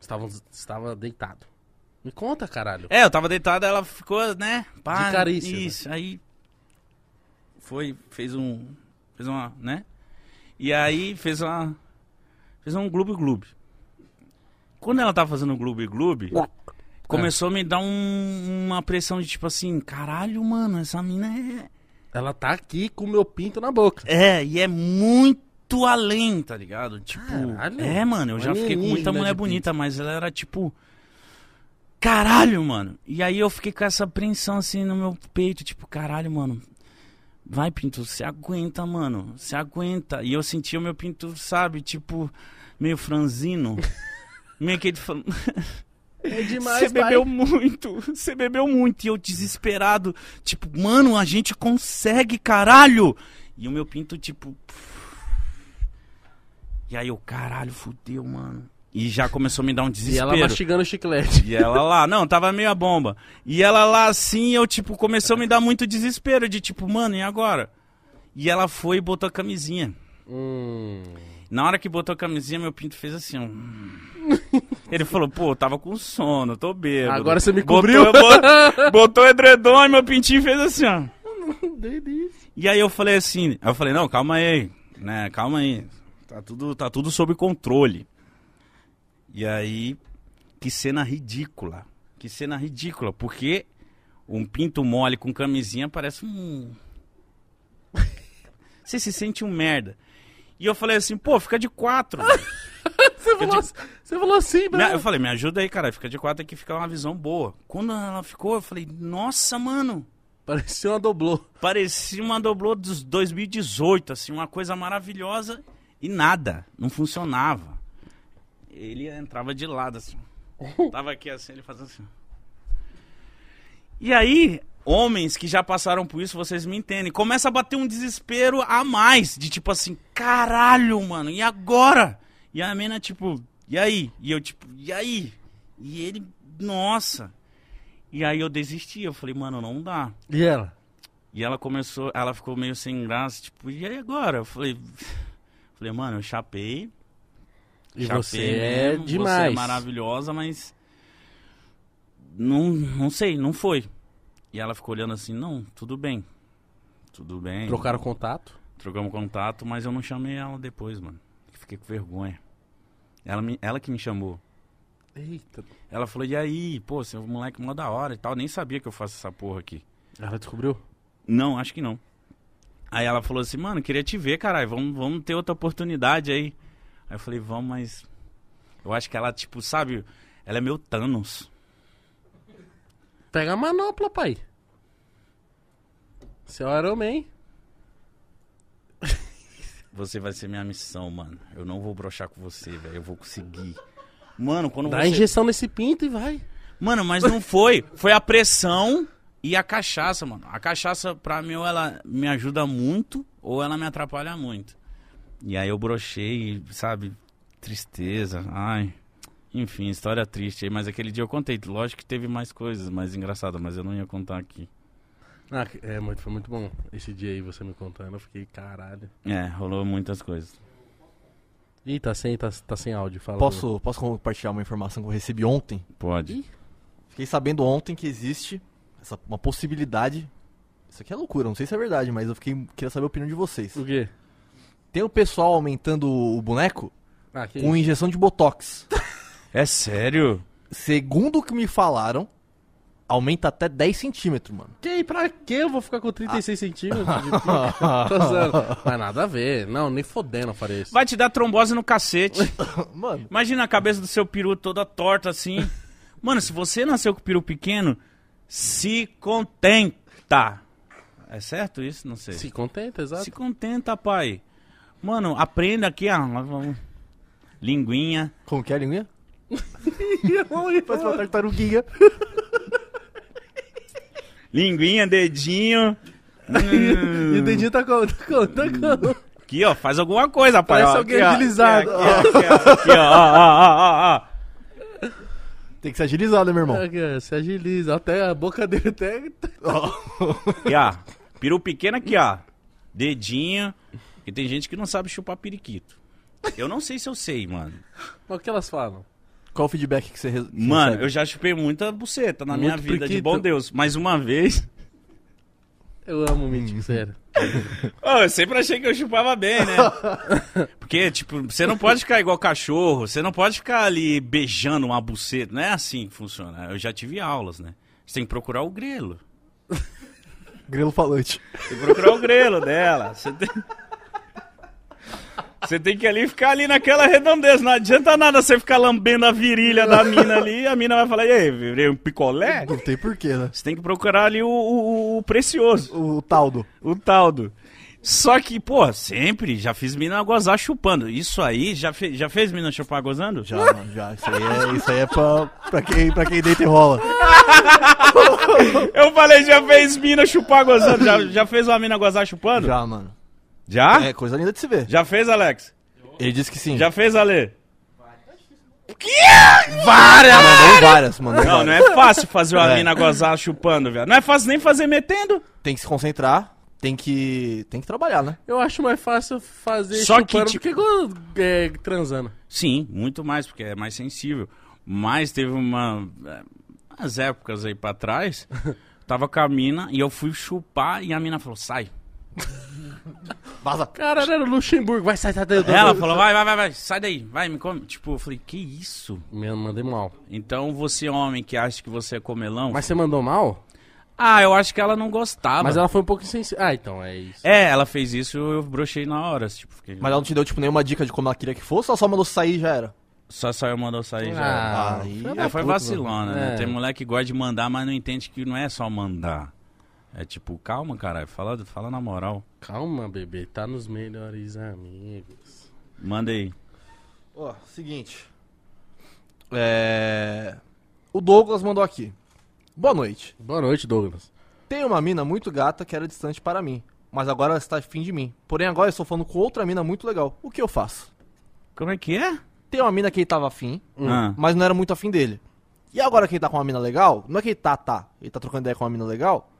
Speaker 2: Estava, estava deitado. Me conta, caralho.
Speaker 1: É, eu tava deitado, ela ficou, né?
Speaker 2: De carícia,
Speaker 1: Isso, aí foi, fez um, fez uma, né? E aí fez uma, fez um gloob gloob. Quando ela tava fazendo um gloob gloob, Começou a me dar um- uma pressão de tipo assim, caralho, mano, essa mina
Speaker 2: Ela tá aqui com o meu pinto na boca.
Speaker 1: é. É, e é muito além, tá ligado? Tipo.
Speaker 2: Caralho.
Speaker 1: É, mano, eu já fiquei com
Speaker 2: Alienígena
Speaker 1: muita mulher
Speaker 2: de
Speaker 1: bonita, mas ela era tipo. Caralho, mano. E aí eu fiquei com essa apreensão assim no meu peito, tipo, caralho, mano. Vai, Pinto, se aguenta, mano. Se aguenta. E eu sentia o meu Pinto, sabe, tipo, meio franzino. meio que ele falou.
Speaker 2: É demais,
Speaker 1: Você
Speaker 2: pai.
Speaker 1: bebeu muito, você bebeu muito. E eu desesperado, tipo, mano, a gente consegue, caralho. E o meu pinto, tipo. E aí eu, caralho, fudeu, mano. E já começou a me dar um
Speaker 2: E
Speaker 1: desespero.
Speaker 2: ela mastigando o chiclete.
Speaker 1: E ela lá, não, tava meio a bomba. E ela lá assim, eu tipo, começou a me dar muito desespero, de tipo, mano, e agora? E ela foi e botou a camisinha.
Speaker 2: Hum.
Speaker 1: Na hora que botou a camisinha, meu pinto fez assim, ó. Ele falou, pô, eu tava com sono, tô bêbado.
Speaker 2: Agora você me
Speaker 1: Botou-
Speaker 2: cobriu.
Speaker 1: Botou, botou o edredom e meu pintinho fez assim, ó.
Speaker 2: Delícia.
Speaker 1: E aí eu falei assim, aí eu falei, não, calma aí, né, calma aí. Tá tudo, tá tudo sob controle. E aí, que cena ridícula. Que cena ridícula, porque um pinto mole com camisinha parece um... Você se sente um merda. E eu falei assim, pô, fica de quatro.
Speaker 2: Você falou, assim- você falou assim,
Speaker 1: Me-
Speaker 2: Bruno.
Speaker 1: eu falei, me ajuda aí, cara. Fica de quatro aqui, fica uma visão boa. Quando ela ficou, eu falei, nossa, mano.
Speaker 2: Parecia uma doblô.
Speaker 1: Parecia uma doblô dos 2018, assim, uma coisa maravilhosa e nada. Não funcionava. Ele entrava de lado, assim. Tava aqui assim, ele fazia assim. E aí, homens que já passaram por isso, vocês me entendem. Começa a bater um desespero a mais. De tipo assim, caralho, mano, e agora? E a mina, tipo, e aí? E eu, tipo, e aí? E ele, nossa. E aí eu desisti. Eu falei, mano, não dá.
Speaker 2: E ela?
Speaker 1: E ela começou, ela ficou meio sem graça, tipo, e aí agora? Eu falei, falei, mano, eu chapei.
Speaker 2: E
Speaker 1: chapei
Speaker 2: você é
Speaker 1: mesmo, Você é
Speaker 2: demais.
Speaker 1: maravilhosa, mas não, não sei, não foi. E ela ficou olhando assim, não, tudo bem. Tudo bem.
Speaker 2: Trocaram contato?
Speaker 1: Trocamos contato, mas eu não chamei ela depois, mano. Fiquei com vergonha. Ela, me, ela que me chamou.
Speaker 2: Eita.
Speaker 1: Ela falou, e aí, pô, você é um moleque mó da hora e tal. Nem sabia que eu faço essa porra aqui.
Speaker 2: Ela descobriu?
Speaker 1: Não, acho que não. Aí ela falou assim, mano, queria te ver, caralho, vamos, vamos ter outra oportunidade aí. Aí eu falei, vamos, mas. Eu acho que ela, tipo, sabe, ela é meu Thanos.
Speaker 2: Pega a manopla, pai. Seu Iron Man.
Speaker 1: Você vai ser minha missão, mano. Eu não vou broxar com você, velho. Eu vou conseguir. Mano, quando
Speaker 2: Dá
Speaker 1: você.
Speaker 2: injeção nesse pinto e vai.
Speaker 1: Mano, mas não foi. Foi a pressão e a cachaça, mano. A cachaça, pra mim, ou ela me ajuda muito, ou ela me atrapalha muito. E aí eu brochei, sabe? Tristeza, ai. Enfim, história triste aí, mas aquele dia eu contei. Lógico que teve mais coisas mais engraçadas, mas eu não ia contar aqui.
Speaker 2: Ah, é, muito, foi muito bom. Esse dia aí você me contando, eu fiquei, caralho.
Speaker 1: É, rolou muitas coisas.
Speaker 2: Ih, tá sem, tá, tá sem áudio, fala.
Speaker 3: Posso, posso compartilhar uma informação que eu recebi ontem?
Speaker 1: Pode.
Speaker 2: Ih.
Speaker 3: Fiquei sabendo ontem que existe essa, uma possibilidade. Isso aqui é loucura, não sei se é verdade, mas eu fiquei, queria saber a opinião de vocês.
Speaker 2: O quê?
Speaker 3: Tem o pessoal aumentando o boneco
Speaker 2: Ah, que
Speaker 1: Um
Speaker 3: com injeção de botox.
Speaker 1: É sério?
Speaker 3: Segundo o que me falaram, aumenta até 10 centímetros, mano.
Speaker 2: Que, pra que eu vou ficar com 36 centímetros de pinto? Tô zoando. Mas nada a ver. Não, nem fodendo eu faria isso.
Speaker 1: Ah. Vai te dar trombose no cacete.
Speaker 3: Mano,
Speaker 1: Imagina a cabeça do seu peru toda torta assim. Mano, se você nasceu com o peru pequeno, se contenta. É certo isso? Não sei.
Speaker 2: Se contenta, exato.
Speaker 1: Se contenta, pai. Mano, aprenda aqui, ó. Linguinha.
Speaker 3: como que é a linguinha? Ah. Faz uma tartaruguinha.
Speaker 1: Linguinha, dedinho. Hum,
Speaker 2: E o dedinho tá com. Tá com, tá com.
Speaker 1: aqui, ó. Faz alguma coisa, pai.
Speaker 2: Parece
Speaker 1: ó,
Speaker 2: alguém
Speaker 1: aqui, ó,
Speaker 2: agilizado.
Speaker 1: Aqui, ó, aqui, ó, aqui, ó, ó, ó, ó, ó.
Speaker 3: Tem que ser agilizada, meu irmão.
Speaker 2: Aqui, ó, Se agiliza. Até a boca dele até.
Speaker 1: Aqui, ó. Peru pequeno aqui, ó. Dedinho. E tem gente que não sabe chupar periquito. Eu não sei se eu sei, mano.
Speaker 2: Mas o que elas falam?
Speaker 3: Qual o feedback que você re- recebe?
Speaker 1: Mano, eu já chupei muita buceta na minha
Speaker 2: Muito
Speaker 1: vida, de
Speaker 2: priquito.
Speaker 1: bom Deus. Mas uma vez,
Speaker 2: Eu amo o
Speaker 1: Uhum.
Speaker 2: Mítico, sério.
Speaker 1: Ô, eu sempre achei que eu chupava bem, né? Porque, tipo, você não pode ficar igual cachorro, você não pode ficar ali beijando uma buceta. Não é assim que funciona. Eu já tive aulas, né? Você tem que procurar o grelo.
Speaker 3: Grilo falante.
Speaker 1: Tem que procurar o grelo dela. Você tem... Você tem que ali ficar ali naquela redondeza. Não adianta nada você ficar lambendo a virilha da mina ali e a mina vai falar, e aí, virei um picolé?
Speaker 3: Não tem porquê, né?
Speaker 1: Você tem que procurar ali o- o- o precioso.
Speaker 3: O Taldo.
Speaker 1: O taldo. Só que, pô, sempre já fiz mina gozar chupando. Isso aí, já, fe- já fez mina chupar gozando?
Speaker 3: Já, mano, já. Isso aí é, isso aí é pra, pra, quem, pra quem deita e rola.
Speaker 1: Eu falei, já fez mina chupar gozando? Já, já fez uma mina gozar chupando?
Speaker 3: Já, mano.
Speaker 1: Já?
Speaker 3: É coisa linda de se ver.
Speaker 1: Já fez, Alex?
Speaker 3: Ele disse que sim.
Speaker 1: Já fez, Ale?
Speaker 3: várias! Mandou várias, mano.
Speaker 1: Não, não é fácil fazer uma
Speaker 3: É.
Speaker 1: mina gozar chupando, velho. Não é fácil nem fazer metendo.
Speaker 3: Tem que se concentrar, tem que. Tem que trabalhar, né?
Speaker 2: Eu acho mais fácil fazer
Speaker 1: Só que,
Speaker 2: chupando
Speaker 1: tipo-
Speaker 2: do que go- é, transando.
Speaker 1: Sim, muito mais, porque é mais sensível. Mas teve uma. é, Umas épocas aí pra trás, tava com a mina e eu fui chupar e a mina falou, sai.
Speaker 3: Vaza.
Speaker 2: Caralho, era o Luxemburgo. Vai sair, tá dentro.
Speaker 1: Ela falou, vai, vai, vai, vai, sai daí, vai, me come. Tipo, eu falei, que isso?
Speaker 2: Meu, mandei mal.
Speaker 1: Então você, homem, que acha que você é comelão.
Speaker 2: Mas você mandou mal?
Speaker 1: Ah, eu acho que ela não gostava.
Speaker 2: Mas ela foi um pouco insensível. Ah, então é isso.
Speaker 1: É, ela fez isso eu brochei na hora. Tipo, fiquei...
Speaker 3: Mas ela não te deu, tipo, nenhuma dica de como ela queria que fosse, ou só mandou sair e já era?
Speaker 1: Só saiu mandou sair já.
Speaker 2: Ah,
Speaker 3: Aí-
Speaker 2: filha
Speaker 1: É,
Speaker 2: da
Speaker 1: foi
Speaker 2: puta,
Speaker 1: vacilona, né?
Speaker 2: É.
Speaker 1: Tem moleque que gosta de mandar, mas não entende que não é só mandar. É tipo, calma, caralho, fala, fala na moral.
Speaker 2: mano. Calma, bebê. Tá nos melhores amigos.
Speaker 1: Manda aí.
Speaker 3: Ó, seguinte. É. O Douglas mandou aqui. Boa noite.
Speaker 2: Boa noite, Douglas.
Speaker 3: Tem uma mina muito gata que era distante para mim, mas agora ela está afim de mim. Porém, agora eu estou falando com outra mina muito legal. O que eu faço?
Speaker 1: Como é que é?
Speaker 3: Tem uma mina que ele tava afim,
Speaker 1: Ah.
Speaker 3: mas não era muito afim dele. E agora que ele tá com uma mina legal, não é que ele tá, tá, ele tá trocando ideia com uma mina legal.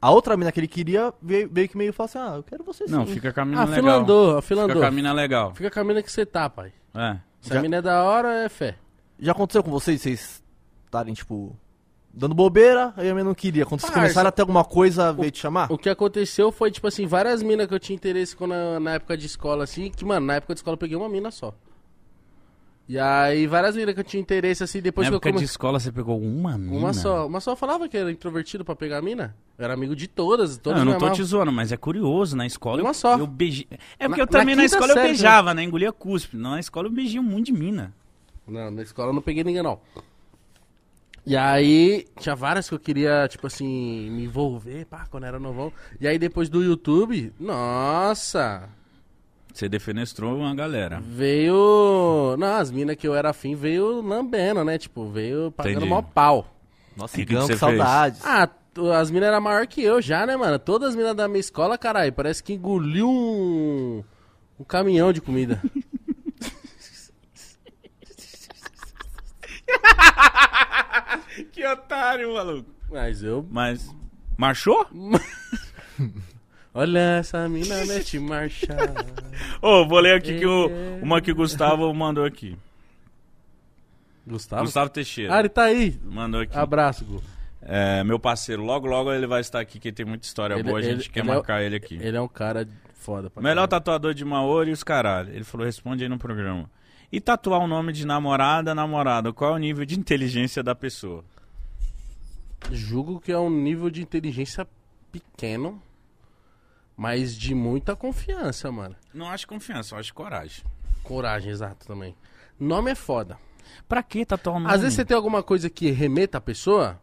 Speaker 3: A outra mina que ele queria veio, veio que meio falou assim: Ah, eu quero você sim.
Speaker 1: Não, fica com a mina
Speaker 2: Ah,
Speaker 1: hum, legal.
Speaker 2: filandou, ah,
Speaker 1: Fica com a
Speaker 2: filandou.
Speaker 1: mina legal.
Speaker 2: Fica com a mina que você tá, pai.
Speaker 1: É.
Speaker 2: Se
Speaker 3: Já-
Speaker 2: a mina é da hora, é fé.
Speaker 3: Já aconteceu com vocês, vocês estarem, tipo, dando bobeira, aí a mina não queria. Quando vocês
Speaker 2: Parça,
Speaker 3: começaram a ter alguma coisa, veio te chamar?
Speaker 2: Ah, O que aconteceu foi, tipo assim, várias minas que eu tinha interesse quando eu- na época de escola, assim, que, mano, na época de escola eu peguei uma mina só. E aí, várias minas que eu tinha interesse, assim, depois
Speaker 1: Na
Speaker 2: que eu
Speaker 1: época de
Speaker 2: comecei.
Speaker 1: escola né? você pegou uma mina?
Speaker 2: Uma só. Uma só falava que era introvertido pra pegar mina. Eu era amigo de todas,
Speaker 1: Não,
Speaker 2: todas
Speaker 1: eu
Speaker 2: me
Speaker 1: não tô
Speaker 2: amavam.
Speaker 1: te zoando, mas é curioso. Na escola
Speaker 2: Uma
Speaker 1: eu,
Speaker 2: só.
Speaker 1: eu beijei. É porque
Speaker 2: Na-
Speaker 1: eu também na,
Speaker 2: na quinta
Speaker 1: escola eu
Speaker 2: série,
Speaker 1: beijava, né? Engolia cuspe. Não, na escola eu beijei um monte de mina.
Speaker 2: Não, na escola eu não peguei ninguém, não. E aí, tinha várias que eu queria, tipo assim, me envolver, pá, quando era novão. E aí, depois do YouTube, nossa,
Speaker 1: Você defenestrou uma galera.
Speaker 2: veio... Não, as minas que eu era afim veio lambendo, né? Tipo, veio pagando
Speaker 1: Entendi.
Speaker 2: mó pau.
Speaker 3: Nossa,
Speaker 1: E o que
Speaker 3: Igão,
Speaker 1: que você
Speaker 3: que, saudades.
Speaker 2: Ah, t- as minas eram maior que eu já, né, mano? Todas as minas da minha escola, caralho, parece que engoliu um, um caminhão de comida.
Speaker 1: Que otário, maluco.
Speaker 2: Mas eu...
Speaker 1: Mas. Marchou?
Speaker 2: Olha essa mina né, mete marcha.
Speaker 1: Ô, vou ler aqui que o,
Speaker 2: É.
Speaker 1: uma que o Gustavo mandou aqui.
Speaker 2: Gustavo?
Speaker 1: Gustavo Teixeira.
Speaker 2: Ah, ele tá aí.
Speaker 1: Mandou aqui.
Speaker 2: Abraço, Gu.
Speaker 1: É, meu parceiro, logo logo ele vai estar aqui, que tem muita história
Speaker 2: Ele-
Speaker 1: boa, a gente
Speaker 2: ele-
Speaker 1: quer
Speaker 2: ele é o-
Speaker 1: marcar ele aqui.
Speaker 2: Ele é um cara foda. Pra
Speaker 1: Melhor
Speaker 2: caralho.
Speaker 1: tatuador de Maori e os caralho. Ele falou, responde aí no programa. E tatuar o nome de namorada, namorado, qual é o nível de inteligência da pessoa?
Speaker 2: Julgo que é um nível de inteligência pequeno, mas de muita confiança, mano.
Speaker 1: Não acho confiança, eu acho coragem.
Speaker 2: Coragem, exato, também. Nome é foda.
Speaker 1: Pra que tatuar o nome?
Speaker 2: Às vezes você tem alguma coisa que remeta a pessoa.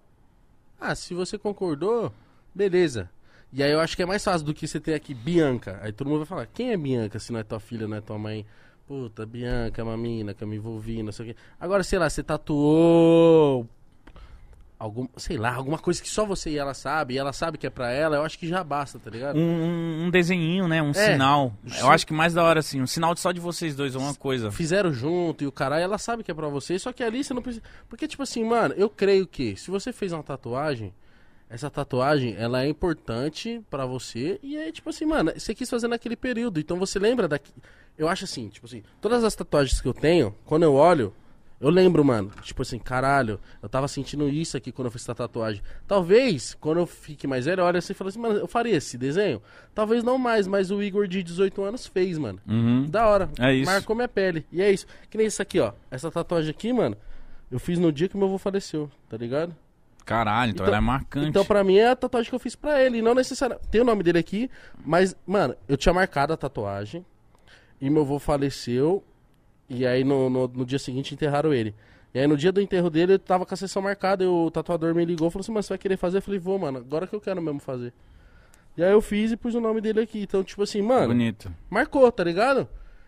Speaker 2: Ah, se você concordou, beleza. E aí eu acho que é mais fácil do que você ter aqui Bianca. Aí todo mundo vai falar, quem é Bianca se não é tua filha, não é tua mãe? Puta, Bianca é uma mina que eu me envolvi, não sei o quê. Agora, sei lá, você tatuou... Algum, sei lá, alguma coisa que só você e ela sabe, e ela sabe que é pra ela, eu acho que já basta, tá ligado?
Speaker 1: Um, um desenhinho, né? Um
Speaker 2: É.
Speaker 1: sinal.
Speaker 2: Sim.
Speaker 1: Eu acho que mais da hora, assim, um sinal de só de vocês dois, uma coisa.
Speaker 2: fizeram junto e o caralho, ela sabe que é pra você, só que ali você não precisa. Porque, tipo assim, mano, eu creio que se você fez uma tatuagem, essa tatuagem, ela é importante pra você e é tipo assim, mano, você quis fazer naquele período, então você lembra daqui. Eu acho assim, tipo assim, todas as tatuagens que eu tenho, quando eu olho, Eu lembro, mano. Tipo assim, caralho, eu tava sentindo isso aqui quando eu fiz essa tatuagem. Talvez, quando eu fique mais velho, olha assim e fala assim, mano, eu faria esse desenho? Talvez não mais, mas o Igor de 18 anos fez, mano.
Speaker 1: Uhum.
Speaker 2: Da hora.
Speaker 1: É isso.
Speaker 2: Marcou minha pele. E é isso. Que nem isso aqui, ó. Essa tatuagem aqui, mano, eu fiz no dia que meu avô faleceu, tá ligado?
Speaker 1: Caralho, então,
Speaker 2: Então-
Speaker 1: ela é marcante.
Speaker 2: Então, pra mim, é a tatuagem que eu fiz pra ele. Não necessariamente. Tem o nome dele aqui, mas, mano, eu tinha marcado a tatuagem. E meu avô faleceu. E aí, no, no, no dia seguinte, enterraram ele. E aí, no dia do enterro dele, eu tava com a sessão marcada. E o tatuador me ligou e falou assim: Mas você vai querer fazer? Eu falei: Vou, mano, agora que eu quero mesmo fazer. E aí, eu fiz e pus o nome dele aqui. Então, tipo assim, mano
Speaker 1: Bonito.
Speaker 2: marcou, tá ligado?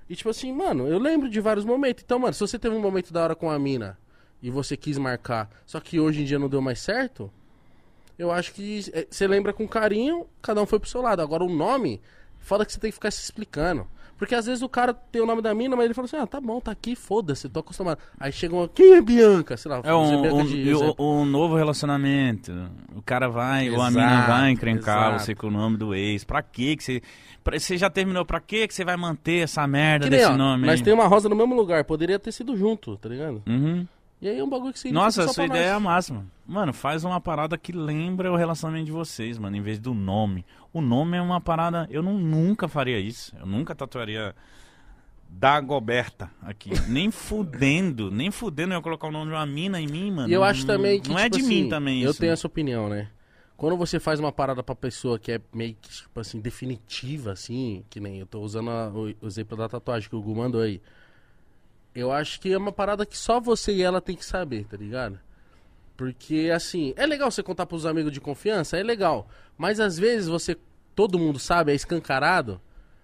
Speaker 2: E tipo assim, mano, eu lembro de vários momentos. Então, mano, se você teve um momento da hora com a mina e você quis marcar, só que hoje em dia não deu mais certo, eu acho que eh, você lembra com carinho, cada um foi pro seu lado. Agora o nome, foda que você tem que ficar se explicando. Porque às vezes o cara tem o nome da mina, mas ele fala assim, ah, tá bom, tá aqui, foda-se, tô acostumado. Aí chega uma, quem é Bianca? Sei lá,
Speaker 1: É
Speaker 2: vou dizer
Speaker 1: um,
Speaker 2: Bianca
Speaker 1: um-
Speaker 2: de
Speaker 1: e o-
Speaker 2: exemplo.
Speaker 1: um novo relacionamento. O cara vai, ou a
Speaker 2: Exato,
Speaker 1: mina vai encrencar
Speaker 2: exato.
Speaker 1: você com o nome do ex. Pra que que você. pra- Você já terminou? Pra que que você vai manter essa merda
Speaker 2: Que nem,
Speaker 1: desse
Speaker 2: ó,
Speaker 1: nome?
Speaker 2: nós
Speaker 1: aí?
Speaker 2: tem uma rosa no mesmo lugar, poderia ter sido junto, tá ligado?
Speaker 1: Uhum.
Speaker 2: E aí é um bagulho que você
Speaker 1: Nossa,
Speaker 2: só
Speaker 1: essa
Speaker 2: pra
Speaker 1: ideia é a
Speaker 2: nós.
Speaker 1: máxima. Mano, faz uma parada que lembra o relacionamento de vocês, mano, em vez do nome. O nome é uma parada. Eu não, nunca faria isso. Eu nunca tatuaria Dagoberta aqui. nem fudendo, nem fudendo eu ia colocar o nome de uma mina em mim, mano.
Speaker 2: E eu acho também que.
Speaker 1: Não é
Speaker 2: tipo
Speaker 1: de
Speaker 2: assim,
Speaker 1: mim também
Speaker 2: Eu
Speaker 1: isso.
Speaker 2: tenho essa opinião, né? Quando você faz uma parada pra pessoa que é meio que, tipo assim, definitiva, assim, que nem eu tô usando a- o o exemplo da tatuagem que o Gu mandou aí. Eu acho que é uma parada que só você e ela tem que saber, tá ligado? Porque, assim, é legal você contar pros amigos de confiança, é legal. Mas às vezes você. Todo mundo sabe, é escancarado.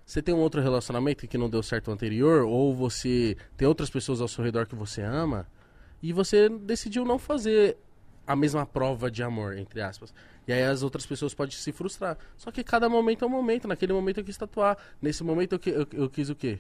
Speaker 2: Você tem um outro relacionamento que não deu certo o anterior, ou você tem outras pessoas ao seu redor que você ama, e você decidiu não fazer a mesma prova de amor, entre aspas. E aí as outras pessoas podem se frustrar. Só que cada momento é um momento. Naquele momento eu quis tatuar. Nesse momento eu, que- eu- eu quis o quê?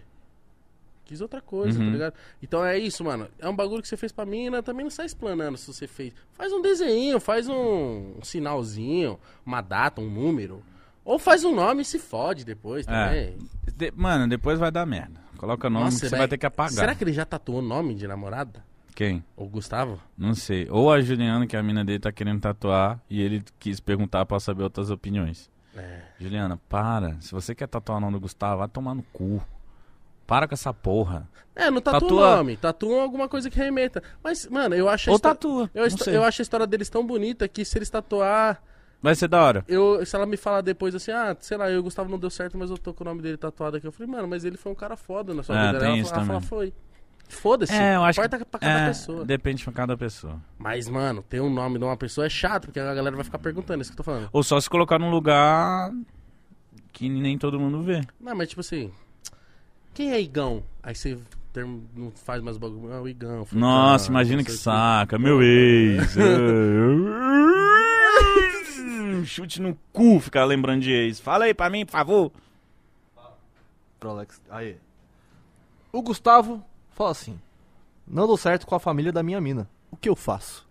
Speaker 2: Quis outra coisa,
Speaker 1: Uhum.
Speaker 2: tá ligado? Então é isso, mano. É um bagulho que você fez pra mina, também não sai explanando se você fez. Faz um desenho, faz um, um sinalzinho, uma data, um número. Ou faz um nome e se fode depois também.
Speaker 1: De- Mano, depois vai dar merda. Coloca o É. nome que você
Speaker 2: mas-
Speaker 1: vai ter que apagar.
Speaker 2: Será que ele já tatuou nome de namorada?
Speaker 1: Quem?
Speaker 2: O Gustavo?
Speaker 1: Não sei. Ou a Juliana, que a mina dele tá querendo tatuar, e ele quis perguntar pra saber outras opiniões.
Speaker 2: É.
Speaker 1: Juliana, para. Se você quer tatuar o nome do Gustavo, vai tomar no cu. Para com essa porra.
Speaker 2: É, não tatua,
Speaker 1: Tatua-
Speaker 2: nome, tatua alguma coisa que remeta. Mas, mano, eu acho a
Speaker 1: Ou
Speaker 2: histó-
Speaker 1: tatua.
Speaker 2: Eu,
Speaker 1: não
Speaker 2: histó-
Speaker 1: sei.
Speaker 2: eu acho a história deles tão bonita que se eles tatuar,
Speaker 1: Vai ser da hora.
Speaker 2: eu, se ela me falar depois assim, ah, sei lá, eu e o Gustavo não deu certo, mas eu tô com o nome dele tatuado aqui. Eu falei, mano, mas ele foi um cara foda na sua
Speaker 1: É,
Speaker 2: vida.
Speaker 1: tem
Speaker 2: ela "Ah,
Speaker 1: isso
Speaker 2: fala, ela
Speaker 1: também.
Speaker 2: fala, foi. Foda-se.
Speaker 1: É, eu acho
Speaker 2: Importa
Speaker 1: que...
Speaker 2: pra cada
Speaker 1: é,
Speaker 2: pessoa.
Speaker 1: Depende pra cada pessoa.
Speaker 2: Mas, mano, ter um nome de uma pessoa é chato, porque a galera vai ficar perguntando, é isso que eu tô falando.
Speaker 1: Ou só se colocar num lugar que nem todo mundo vê.
Speaker 2: Não, mas tipo assim, quem é Igão? Aí você term- não faz mais bagulho. Ah, o Igão. foi
Speaker 1: Nossa,
Speaker 2: tal,
Speaker 1: imagina
Speaker 2: não
Speaker 1: que
Speaker 2: sei o quê.
Speaker 1: saca. Meu
Speaker 2: É.
Speaker 1: ex. Chute no cu ficar lembrando de ex. Fala aí pra mim, por favor.
Speaker 3: Pro Alex. Aí. O Gustavo fala assim: Não dou certo com a família da minha mina. O que eu faço?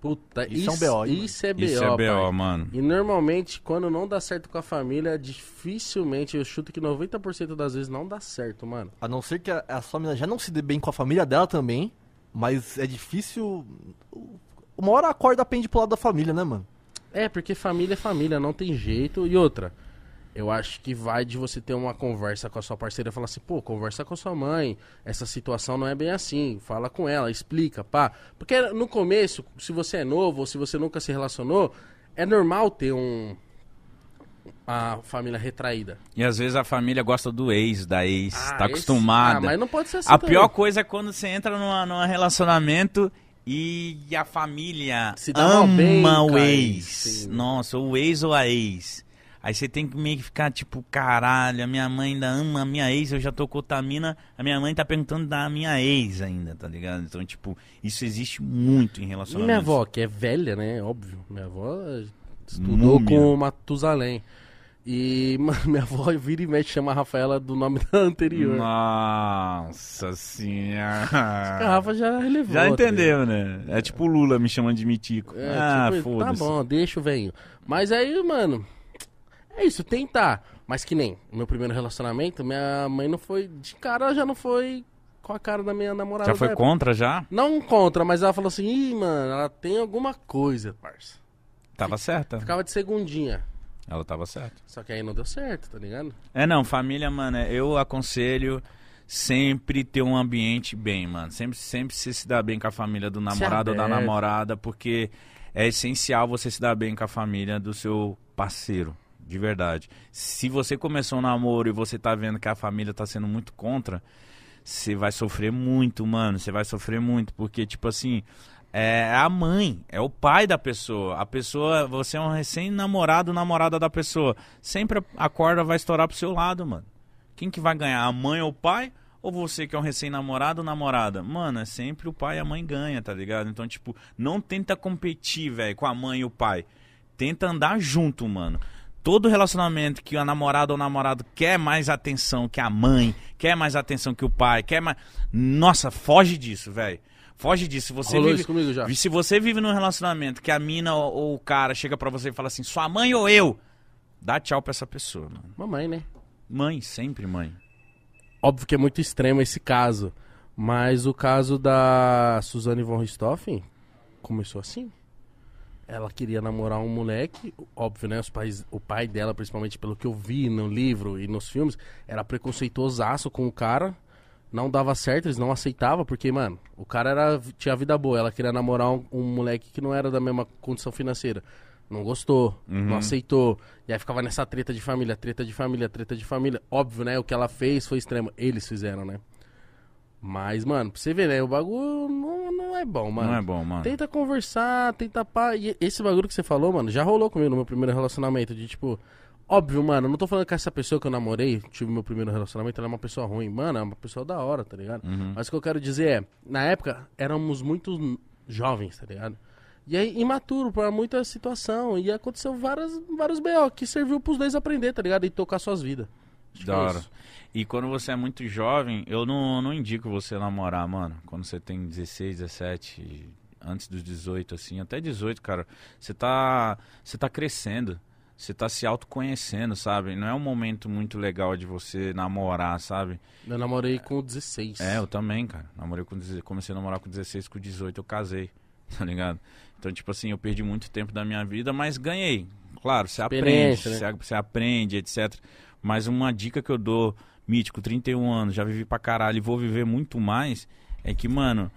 Speaker 2: Puta, isso,
Speaker 3: Isso é um BO, hein,
Speaker 2: Isso é BO.
Speaker 1: Isso é BO,
Speaker 2: pai.
Speaker 1: mano.
Speaker 2: E normalmente, quando não dá certo com a família, dificilmente, eu chuto que 90% das vezes não dá certo, mano.
Speaker 3: A não ser que a, a sua mina já não se dê bem com a família dela também. Mas é difícil. Uma hora a corda pende pro lado da família, né, mano?
Speaker 2: É, porque família é família, não tem jeito. E outra, eu acho que vai de você ter uma conversa com a sua parceira e falar assim, pô, conversa com a sua mãe, essa situação não é bem assim, fala com ela, explica, pá. Porque no começo, se você é novo ou se você nunca se relacionou, é normal ter um. a família retraída.
Speaker 1: E às vezes a família gosta do ex, da ex,
Speaker 2: Ah,
Speaker 1: tá
Speaker 2: esse-
Speaker 1: acostumada.
Speaker 2: Ah, mas não pode ser assim.
Speaker 1: A
Speaker 2: também.
Speaker 1: pior coisa é quando você entra numa, num relacionamento e a família
Speaker 2: Se dá mal
Speaker 1: ama
Speaker 2: bem,
Speaker 1: o
Speaker 2: cara,
Speaker 1: ex.
Speaker 2: sim.
Speaker 1: Nossa, o ex ou a ex. Aí você tem que meio que ficar tipo, caralho, a minha mãe ainda ama a minha ex, eu já tô com outra mina, a minha mãe tá perguntando da minha ex ainda, tá ligado? Então, tipo, isso existe muito em
Speaker 2: E minha
Speaker 1: relacionamento.
Speaker 2: avó, que é velha, né? Óbvio. Minha avó eh, estudou
Speaker 1: Múmia.
Speaker 2: com o Matusalém. E, mano, minha avó vira e mexe chama a Rafaela do nome da anterior.
Speaker 1: Nossa
Speaker 2: A
Speaker 1: senhora.
Speaker 2: Rafa já relevou.
Speaker 1: Já
Speaker 2: é tá ligado?
Speaker 1: entendeu, né? É tipo o Lula me chamando de mitico.
Speaker 2: É,
Speaker 1: ah,
Speaker 2: tipo, tá
Speaker 1: foda-se.
Speaker 2: bom, deixa o venho. Mas aí, mano, é isso, tentar. Mas que nem, no meu primeiro relacionamento, minha mãe não foi. De cara, ela já não foi com a cara da minha namorada.
Speaker 1: Já foi
Speaker 2: na época.
Speaker 1: contra já?
Speaker 2: Não contra, mas ela falou assim, ih, mano, ela tem alguma coisa, parça.
Speaker 1: Tava certa.
Speaker 2: Ficava de segundinha.
Speaker 1: Ela tava certa.
Speaker 2: Só que aí não deu certo, tá ligado?
Speaker 1: É, não, família, mano, é, eu aconselho sempre ter um ambiente bem, mano. Sempre, sempre se se dar bem com a família do namorado ou da
Speaker 2: aberto.
Speaker 1: namorada, porque é essencial você se dar bem com a família do seu parceiro, de verdade. Se você começou um namoro e você tá vendo que a família tá sendo muito contra, você vai sofrer muito, mano. Você vai sofrer muito, porque, tipo assim, é a mãe, é o pai da pessoa. A pessoa, você é um recém-namorado, namorada da pessoa. Sempre a corda vai estourar pro seu lado, mano. Quem que vai ganhar, a mãe ou o pai? Ou você que é um recém-namorado ou namorada? Mano, é sempre o pai e a mãe ganha, tá ligado? Então, tipo, não tenta competir, velho, com a mãe e o pai. Tenta andar junto, mano. Todo relacionamento que a namorada ou namorado quer mais atenção que a mãe, quer mais atenção que o pai, quer mais. Nossa, foge disso, velho. Foge disso. Se Você
Speaker 2: Rolou
Speaker 1: vive...
Speaker 2: isso comigo já.
Speaker 1: E se você vive num relacionamento que a mina ou, ou o cara chega pra você e fala assim, sua mãe ou eu, dá tchau pra essa pessoa, mano.
Speaker 2: Mamãe, né?
Speaker 1: Mãe, sempre mãe.
Speaker 2: Óbvio que é muito extremo esse caso. Mas o caso da Suzane von Richthofen começou assim. Ela queria namorar um moleque, óbvio, né? Os pais, o pai dela, principalmente pelo que eu vi no livro e nos filmes, era preconceituosaço com o cara. Não dava certo, eles não aceitavam, porque, mano, o cara era, tinha vida boa. Ela queria namorar um, um moleque que não era da mesma condição financeira. Não gostou,
Speaker 1: Uhum.
Speaker 2: não aceitou. E aí ficava nessa treta de família, treta de família, treta de família. Óbvio, né? O que ela fez foi extremo. Eles fizeram, né? Mas, mano, pra você ver, né? O bagulho não, não é bom, mano.
Speaker 1: Não é bom, mano.
Speaker 2: Tenta conversar, tenta pá. E esse bagulho que você falou, mano, já rolou comigo no meu primeiro relacionamento. De tipo, óbvio, mano, não tô falando que essa pessoa que eu namorei, tive meu primeiro relacionamento, ela é uma pessoa ruim. Mano, é uma pessoa da hora, tá ligado?
Speaker 1: Uhum.
Speaker 2: Mas o que eu quero dizer é, na época, éramos muito jovens, tá ligado? E aí, imaturo pra muita situação. E aconteceu várias, vários BO que serviu pros dois aprender, tá ligado? E tocar suas vidas. Acho que
Speaker 1: Da
Speaker 2: é
Speaker 1: hora.
Speaker 2: isso.
Speaker 1: E quando você é muito jovem, eu não, não indico você namorar, mano. Quando você tem 16, 17, antes dos 18, assim, até 18, cara, você tá, você tá crescendo. Você tá se autoconhecendo, sabe? Não é um momento muito legal de você namorar, sabe?
Speaker 2: Eu namorei com 16.
Speaker 1: É, eu também, cara. Namorei com, deze- comecei a namorar com 16, com 18 eu casei, tá ligado? Então, tipo assim, eu perdi muito tempo da minha vida, mas ganhei. Claro, você aprende,
Speaker 2: Experiência, né?
Speaker 1: você, a- você aprende, etc. Mas uma dica que eu dou, mítico, 31 anos, já vivi pra caralho e vou viver muito mais, é que, mano,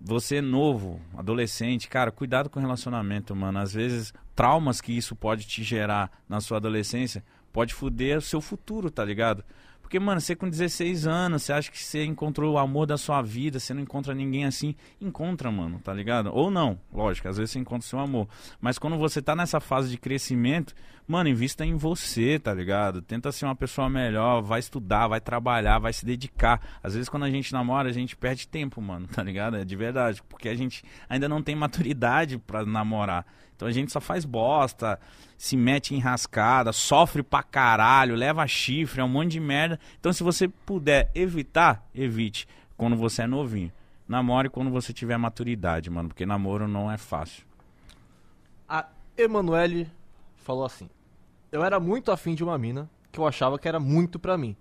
Speaker 1: você novo, adolescente, cara, cuidado com o relacionamento, mano. Às vezes, traumas que isso pode te gerar na sua adolescência pode foder o seu futuro, tá ligado? Porque, mano, você com 16 anos, você acha que você encontrou o amor da sua vida, você não encontra ninguém assim. Encontra, mano, tá ligado? Ou não, lógico, às vezes você encontra o seu amor. Mas quando você tá nessa fase de crescimento, mano, invista em você, tá ligado? Tenta ser uma pessoa melhor, vai estudar, vai trabalhar, vai se dedicar. Às vezes quando a gente namora, a gente perde tempo, mano, tá ligado? É de verdade, porque a gente ainda não tem maturidade pra namorar. Então a gente só faz bosta, se mete em rascada, sofre pra caralho, leva chifre, é um monte de merda. Então se você puder evitar, evite quando você é novinho. Namore quando você tiver maturidade, mano, porque namoro não é fácil.
Speaker 3: A Emanuele falou assim: Eu era muito afim de uma mina que eu achava que era muito pra mim.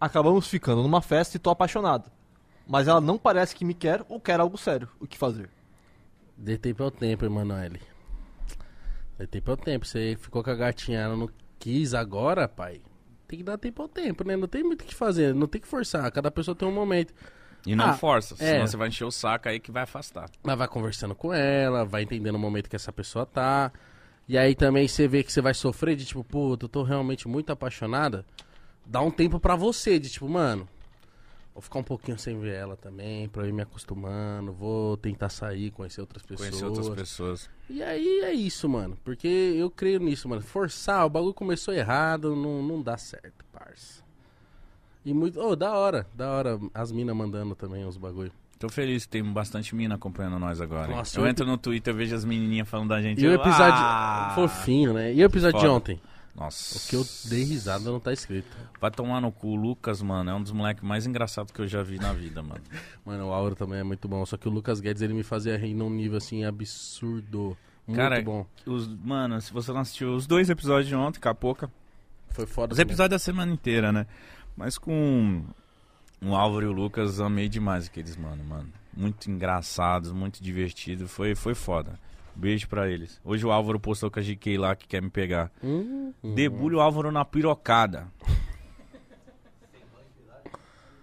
Speaker 3: Acabamos ficando numa festa e tô apaixonado. Mas ela não parece que me quer ou quer algo sério. O que fazer?
Speaker 2: Dê tempo ao tempo, Emanuele. Dê tempo ao tempo. Você ficou com a gatinha, ela não quis agora, pai. Tem que dar tempo ao tempo, né? Não tem muito o que fazer, não tem que forçar. Cada pessoa tem um momento.
Speaker 1: E não
Speaker 2: Ah,
Speaker 1: força,
Speaker 2: é.
Speaker 1: senão você vai encher o saco aí que vai afastar.
Speaker 2: Mas vai conversando com ela, vai entendendo o momento que essa pessoa tá. E aí também você vê que você vai sofrer de tipo, puta, eu tô realmente muito apaixonada. Dá um tempo pra você, de tipo, mano, vou ficar um pouquinho sem ver ela também, pra eu ir me acostumando, vou tentar sair, conhecer outras pessoas.
Speaker 1: Conhecer outras pessoas.
Speaker 2: E aí é isso, mano. Porque eu creio nisso, mano. Forçar, o bagulho começou errado, não, não dá certo, parça. E muito. Ô, da hora, da hora. As minas mandando também os bagulho.
Speaker 1: Tô feliz, tem bastante mina acompanhando nós agora. hein?
Speaker 2: Nossa,
Speaker 1: eu
Speaker 2: eu-
Speaker 1: entro no Twitter, vejo as menininhas falando da gente.
Speaker 2: E o
Speaker 1: eu-
Speaker 2: episódio.
Speaker 1: Ah!
Speaker 2: Fofinho, né? E o episódio de
Speaker 1: Foda.
Speaker 2: ontem?
Speaker 1: Nossa.
Speaker 2: Que eu dei risada, não tá escrito.
Speaker 1: Vai tomar no cu, o Lucas, mano. É um dos moleques mais engraçados que eu já vi na vida, mano.
Speaker 2: Mano, o Auro também é muito bom. Só que o Lucas Guedes, ele me fazia rir num nível assim absurdo. Muito
Speaker 1: Cara,
Speaker 2: bom.
Speaker 1: Os, mano, se você não assistiu os dois episódios de ontem, Capoca.
Speaker 2: Foi foda.
Speaker 1: Os
Speaker 2: também.
Speaker 1: episódios da semana inteira, né? Mas com O Álvaro e o Lucas, amei demais aqueles, mano, mano. Muito engraçados, muito divertido. Foi, foi foda. Beijo pra eles. Hoje o Álvaro postou com a GK lá que quer me pegar.
Speaker 2: Hum,
Speaker 1: Debulha o Álvaro na pirocada.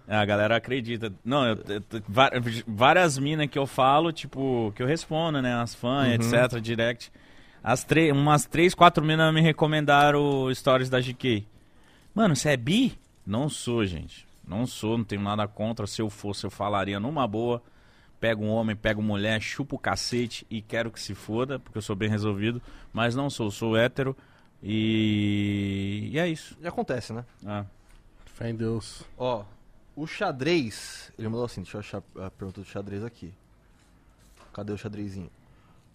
Speaker 1: É, A galera acredita. Não, eu- eu- eu- va- várias minas que eu falo, tipo, que eu respondo, né? As fãs, etc, direct. As tre- umas três, quatro minas me recomendaram stories da GK. Mano, você é bi? Não sou, gente. Não sou, não tenho nada contra. Se eu fosse, eu falaria numa boa. Pego um homem, pego mulher, chupo o cacete e quero que se foda, porque eu sou bem resolvido. Mas não sou, sou hétero. E, e é isso.
Speaker 3: E acontece, né?
Speaker 1: Ah.
Speaker 2: Fé em Deus.
Speaker 3: Ó, o xadrez. Ele mandou assim, deixa eu achar a pergunta do xadrez aqui. Cadê o xadrezinho?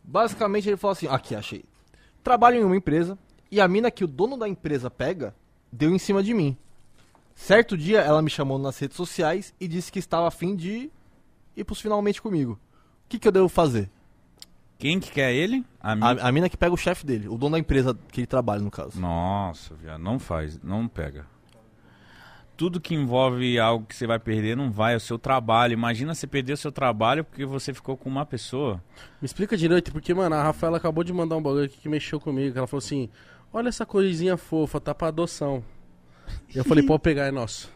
Speaker 3: Basicamente ele falou assim, aqui, achei. Trabalho em uma empresa e a mina que o dono da empresa pega deu em cima de mim. Certo dia ela me chamou nas redes sociais e disse que estava afim de ir pros finalmente comigo. O que, que eu devo fazer?
Speaker 1: Quem que quer ele? A minha.
Speaker 3: A, a mina que pega o chefe dele, o dono da empresa que ele trabalha, no caso.
Speaker 1: Nossa, viado, não faz, não pega. Tudo que envolve algo que você vai perder não vai, é o seu trabalho. Imagina você perder o seu trabalho porque você ficou com uma pessoa.
Speaker 2: Me explica direito, porque, mano, a Rafaela acabou de mandar um bagulho aqui que mexeu comigo. que Ela falou assim: Olha essa coisinha fofa, tá pra adoção. E eu falei: Pode pegar, é nosso.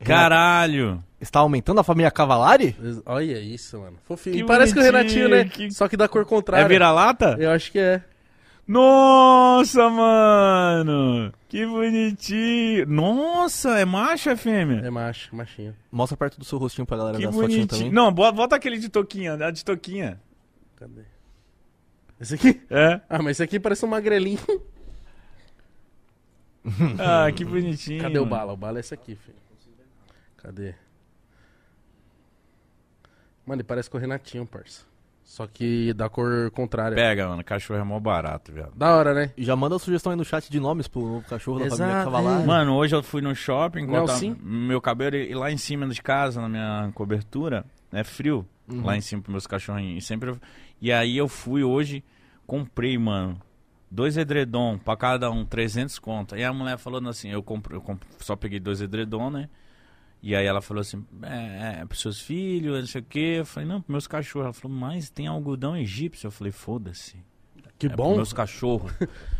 Speaker 1: Caralho!
Speaker 3: Está aumentando a família Cavalari?
Speaker 2: Eles- Olha isso, mano. Fofinho.
Speaker 1: Que
Speaker 2: E parece que o
Speaker 1: bonitinho,
Speaker 2: Renatinho, né?
Speaker 1: que-
Speaker 2: Só que da cor contrária.
Speaker 1: É vira-lata?
Speaker 2: Eu acho que é.
Speaker 1: Nossa, mano! Que bonitinho! Nossa, é macho, é fêmea?
Speaker 2: É macho, machinho.
Speaker 3: Mostra perto do seu rostinho pra galera
Speaker 1: que
Speaker 3: ver as fotinhas também.
Speaker 1: bonitinho. Não, bota, bota aquele de toquinha, a de toquinha.
Speaker 2: Cadê? Esse aqui?
Speaker 1: É?
Speaker 2: Ah, mas esse aqui parece um magrelinho.
Speaker 1: Ah, que bonitinho.
Speaker 2: Cadê o
Speaker 1: mano.
Speaker 2: bala? O bala é esse aqui, filho. Cadê? Mano, ele parece com o Renatinho, parça. Só que da cor contrária.
Speaker 1: Pega, mano, cachorro é mó barato, viado.
Speaker 2: Da hora, né?
Speaker 3: Já manda sugestão aí no chat de nomes pro novo cachorro da família
Speaker 2: Exato,
Speaker 3: Cavalari.
Speaker 1: Mano, hoje eu fui no shopping cortar
Speaker 2: Nelsinho?
Speaker 1: meu cabelo e e lá em cima de casa, na minha cobertura, é frio.
Speaker 2: Uhum.
Speaker 1: Lá em cima pros meus cachorrinhos. E, sempre eu- e aí eu fui hoje, comprei, mano, dois edredom pra cada um, 300 conto. E a mulher falando assim, eu, compro, eu comp- só peguei dois edredom, né? E aí ela falou assim, é, é pros seus filhos, não sei o quê. Eu falei, não, pros meus cachorros. Ela falou, mas tem algodão egípcio. Eu falei, foda-se.
Speaker 2: Que
Speaker 1: É pros
Speaker 2: bom.
Speaker 1: meus cachorros.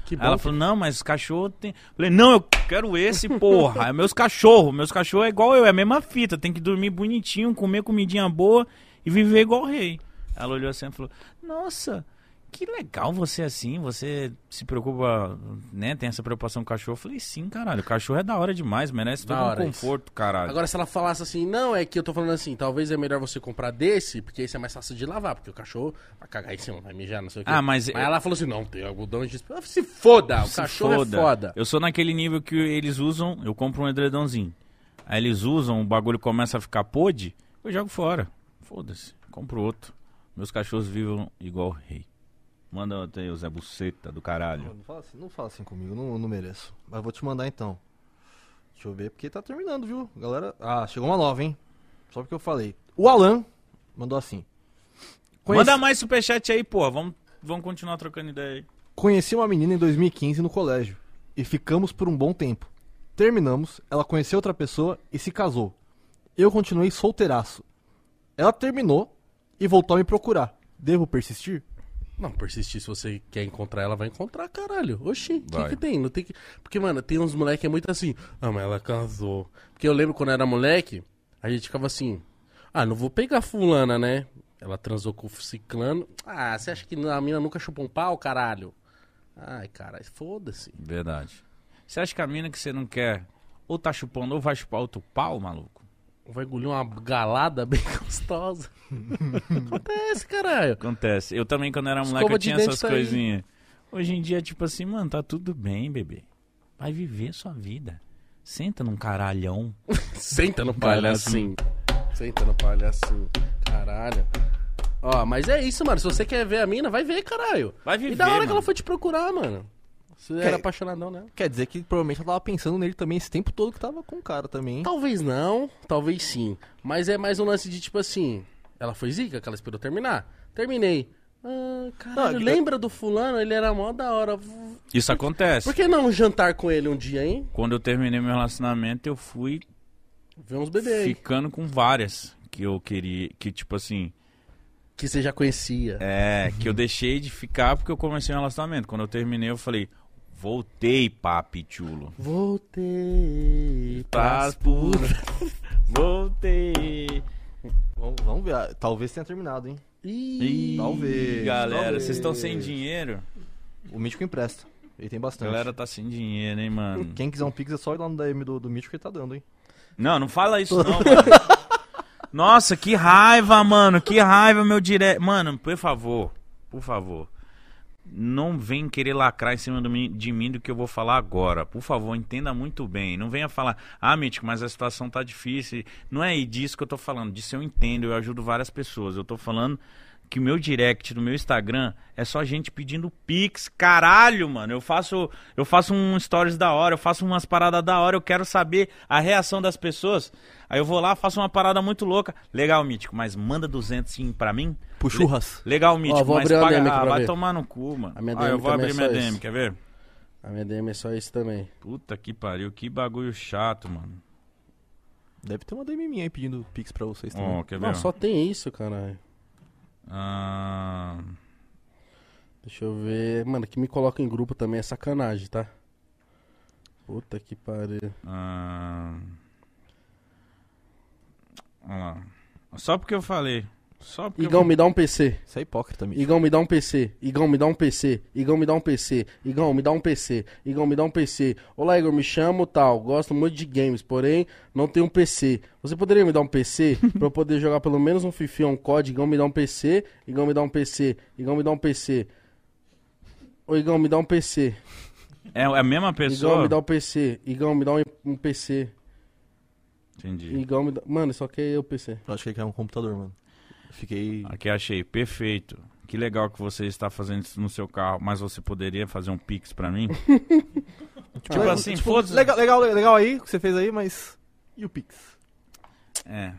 Speaker 2: Que bom.
Speaker 1: Aí ela falou, não, mas os cachorros tem. Falei, não, eu quero esse, porra. É meus cachorros. Meus cachorros é igual eu, é a mesma fita. Tem que dormir bonitinho, comer comidinha boa e viver igual rei. Ela olhou assim e falou, nossa, que legal você assim, você se preocupa, né? Tem essa preocupação com o cachorro. Eu falei, sim, caralho, o cachorro é da hora demais, merece todo
Speaker 2: Da
Speaker 1: um
Speaker 2: hora isso.
Speaker 1: conforto, caralho.
Speaker 2: Agora, se ela falasse assim, não, é que eu tô falando assim, talvez é melhor você comprar desse, porque esse é mais fácil de lavar, porque o cachorro vai cagar em cima, vai mijar, não sei o quê.
Speaker 1: Ah, mas-
Speaker 2: ela falou assim, não, tem algodão de... Ah, Se foda, o
Speaker 1: Se
Speaker 2: cachorro é foda.
Speaker 1: Eu sou naquele nível que eles usam, eu compro um edredãozinho. Aí eles usam, o bagulho começa a ficar podre, eu jogo fora. Foda-se, compro outro. Meus cachorros vivem igual rei. Manda até aí o Zé Buceta do caralho.
Speaker 3: Não fala assim, não fala assim comigo, não, não mereço. Mas vou te mandar então. Deixa eu ver, porque tá terminando, viu? Galera. Ah, chegou uma nova, hein? Só porque eu falei. O Alan mandou assim. Conheci,
Speaker 1: Manda mais superchat aí, porra. Vamos, vamos continuar trocando ideia aí.
Speaker 3: conheci uma menina em 2015 no colégio. E ficamos por um bom tempo. Terminamos, ela conheceu outra pessoa e se casou. Eu continuei solteiraço. Ela terminou e voltou a me procurar. Devo persistir?
Speaker 2: Não, persistir, se você quer encontrar ela, vai encontrar, caralho. Oxi, o que
Speaker 1: Vai.
Speaker 2: que tem? Não tem que... Porque, mano, tem uns moleque que é muito assim, ah, mas ela casou. Porque eu lembro quando eu era moleque, a gente ficava assim, ah, não vou pegar fulana, né? Ela transou com o ciclano. Ah, você acha que a mina nunca chupou um pau, caralho? Ai, caralho, foda-se.
Speaker 1: Verdade. Você acha que a mina que você não quer ou tá chupando ou vai chupar outro pau, maluco?
Speaker 2: Vai engolir uma galada bem gostosa. Acontece, caralho.
Speaker 1: Acontece. Eu também, quando era moleque,
Speaker 2: Escova
Speaker 1: eu
Speaker 2: de
Speaker 1: tinha
Speaker 2: dente
Speaker 1: essas
Speaker 2: tá aí.
Speaker 1: coisinhas. Hoje em dia, tipo assim, mano, tá tudo bem, bebê. Vai viver sua vida. Senta num caralhão.
Speaker 2: Senta no palhacinho. Senta no palhacinho. Caralho. Ó, mas é isso, mano. Se você quer ver a mina, vai ver, caralho.
Speaker 1: Vai
Speaker 2: E
Speaker 1: viver,
Speaker 2: da hora
Speaker 1: mano.
Speaker 2: que ela foi te procurar, mano. Você era
Speaker 3: Que-
Speaker 2: apaixonadão, né?
Speaker 3: Quer dizer que provavelmente ela tava pensando nele também esse tempo todo que tava com o cara também. hein?
Speaker 2: Talvez não, talvez sim. Mas é mais um lance de tipo assim. Ela foi zica, que ela esperou terminar. Terminei. Ah, caralho,
Speaker 3: Não, eu-
Speaker 2: lembra do fulano? Ele era mó da hora.
Speaker 1: Isso acontece.
Speaker 2: Por que não jantar com ele um dia, hein?
Speaker 1: Quando eu terminei meu relacionamento, eu fui
Speaker 2: Vê uns bebês aí.
Speaker 1: Ficando com várias que eu queria, que tipo assim,
Speaker 2: Que você já conhecia.
Speaker 1: é, que eu deixei de ficar porque eu comecei um relacionamento. Quando eu terminei, eu falei, voltei, papi chulo.
Speaker 2: Voltei.
Speaker 1: Paz pura. Voltei.
Speaker 3: Vamos, vamos ver. Ah, Talvez tenha terminado, hein?
Speaker 2: Ih,
Speaker 3: Talvez,
Speaker 1: Galera,
Speaker 3: talvez.
Speaker 1: vocês estão sem dinheiro?
Speaker 3: O Mítico empresta. Ele tem
Speaker 1: A
Speaker 3: bastante.
Speaker 1: galera tá sem dinheiro, hein, mano?
Speaker 3: Quem quiser um Pix é só ir lá no DM do, do Mítico que ele tá dando, hein?
Speaker 1: Não, não fala isso não, mano. Nossa, que raiva, mano. Que raiva, meu direto. Mano, por favor, por favor. Não vem querer lacrar em cima do mim- de mim do que eu vou falar agora. Por favor, entenda muito bem. Não venha falar, ah, Mítico, mas a situação tá difícil. Não é disso que eu tô falando. Disso eu entendo, eu ajudo várias pessoas. Eu tô falando que o meu direct do meu Instagram é só gente pedindo pix, caralho, mano. Eu faço, eu faço um stories da hora, eu faço umas paradas da hora, eu quero saber a reação das pessoas. Aí eu vou lá, faço uma parada muito louca. Legal, Mítico, mas manda 200 sim pra mim.
Speaker 3: Pro churras.
Speaker 1: Legal, Mítico,
Speaker 2: vou
Speaker 1: mas
Speaker 2: abrir uma
Speaker 1: paga,
Speaker 2: DM aqui
Speaker 1: ah,
Speaker 2: pra
Speaker 1: vai
Speaker 2: ver.
Speaker 1: tomar no cu, mano.
Speaker 2: A minha
Speaker 1: Ah,
Speaker 2: DM
Speaker 1: eu vou
Speaker 2: também
Speaker 1: abrir
Speaker 2: é
Speaker 1: minha
Speaker 2: só
Speaker 1: DM,
Speaker 2: isso.
Speaker 1: quer ver?
Speaker 2: A minha DM é só isso também.
Speaker 1: Puta que pariu, que bagulho chato, mano.
Speaker 3: Deve ter uma DM minha aí pedindo Pix pra vocês também.
Speaker 1: Ó, quer ver?
Speaker 2: Não,
Speaker 1: ó?
Speaker 2: só tem isso, caralho.
Speaker 1: Ah,
Speaker 2: Deixa eu ver. Mano, que me coloca em grupo também é sacanagem, tá? Puta que pariu.
Speaker 1: ah, olha lá. Só porque eu falei. Só porque eu
Speaker 2: Igão, me dá um PC.
Speaker 3: Isso é hipócrita, Mítico.
Speaker 2: Igão, me dá um PC. Igão, me dá um PC. Igão, me dá um PC. Igão, me dá um PC. Igão, me dá um PC. Olá, Igor, me chamo tal. Gosto muito de games, porém não tenho um PC. Você poderia me dar um PC pra eu poder jogar pelo menos um FIFA ou um COD? Igão, me dá um PC. Igão, me dá um PC. Igão, me dá um PC. Ô, Igão, me dá um PC.
Speaker 1: É a mesma
Speaker 2: Igão,
Speaker 1: pessoa?
Speaker 2: me dá um PC. Igão, me dá um, um PC. um-
Speaker 1: Entendi.
Speaker 2: Igão, me dá... Mano, só que é o PC.
Speaker 3: Eu acho que ele quer um computador, mano. Fiquei.
Speaker 1: Aqui achei, perfeito. Que legal que você está fazendo isso no seu carro, mas você poderia fazer um pix pra mim? tipo
Speaker 3: le-
Speaker 1: assim, foda-se.
Speaker 3: ah, legal, legal, legal aí o que você fez aí, mas. E o Pix?
Speaker 1: É.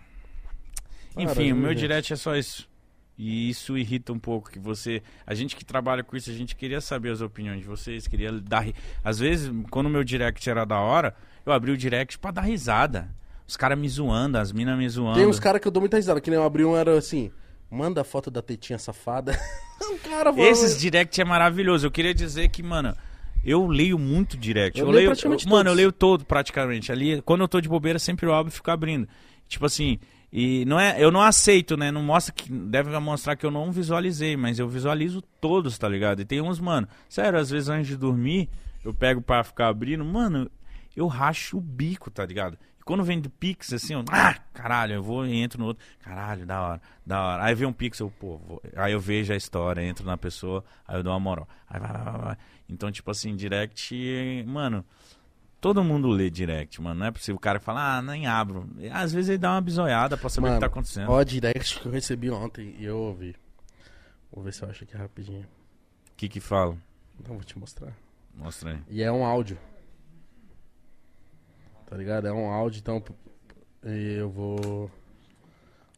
Speaker 2: Para,
Speaker 1: Enfim, o meu
Speaker 2: gente.
Speaker 1: direct é só isso. E isso irrita um pouco que você, a gente que trabalha com isso, a gente queria saber as opiniões de vocês, queria dar, ri- às vezes, quando o meu direct era da hora, eu abri o direct pra dar risada. Os caras me zoando, as minas me zoando.
Speaker 2: Tem uns caras que eu dou muita risada, que nem eu abri um, era assim... Manda a foto da tetinha safada. um cara falou-
Speaker 1: Esses direct é maravilhoso. Eu queria dizer que, mano, eu leio muito direct.
Speaker 2: Eu
Speaker 1: Eu,
Speaker 2: leio
Speaker 1: leio,
Speaker 2: praticamente
Speaker 1: eu- mano, eu
Speaker 2: todos.
Speaker 1: leio todo praticamente. Ali, quando eu tô de bobeira, sempre eu abro e fico abrindo. Tipo assim, e não é, eu não aceito, né? Não mostra que deve mostrar que eu não visualizei, mas eu visualizo todos, tá ligado? E tem uns, mano, sério, às vezes antes de dormir, eu pego pra ficar abrindo, mano, eu racho o bico, tá ligado? E quando vem do Pix, assim, eu, ah, caralho, eu vou e entro no outro, caralho, da hora, da hora. Aí vem um Pix, eu, pô, vou- aí eu vejo a história, entro na pessoa, aí eu dou uma moral. Aí vai, vai, vai, vai. Então, tipo assim, direct, eh, mano, todo mundo lê direct, mano. Não é possível o cara falar, ah, nem abro. Às vezes ele dá uma bisoiada pra saber o que
Speaker 2: Mano,
Speaker 1: tá acontecendo.
Speaker 2: Ó, a direct que eu recebi ontem e eu ouvi. Vou ver se eu acho aqui rapidinho.
Speaker 1: O que que fala?
Speaker 2: Não, vou te mostrar.
Speaker 1: Mostra aí.
Speaker 2: E é um áudio. Tá ligado? É um áudio, então. p- e eu vou.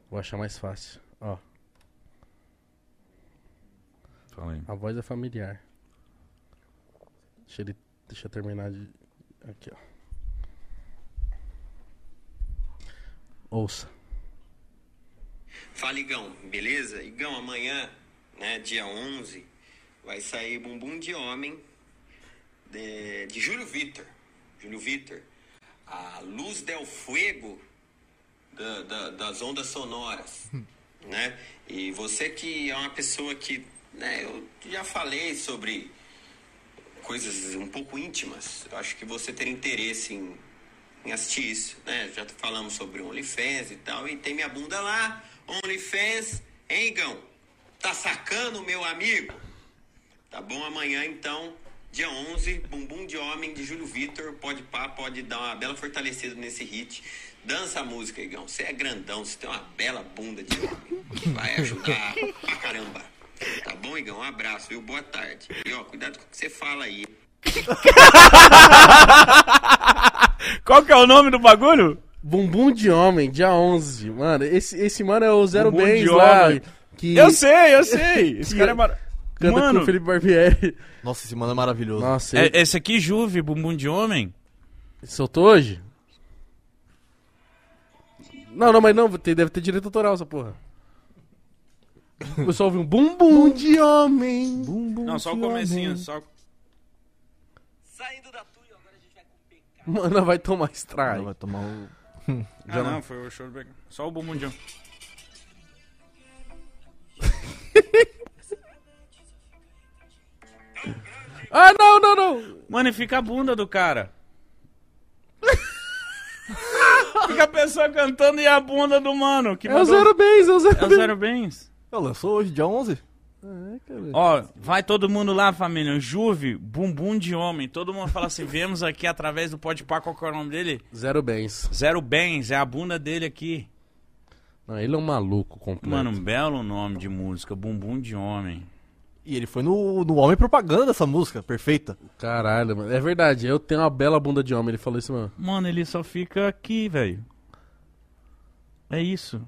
Speaker 2: Vou achar mais fácil. Ó,
Speaker 1: Fala aí.
Speaker 2: a voz é familiar. Deixa, ele, deixa eu terminar de. Aqui, ó. Ouça.
Speaker 4: Fala, Igão, beleza? Igão, amanhã, né, dia 11, vai sair Bumbum de Homem de, de Júlio Vitor. Júlio Vitor. A Luz del Fuego da- da- das ondas sonoras, né? E você que é uma pessoa que, né, eu já falei sobre coisas um pouco íntimas. Eu acho que você ter interesse em, em assistir isso, né? Já falamos sobre OnlyFans e tal, e tem minha bunda lá, OnlyFans, hein, Igão? Tá sacando, meu amigo? Tá bom, amanhã então, dia 11, Bumbum de Homem de Júlio Vitor, pode pá, pode dar uma bela fortalecida nesse hit. Dança a música, Igão. Você é grandão, você tem uma bela bunda de homem. Vai ajudar pra caramba. Tá bom, Igão? Um abraço, viu? Boa tarde. E ó, cuidado com o que você fala aí.
Speaker 1: Qual que é o nome do bagulho?
Speaker 2: Bumbum de Homem, dia 11. Mano, esse, esse mano é o Zero
Speaker 1: Bumbum
Speaker 2: Bens
Speaker 1: de
Speaker 2: lá.
Speaker 1: Homem.
Speaker 2: Que
Speaker 1: Eu sei, eu sei. Esse
Speaker 2: Que-
Speaker 1: cara é mara...
Speaker 2: Canta com
Speaker 1: Mano,
Speaker 2: o Felipe Barbieri.
Speaker 3: Nossa, esse mano é maravilhoso.
Speaker 2: Nossa, ele
Speaker 1: é- esse aqui, Juve, bumbum de homem.
Speaker 2: soltou hoje? Não, não, mas não, tem- deve ter direito autoral essa porra. Eu só ouvi um bum bum de homem.
Speaker 3: Bum, bum,
Speaker 1: Não, só o
Speaker 3: de
Speaker 1: comecinho, assim.
Speaker 3: homem.
Speaker 1: só...
Speaker 4: Saindo da Tuyo, agora a gente vai com pecado.
Speaker 2: Mano, vai tomar
Speaker 3: Ah,
Speaker 2: strike.
Speaker 3: vai tomar o...
Speaker 1: Ah, não, foi o show do Beckham. Só o bumbum de um.
Speaker 2: Ah, não, não, não.
Speaker 1: Mano, e fica a bunda do cara. fica a pessoa cantando e a bunda do mano. Que
Speaker 2: É o zero bens, é o zero
Speaker 1: É o
Speaker 2: bens.
Speaker 1: zero bens.
Speaker 3: Eu É, lançou hoje, dia 11. É,
Speaker 1: Ó, vai todo mundo lá, família. Juve, bumbum de homem. Todo mundo fala assim, vemos aqui através do Pode Par, qual que é o nome dele?
Speaker 2: Zero bens.
Speaker 1: Zero bens, é a bunda dele aqui.
Speaker 2: Não, ele é um maluco completo.
Speaker 1: Mano, um belo nome de música, bumbum de homem.
Speaker 3: E ele foi no, no homem propaganda dessa música, perfeita.
Speaker 2: Caralho, mano. É verdade, eu tenho uma bela bunda de homem, ele falou isso mesmo.
Speaker 1: Mano, ele só fica aqui, velho. É isso.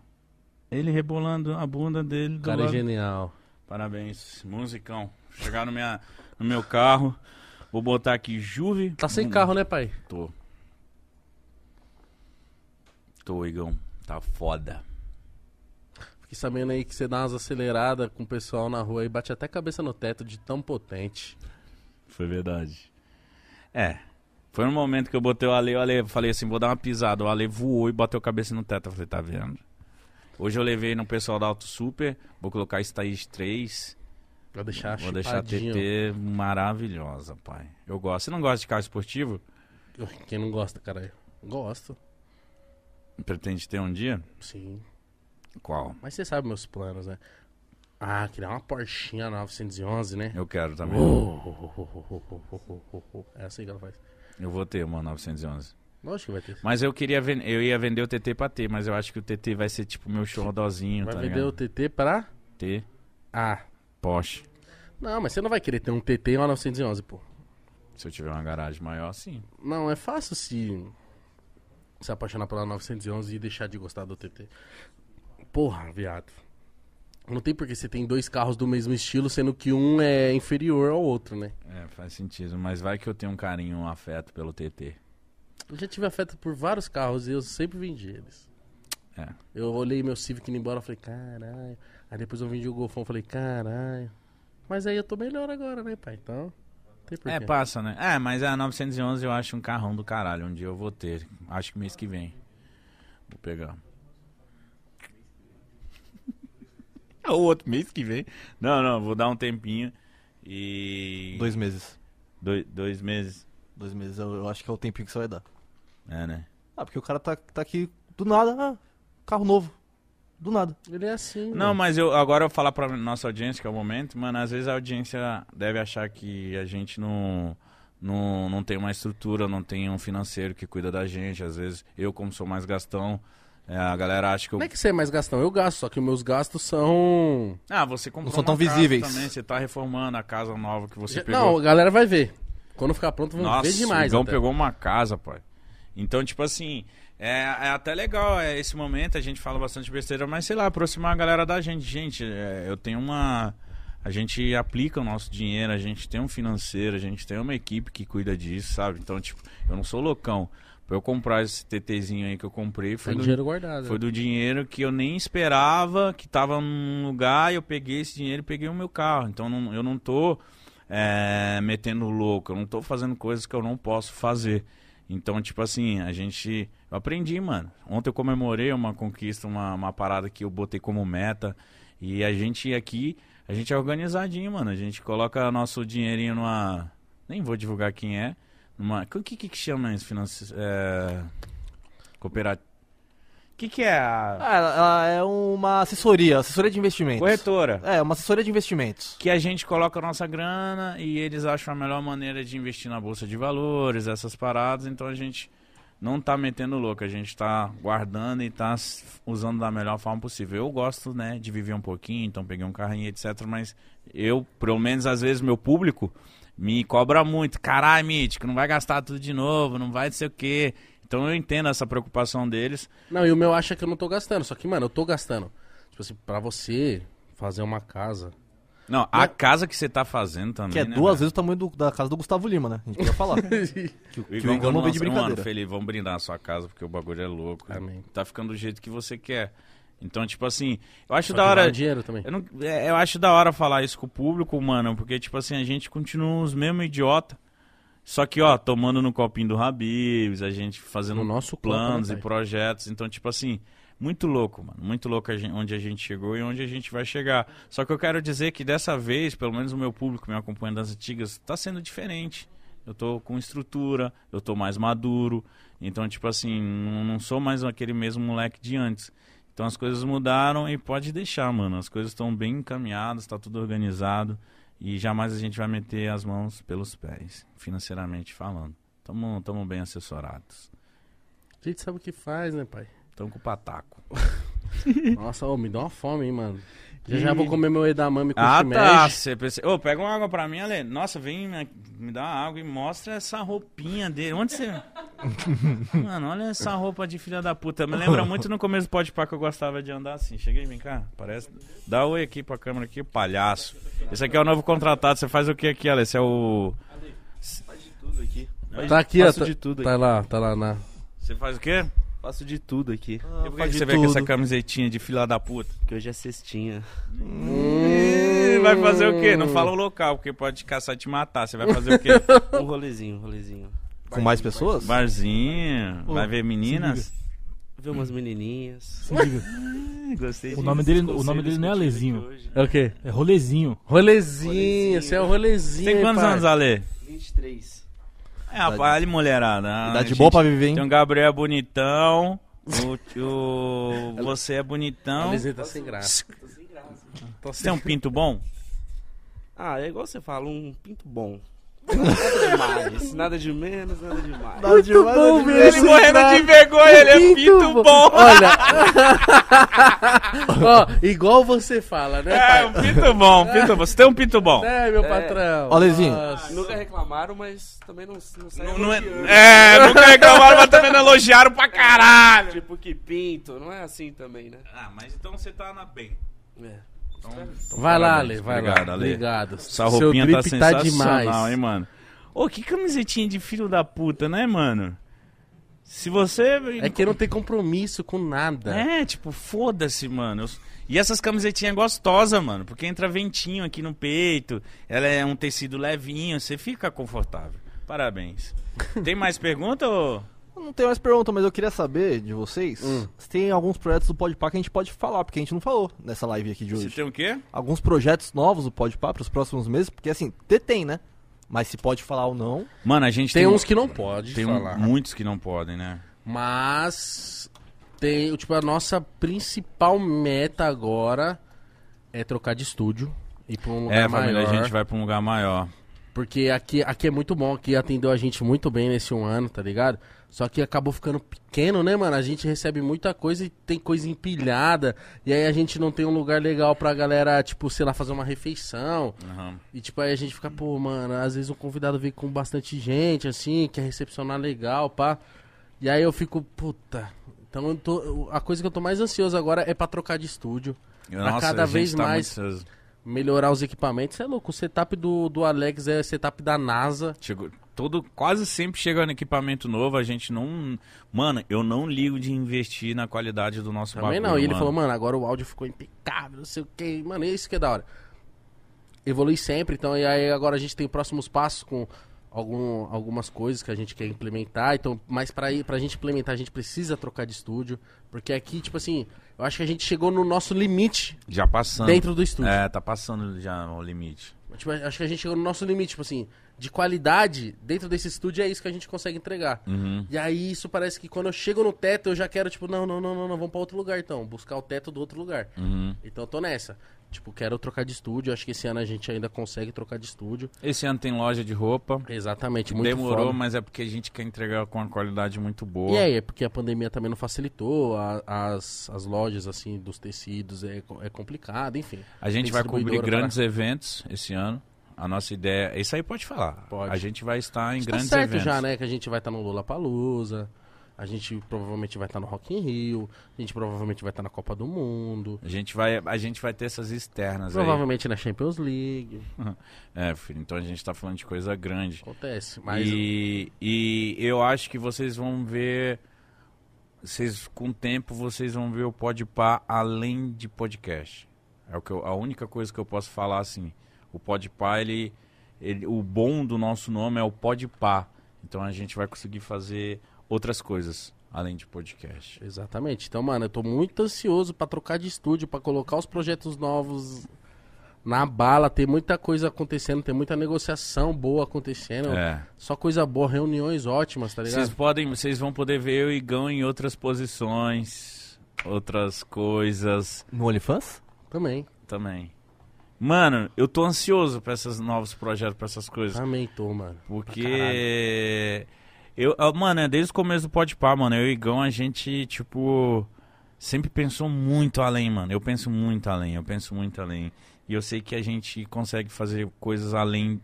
Speaker 1: Ele rebolando a bunda dele
Speaker 2: O
Speaker 1: do
Speaker 2: cara é
Speaker 1: lado.
Speaker 2: genial.
Speaker 1: Parabéns, musicão. Chegar no, minha, no meu carro, vou botar aqui Juve.
Speaker 2: Tá sem carro, né, pai?
Speaker 1: Tô. Tô, Igão. Tá foda.
Speaker 2: Fiquei sabendo aí que você dá umas aceleradas com o pessoal na rua e bate até cabeça no teto de tão potente.
Speaker 1: Foi verdade. É. Foi no momento que eu botei o Ale, o Ale, falei assim, vou dar uma pisada. O Ale voou e bateu a cabeça no teto. Eu falei, tá vendo? Hoje eu levei no pessoal da Auto Super, vou colocar Stage 3.
Speaker 2: Vou deixar
Speaker 1: Vou deixar a
Speaker 2: chupadinho.
Speaker 1: TT maravilhosa, pai. Eu gosto. Você não gosta de carro esportivo?
Speaker 2: Quem não gosta, caralho? Gosto,
Speaker 1: Pretende ter um dia?
Speaker 2: sim.
Speaker 1: Qual?
Speaker 2: Mas você sabe meus planos, né? Ah, criar uma Porschinha 911, né?
Speaker 1: Eu quero também.
Speaker 2: É assim que ela faz.
Speaker 1: Eu vou ter uma 911.
Speaker 2: Lógico que vai ter.
Speaker 1: Mas eu queria ven- eu ia vender o TT pra ter, mas eu acho que o TT vai ser tipo meu chorrodozinho,
Speaker 2: Vai
Speaker 1: tá
Speaker 2: vender
Speaker 1: ligado?
Speaker 2: o TT pra...
Speaker 1: T,
Speaker 2: Ah.
Speaker 1: Porsche.
Speaker 2: Não, mas você não vai querer ter um TT e uma 911, pô.
Speaker 1: Se eu tiver uma garagem maior, sim.
Speaker 2: Não, é fácil se se apaixonar pela 911 e deixar de gostar do TT. Porra, viado. Não tem porque você tem dois carros do mesmo estilo, sendo que um é inferior ao outro, né?
Speaker 1: É, faz sentido. Mas vai que eu tenho um carinho, um afeto pelo TT.
Speaker 2: Eu já tive afeto por vários carros e eu sempre vendi eles.
Speaker 1: É.
Speaker 2: Eu olhei meu Civic indo embora, falei, caralho. Aí depois eu vendi o Golfão, falei, caralho. Mas aí eu tô melhor agora, né, pai? Então, não tem porquê.
Speaker 1: É, passa, né? É, mas a 911 eu acho um carrão do caralho. Um dia eu vou ter. Acho que mês que vem. Vou pegar. É o outro mês que vem? Não, não, vou dar um tempinho. E.
Speaker 3: Dois meses.
Speaker 1: Doi- dois meses.
Speaker 3: Dois meses, eu, eu acho que é o tempinho que você vai dar.
Speaker 1: É, né?
Speaker 3: Ah, porque o cara tá, tá aqui do nada, ah, carro novo. Do nada.
Speaker 2: Ele é assim,
Speaker 1: Não,
Speaker 2: mano.
Speaker 1: mas eu agora eu vou falar pra nossa audiência, que é o momento, mano, às vezes a audiência deve achar que a gente não, não, não tem uma estrutura, não tem um financeiro que cuida da gente. Às vezes, eu, como sou mais gastão, é, a galera acha que eu.
Speaker 2: Não é que você é mais gastão, eu gasto, só que meus gastos são.
Speaker 1: Ah, você comprou
Speaker 3: Não são
Speaker 1: uma
Speaker 3: tão
Speaker 1: casa
Speaker 3: visíveis.
Speaker 1: também, você tá reformando a casa nova que você
Speaker 2: Já-
Speaker 1: pegou.
Speaker 2: Não, a galera vai ver. Quando ficar pronto, vão
Speaker 1: Nossa,
Speaker 2: ver demais.
Speaker 1: o Igão
Speaker 2: até.
Speaker 1: pegou uma casa, pai. Então, tipo assim, é, é até legal é, esse momento, a gente fala bastante besteira, mas sei lá, aproximar a galera da gente. Gente, é, eu tenho uma. A gente aplica o nosso dinheiro, a gente tem um financeiro, a gente tem uma equipe que cuida disso, sabe? Então, tipo, eu não sou loucão. Pra eu comprar esse TTzinho aí que eu comprei,
Speaker 2: Foi
Speaker 1: foi
Speaker 2: um
Speaker 1: do,
Speaker 2: dinheiro guardado.
Speaker 1: foi do dinheiro que eu nem esperava, que tava num lugar, e eu peguei esse dinheiro e peguei o meu carro. Então não- eu não tô é, metendo louco, eu não tô fazendo coisas que eu não posso fazer. Então, tipo assim, a gente. Eu aprendi, mano. Ontem eu comemorei uma conquista, uma, uma parada que eu botei como meta. E a gente aqui, a gente é organizadinho, mano. A gente coloca nosso dinheirinho numa. Nem vou divulgar quem é. Numa. O que que, que chama isso? Finance... É... Cooperativa. O que, que é a.
Speaker 3: Ah, ela, ela é uma assessoria, assessoria de investimentos.
Speaker 1: Corretora.
Speaker 3: É, uma assessoria de investimentos.
Speaker 1: Que a gente coloca a nossa grana e eles acham a melhor maneira de investir na bolsa de valores, essas paradas. Então a gente não tá metendo louco, a gente tá guardando e tá s- usando da melhor forma possível. Eu gosto, né, de viver um pouquinho, então peguei um carrinho, etc. Mas eu, pelo menos às vezes, meu público me cobra muito. Caralho, Mítico, não vai gastar tudo de novo, não vai não sei o quê. Então eu entendo essa preocupação deles.
Speaker 2: Não, e o meu acha que eu não tô gastando. Só que, mano, eu tô gastando. Tipo assim, pra você fazer uma casa,
Speaker 1: Não, a casa que você tá fazendo também.
Speaker 3: Que é
Speaker 1: né,
Speaker 3: duas
Speaker 1: velho?
Speaker 3: vezes o tamanho do- da casa do Gustavo Lima, né? A gente queria falar. que, o- que
Speaker 1: O
Speaker 3: o
Speaker 1: Igão
Speaker 3: Igão
Speaker 1: falou,
Speaker 3: não veio
Speaker 1: "Nossa,
Speaker 3: de brincadeira.
Speaker 1: um Mano, Felipe, vamos brindar a sua casa porque o bagulho é louco.
Speaker 2: Amém.
Speaker 1: Tá ficando do jeito que você quer. Então, tipo assim, eu acho
Speaker 2: Só
Speaker 1: da
Speaker 2: que
Speaker 1: hora.
Speaker 2: vale dinheiro também.
Speaker 1: Eu, não- é, eu acho da hora falar isso com o público, mano, porque, tipo assim, a gente continua os mesmos idiota. Só que, ó, tomando no copinho do Habibs, a gente fazendo
Speaker 2: No nosso copo,
Speaker 1: planos
Speaker 2: né,
Speaker 1: e
Speaker 2: pai?
Speaker 1: projetos. Então, tipo assim, muito louco, mano. Muito louco a gen- onde a gente chegou e onde a gente vai chegar. Só que eu quero dizer que dessa vez, pelo menos o meu público, me acompanhando das antigas, tá sendo diferente. Eu tô com estrutura, eu tô mais maduro. Então, tipo assim, não não sou mais aquele mesmo moleque de antes. Então as coisas mudaram e pode deixar, mano. As coisas estão bem encaminhadas, tá tudo organizado. E jamais a gente vai meter as mãos pelos pés, financeiramente falando. Tamo, tamo bem assessorados.
Speaker 2: A gente sabe o que faz, né, pai?
Speaker 1: Tamo com o pataco.
Speaker 2: Nossa, ô, me dá uma fome, hein, mano. Já já vou comer meu edamame com
Speaker 1: Ah, tá.
Speaker 2: shimeji.
Speaker 1: Você perce... Ô, pega uma água pra mim, Ale. Nossa, vem me, me dá uma água e mostra essa roupinha dele. Onde você. Mano, olha essa roupa de filha da puta. Me lembra muito no começo do podpar que eu gostava de andar assim. Cheguei, vem cá. Parece. Dá oi aqui pra câmera aqui, palhaço. Esse aqui é o novo contratado. Você faz o que aqui, Ale? Esse é o.
Speaker 5: Faz de tudo aqui.
Speaker 2: Tá aqui, ó.
Speaker 5: Faço
Speaker 2: Tá,
Speaker 5: de tudo
Speaker 2: tá lá, tá lá na.
Speaker 1: Você faz o quê?
Speaker 5: Faço de tudo aqui.
Speaker 1: E por que que você veio com essa camisetinha de filha da puta?
Speaker 5: Porque hoje é cestinha.
Speaker 1: Ih, Vai fazer o quê? Não fala o local, porque pode caçar e te matar. Você vai fazer o quê?
Speaker 5: Um rolezinho, um rolezinho.
Speaker 3: Com mais pessoas?
Speaker 1: Barzinho, vai ver meninas?
Speaker 5: Ver umas menininhas. Ih, Gostei
Speaker 6: O nome dele, o nome dele não é Alezinho,
Speaker 2: É o quê?
Speaker 6: é Rolezinho.
Speaker 2: Rolezinho, você é o rolezinho.
Speaker 1: Tem quantos
Speaker 2: pai.
Speaker 1: anos, Ale?
Speaker 5: 23.
Speaker 1: É, rapaz, mulherada. Ah,
Speaker 3: Dá de
Speaker 1: gente,
Speaker 3: boa pra viver,
Speaker 1: Tem
Speaker 3: hein?
Speaker 1: o Gabriel bonitão, o, o- você é bonitão.
Speaker 2: Rolezinho tá sem
Speaker 3: é
Speaker 2: graça.
Speaker 1: Você tem um pinto bom?
Speaker 5: Ah, é igual você fala, um pinto bom. Nada demais, nada de menos, nada
Speaker 1: um
Speaker 5: demais.
Speaker 3: Muito bom
Speaker 1: Ele morrendo de vergonha, ele é pinto bom.
Speaker 2: Olha. Ó, igual você fala, né,
Speaker 1: É,
Speaker 2: pai?
Speaker 1: um pinto bom, um pinto bom. Você tem um pinto bom.
Speaker 2: É, meu patrão.
Speaker 3: Ó, Lezinho.
Speaker 2: Nossa.
Speaker 5: Nunca reclamaram, mas também não, não saiu
Speaker 1: Não- não é,
Speaker 5: elogiando.
Speaker 1: é, nunca reclamaram, mas também não elogiaram pra caralho.
Speaker 5: Tipo que pinto, não é assim também, né?
Speaker 1: Ah, mas então você tá na bem.
Speaker 5: É.
Speaker 2: Vai lá, Ale, vai
Speaker 1: Obrigado,
Speaker 2: lá.
Speaker 1: Ale.
Speaker 2: Obrigado.
Speaker 1: Essa roupinha tá
Speaker 2: drip
Speaker 1: sensacional, hein, mano? Ô, que camisetinha de filho da puta, né, mano? Se você...
Speaker 2: É que não tem compromisso com nada.
Speaker 1: É, tipo, foda-se, mano. Eu- E essas camisetinhas gostosas, mano, porque entra ventinho aqui no peito, ela é um tecido levinho, você fica confortável. Parabéns. Tem mais pergunta ou...
Speaker 3: Não tenho mais pergunta, mas eu queria saber de vocês se tem alguns projetos do Podpah que a gente pode falar, porque a gente não falou nessa live aqui de
Speaker 1: Você
Speaker 3: hoje.
Speaker 1: tem o quê?
Speaker 3: Alguns projetos novos do Podpah para os próximos meses, porque assim, ter tem, né? Mas se pode falar ou não,
Speaker 1: Mano, a gente tem...
Speaker 2: Tem uns que não pode
Speaker 1: Tem um-
Speaker 2: falar.
Speaker 1: muitos que não podem, né?
Speaker 2: Mas tem, tipo, a nossa principal meta agora é trocar de estúdio. Ir pra um lugar
Speaker 1: é,
Speaker 2: maior.
Speaker 1: família, a gente vai pra um lugar maior.
Speaker 2: Porque aqui, aqui é muito bom, aqui atendeu a gente muito bem nesse um ano, tá ligado? Só que acabou ficando pequeno, né, mano? A gente recebe muita coisa e tem coisa empilhada. E aí a gente não tem um lugar legal pra galera, tipo, sei lá, fazer uma refeição.
Speaker 1: Aham.
Speaker 2: E tipo, aí a gente fica, pô, mano, às vezes um convidado vem com bastante gente, assim, quer recepcionar legal, pá. E aí eu fico, puta. Então eu tô, eu- a coisa que eu tô mais ansioso agora é pra trocar de estúdio,
Speaker 1: Nossa,
Speaker 2: cada
Speaker 1: a gente
Speaker 2: vez
Speaker 1: tá
Speaker 2: mais-
Speaker 1: muito-
Speaker 2: melhorar os equipamentos. Você é louco, o setup do, do Alex é setup da NASA.
Speaker 1: Chegou, todo, quase sempre chegando equipamento novo, a gente não. Mano, eu não ligo de investir na qualidade do nosso
Speaker 2: Também
Speaker 1: bagulho.
Speaker 2: não. E ele
Speaker 1: mano.
Speaker 2: falou, mano, agora o áudio ficou impecável, não sei o que. Mano, é isso que é da hora. Evolui sempre, então, e aí agora a gente tem próximos passos com algum, algumas coisas que a gente quer implementar. Então, mas pra, ir, pra gente implementar, a gente precisa trocar de estúdio. Porque aqui, tipo assim, eu acho que a gente chegou no nosso limite
Speaker 1: Já passando.
Speaker 2: dentro do estúdio.
Speaker 1: É, tá passando já o limite.
Speaker 2: Tipo, acho que a gente chegou no nosso limite, tipo assim, de qualidade, dentro desse estúdio é isso que a gente consegue entregar.
Speaker 1: Uhum.
Speaker 2: E aí isso parece que quando eu chego no teto, eu já quero, tipo, não, não, não, não, não, vamos pra outro lugar então, buscar o teto do outro lugar.
Speaker 1: Uhum.
Speaker 2: Então eu tô nessa. Tipo, quero trocar de estúdio. Acho que esse ano a gente ainda consegue trocar de estúdio.
Speaker 1: Esse ano tem loja de roupa.
Speaker 2: Exatamente, muito
Speaker 1: Demorou,
Speaker 2: foda.
Speaker 1: mas é porque a gente quer entregar com uma qualidade muito boa.
Speaker 2: E aí, é porque a pandemia também não facilitou, a- as, as lojas, assim, dos tecidos, é, co- é complicado, enfim.
Speaker 1: A gente
Speaker 2: Tem
Speaker 1: vai cobrir
Speaker 2: distribuidora,
Speaker 1: grandes eventos esse ano. A nossa ideia. Isso aí pode falar.
Speaker 2: Pode.
Speaker 1: A gente vai estar em
Speaker 2: Isso tá
Speaker 1: grandes
Speaker 2: certo
Speaker 1: eventos.
Speaker 2: já, né, que a gente vai estar no Lula Palusa, tá A gente provavelmente vai estar no Rock in Rio, a gente provavelmente vai estar na Copa do Mundo,
Speaker 1: A gente vai, a gente vai ter essas externas aí.
Speaker 2: provavelmente na Champions League.
Speaker 1: É, filho, então a gente tá falando de coisa grande.
Speaker 2: Acontece, mas
Speaker 1: e, e eu acho que vocês vão ver. Vocês, com o tempo, vocês vão ver o Podpah além de podcast. É o que eu- a única coisa que eu posso falar assim. O Podpah, ele, ele. O bom do nosso nome é o Podpah. Então a gente vai conseguir fazer outras coisas além de podcast.
Speaker 2: Exatamente. Então, mano, eu tô muito ansioso pra trocar de estúdio, pra colocar os projetos novos na bala. Tem muita coisa acontecendo, tem muita negociação boa acontecendo.
Speaker 1: É.
Speaker 2: Só coisa boa, reuniões ótimas, tá ligado?
Speaker 1: Vocês podem, vocês vão poder ver eu e Gão em outras posições, outras coisas
Speaker 3: No OnlyFans?
Speaker 2: Também.
Speaker 1: também. Mano, eu tô ansioso pra esses novos projetos, pra essas coisas,
Speaker 2: Também tô, mano.
Speaker 1: porque eu, ah, mano, é desde o começo do Podpah, mano, eu e Gão a gente tipo sempre pensou muito além, mano. Eu penso muito além, eu penso muito além. E eu sei que a gente consegue fazer coisas além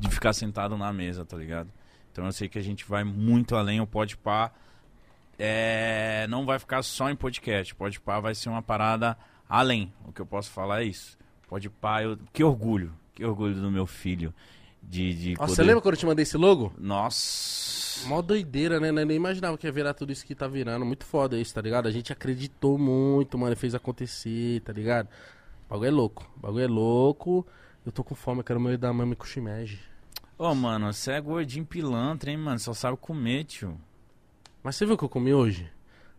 Speaker 1: de ficar sentado na mesa, tá ligado? Então eu sei que a gente vai muito além. O Podpah é, não vai ficar só em podcast. O Podpah vai ser uma parada além. O que eu posso falar é isso. Podpah, eu... que orgulho. Que orgulho do meu filho. De, de
Speaker 2: Nossa, você
Speaker 1: poder-
Speaker 2: lembra quando eu te mandei esse logo?
Speaker 1: Nossa.
Speaker 2: Mó doideira, né? Eu nem imaginava que ia virar tudo isso que tá virando. Muito foda isso, tá ligado? A gente acreditou muito, mano, e fez acontecer, tá ligado? O bagulho é louco. O bagulho é louco. Eu tô com fome, eu quero meu da mami com shimeji.
Speaker 1: Ô, mano, você é gordinho pilantra, hein, mano? Só sabe comer, tio.
Speaker 2: Mas você viu o que eu comi hoje?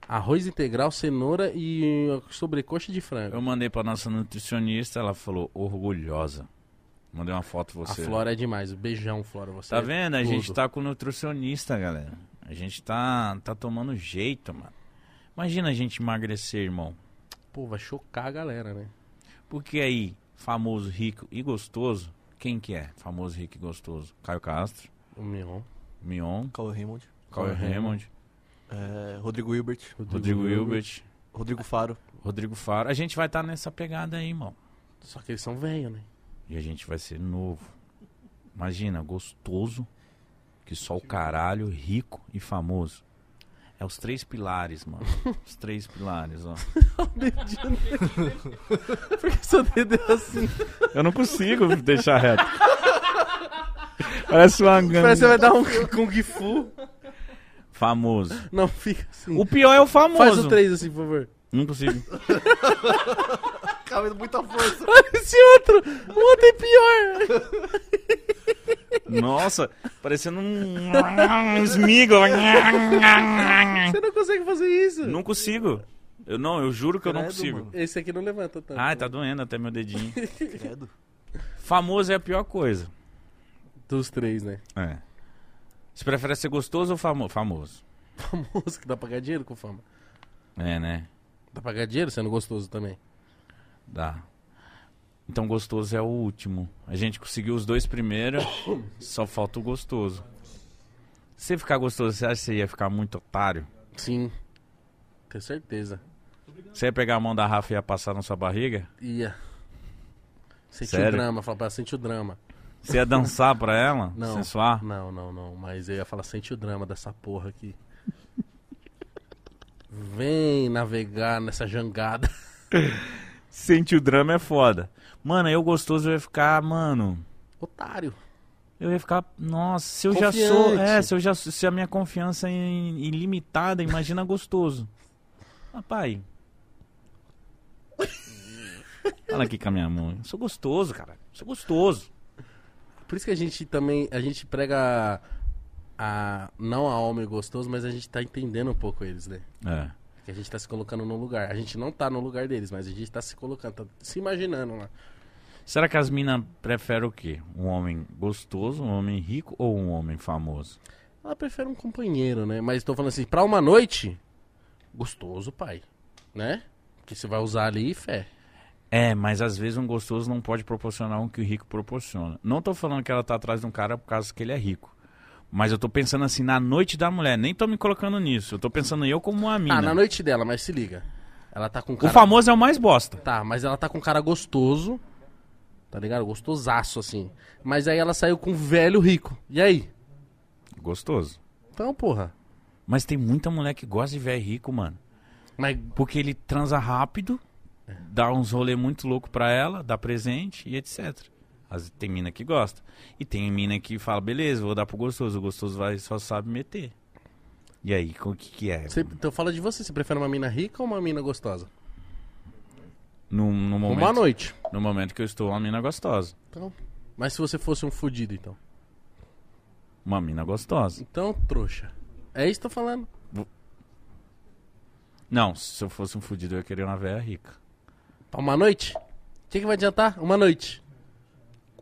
Speaker 2: Arroz integral, cenoura e sobrecoxa de frango.
Speaker 1: Eu mandei pra nossa nutricionista, ela falou orgulhosa. Mandei uma foto pra
Speaker 2: A
Speaker 1: você.
Speaker 2: Flora é demais. Beijão, Flora. Você
Speaker 1: Tá
Speaker 2: é
Speaker 1: vendo? A gente
Speaker 2: tudo.
Speaker 1: tá com nutricionista, galera. A gente tá, tá tomando jeito, mano. Imagina a gente emagrecer, irmão.
Speaker 2: Pô, vai chocar a galera, né?
Speaker 1: Porque aí, famoso, rico e gostoso, quem que é famoso, rico e gostoso? Caio Castro,
Speaker 2: O Mion.
Speaker 1: Mion,
Speaker 3: Cauê Raymond.
Speaker 1: Caio Raymond,
Speaker 3: É, Rodrigo Hilbert.
Speaker 1: Rodrigo Hilbert,
Speaker 3: Rodrigo Faro.
Speaker 1: Rodrigo Faro. A gente vai estar nessa pegada aí, irmão.
Speaker 2: Só que eles são velhos, né?
Speaker 1: E a gente vai ser novo. Imagina, gostoso, que só o caralho, rico e famoso. É os três pilares, mano. Os três pilares, ó.
Speaker 2: Porque seu dedo é assim.
Speaker 1: Eu não consigo deixar reto. Parece uma
Speaker 2: Parece que vai dar um Kung Fu.
Speaker 1: Famoso.
Speaker 2: Não, fica assim.
Speaker 1: O pior é o famoso.
Speaker 2: Faz o 3 assim, por favor.
Speaker 1: Não consigo.
Speaker 3: Cara, Tá muita força.
Speaker 2: Esse outro! O outro é pior!
Speaker 1: Nossa, parecendo um, um esmigo.
Speaker 2: Você não consegue fazer isso.
Speaker 1: não consigo. Eu não, eu juro que eu não
Speaker 3: Credo,
Speaker 1: consigo.
Speaker 3: mano.
Speaker 2: Esse aqui não levanta tanto.
Speaker 1: Ai, tá doendo até meu dedinho.
Speaker 3: Credo.
Speaker 1: Famoso é a pior coisa.
Speaker 2: Dos três, né?
Speaker 1: É. Você prefere ser gostoso ou famo famoso?
Speaker 2: Famoso que dá pra ganhar dinheiro com fama.
Speaker 1: É, né?
Speaker 2: Dá pra ganhar dinheiro sendo gostoso também.
Speaker 1: Dá. Então gostoso é o último. A gente conseguiu os dois primeiros, só falta o gostoso. Se ficar gostoso, você acha que você ia ficar muito otário?
Speaker 2: Sim. Tenho certeza.
Speaker 1: Você ia pegar a mão da Rafa e ia passar na sua barriga?
Speaker 2: Ia. Senti o
Speaker 1: Sério?
Speaker 2: drama, fala pra ela, sente o drama.
Speaker 1: Você ia dançar pra ela?
Speaker 2: Não.
Speaker 1: Sensuar?
Speaker 2: Não, não, não. Mas eu ia falar, sente o drama dessa porra aqui. Vem navegar nessa jangada.
Speaker 1: Sentir o drama é foda. Mano, eu gostoso eu ia ficar, mano.
Speaker 2: Otário.
Speaker 1: Eu ia ficar, nossa, se eu já sou,
Speaker 2: Confiante.
Speaker 1: é, se eu já sou- se a minha confiança é in- ilimitada, imagina gostoso. Ah, pai. Fala aqui com a minha mão. Eu sou gostoso, cara. Eu Sou gostoso.
Speaker 2: Por isso que a gente também, a gente prega a, não a homem gostoso, mas a gente tá entendendo um pouco eles, né?
Speaker 1: É.
Speaker 2: Que a gente tá se colocando no lugar. A gente não tá no lugar deles, mas a gente tá se colocando, tá se imaginando lá.
Speaker 1: Será que as minas preferem o quê? Um homem gostoso, um homem rico ou um homem famoso?
Speaker 2: Ela prefere um companheiro, né? Mas tô falando assim, pra uma noite, gostoso, pai. Né? Que você vai usar ali, fé.
Speaker 1: É, mas às vezes um gostoso não pode proporcionar o que o rico proporciona. Não tô falando que ela tá atrás de um cara por causa que ele é rico. Mas eu tô pensando assim, na noite da mulher. Nem tô me colocando nisso. Eu tô pensando eu como uma mina.
Speaker 2: Ah, na noite dela, mas se liga. Ela tá com um
Speaker 1: O
Speaker 2: cara.
Speaker 1: famoso é o mais bosta.
Speaker 2: Tá, mas ela tá com um cara gostoso. Tá ligado? Gostosaço, assim. Mas aí ela saiu com um velho rico. E aí?
Speaker 1: Gostoso.
Speaker 2: Então, porra.
Speaker 1: Mas tem muita mulher que gosta de velho rico, mano.
Speaker 2: Mas
Speaker 1: Porque ele transa rápido,
Speaker 2: É.
Speaker 1: dá uns rolê muito louco pra ela, dá presente e etc. As, tem mina que gosta. E tem mina que fala, beleza, vou dar pro gostoso. O gostoso vai só sabe meter. E aí, o que que é?
Speaker 2: você, então fala de você, você prefere uma mina rica ou uma mina gostosa?
Speaker 1: No, no momento,
Speaker 2: Uma noite.
Speaker 1: No momento que eu estou, uma mina gostosa.
Speaker 2: Então, mas se você fosse um fudido, então.
Speaker 1: Uma mina gostosa.
Speaker 2: Então, trouxa. É isso que eu tô falando.
Speaker 1: Não, se eu fosse um fudido, eu ia querer uma velha rica.
Speaker 2: Pra Tá uma noite? O que, que vai adiantar? Uma noite.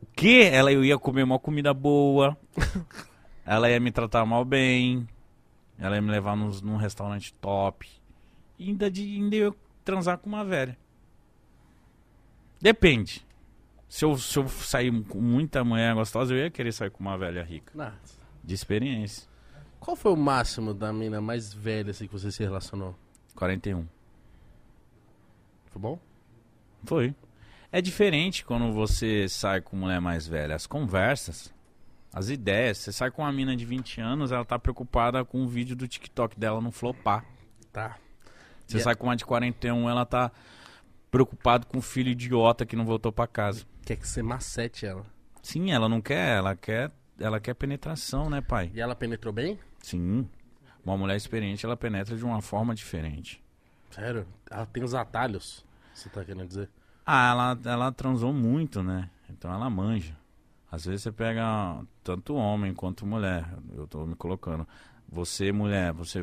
Speaker 1: O quê? Ela eu ia comer uma comida boa. ela ia me tratar mal bem. Ela ia me levar nos, num restaurante top. E ainda, de, ainda eu transar com uma velha. Depende. Se eu, se eu sair com muita mulher gostosa, eu ia querer sair com uma velha rica.
Speaker 2: Ah,
Speaker 1: De experiência.
Speaker 2: Qual foi o máximo da mina mais velha assim, que você se relacionou?
Speaker 1: 41.
Speaker 2: Foi bom?
Speaker 1: Foi. É diferente quando você sai com mulher mais velha. As conversas, as ideias. Você sai com uma mina de 20 anos, ela tá preocupada com o vídeo do TikTok dela não flopar.
Speaker 2: Tá.
Speaker 1: Você
Speaker 2: Yeah.
Speaker 1: sai com uma de 41, ela tá preocupada com o filho idiota que não voltou pra casa.
Speaker 2: Quer que você macete ela.
Speaker 1: Sim, ela não quer, ela quer, ela quer penetração, né, pai?
Speaker 2: E ela penetrou bem?
Speaker 1: Sim. Uma mulher experiente, ela penetra de uma forma diferente.
Speaker 2: Sério? Ela tem os atalhos, você tá querendo dizer?
Speaker 1: Ah, ela, ela transou muito, né? Então ela manja. Às vezes você pega tanto homem quanto mulher. Eu tô me colocando. Você, mulher, você.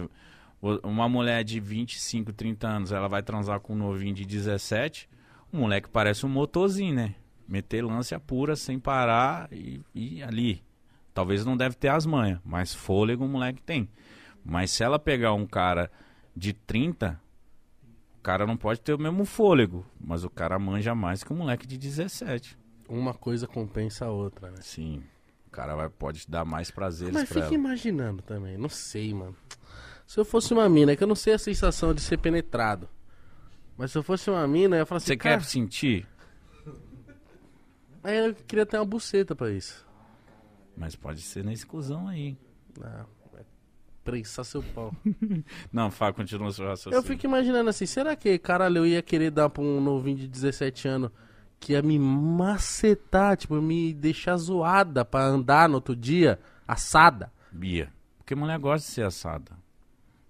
Speaker 1: vo- Uma mulher de 25, 30 anos, ela vai transar com um novinho de 17. Um moleque parece um motorzinho, né? Meter lance a pura sem parar e, e ali. Talvez não deve ter as manhas, mas fôlego o moleque tem. Mas se ela pegar um cara de 30, o cara não pode ter o mesmo fôlego, mas o cara manja mais que um moleque de 17.
Speaker 2: Uma coisa compensa a outra, né?
Speaker 1: Sim. O cara vai, pode te dar mais prazeres
Speaker 2: Mas
Speaker 1: pra
Speaker 2: fica
Speaker 1: ela.
Speaker 2: imaginando também, não sei, mano. Se eu fosse uma mina, é que eu não sei a sensação de ser penetrado. Mas se eu fosse uma mina, eu ia falar assim,
Speaker 1: Você
Speaker 2: cara,
Speaker 1: quer sentir?
Speaker 2: aí eu queria ter uma buceta pra isso.
Speaker 1: Mas pode ser na exclusão aí.
Speaker 2: Ah, vai prensar seu pau.
Speaker 1: Não, Fá, continua o seu raciocínio.
Speaker 2: Eu fico imaginando assim, será que, caralho, eu ia querer dar pra um novinho de 17 anos que ia me macetar, tipo, me deixar zoada pra andar no outro dia, assada?
Speaker 1: Bia. Porque mulher gosta de ser assada.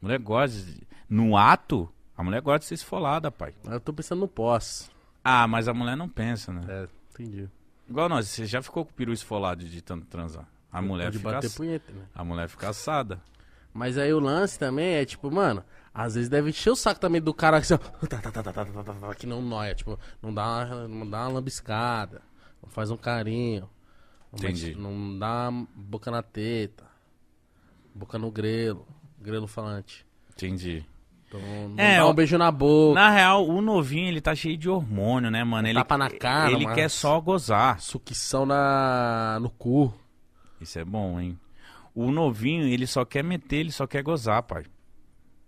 Speaker 1: Mulher gosta de... No ato, a mulher gosta de ser esfolada, pai.
Speaker 2: Mas Eu tô pensando no pós.
Speaker 1: Ah, mas a mulher não pensa, né?
Speaker 2: É, entendi.
Speaker 1: Igual nós, você já ficou com o peru esfolado de tanto transar. A mulher,
Speaker 2: de
Speaker 1: fica
Speaker 2: bater
Speaker 1: ass-
Speaker 2: punheta, né?
Speaker 1: a mulher fica assada.
Speaker 2: Mas aí o lance também é, tipo, mano, às vezes deve encher o saco também do cara que assim, ó, tá, tá, tá, tá, tá, tá, tá, tá, que não nóia, tipo, não dá, uma, não dá uma lambiscada, não faz um carinho. não mete-
Speaker 1: Entendi.
Speaker 2: não dá boca na teta, boca no grelo, grelo falante.
Speaker 1: Entendi.
Speaker 2: Então, não
Speaker 1: É,
Speaker 2: dá
Speaker 1: eu-
Speaker 2: um beijo na boca,
Speaker 1: Na real, o novinho, ele tá cheio de hormônio, né, mano? Ele,
Speaker 2: tapa na cara,
Speaker 1: ele
Speaker 2: tá mano.
Speaker 1: quer só gozar.
Speaker 2: sucção na, no cu.
Speaker 1: Isso é bom, hein? O novinho, ele só quer meter, ele só quer gozar, pai.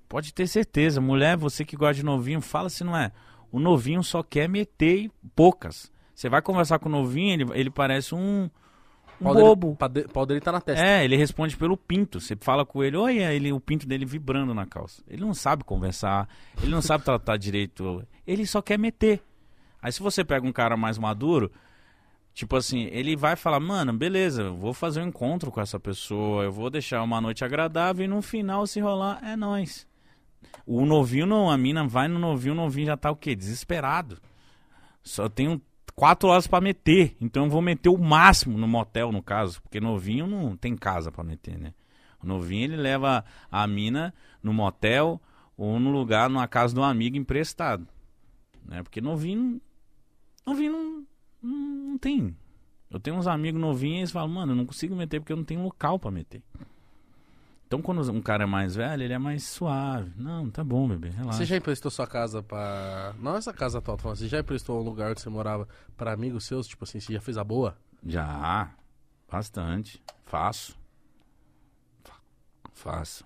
Speaker 1: Pode ter certeza. Mulher, você que gosta de novinho, fala se não é. O novinho só quer meter e poucas. Você vai conversar com o novinho, ele, ele parece um, um
Speaker 2: Pau dele-
Speaker 1: bobo.
Speaker 2: pa- de- pau dele tá na testa.
Speaker 1: É, ele responde pelo pinto. Você fala com ele, olha ele, o pinto dele vibrando na calça. Ele não sabe conversar, ele não sabe tratar direito, ele só quer meter. Aí se você pega um cara mais maduro, tipo assim, ele vai falar, mano, beleza, eu vou fazer um encontro com essa pessoa, eu vou deixar uma noite agradável e no final se rolar, é nóis. O novinho não, a mina vai no novinho, o novinho já tá o quê? Desesperado. Só tenho quatro horas pra meter. Então eu vou meter o máximo no motel, no caso. Porque novinho não tem casa pra meter, né? O novinho ele leva a mina no motel ou no lugar, numa casa de um amigo emprestado. Né? Porque novinho. Novinho não, não, não tem. Eu tenho uns amigos novinhos e eles falam, mano, eu não consigo meter porque eu não tenho local pra meter. Então quando um cara é mais velho, ele é mais suave. Não, tá bom, bebê, relaxa.
Speaker 2: Você já emprestou sua casa pra. Não essa casa atual, tô falando. Você já emprestou um lugar onde você morava pra amigos seus? Tipo assim, você já fez a boa?
Speaker 1: Já, bastante. Faço. Fa- Faço.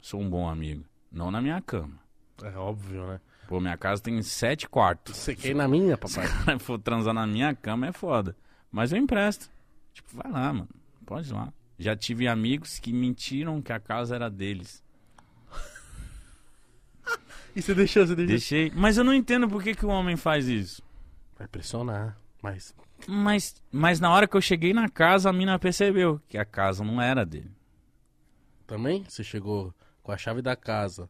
Speaker 1: Sou um bom amigo. Não na minha cama.
Speaker 2: É óbvio, né?
Speaker 1: Pô, minha casa tem sete quartos.
Speaker 2: Você quer ir na minha, papai?
Speaker 1: Se o cara for transar na minha cama é foda. Mas eu empresto. Tipo, vai lá, mano. Pode ir lá. Já tive amigos que mentiram que a casa era deles.
Speaker 2: E você deixou, você deixou.
Speaker 1: Deixei. Mas eu não entendo por que, que o homem faz isso.
Speaker 2: Vai pressionar, mas.
Speaker 1: Mas, mas na hora que eu cheguei na casa, a mina percebeu que a casa não era dele.
Speaker 2: Também? Você chegou com a chave da casa,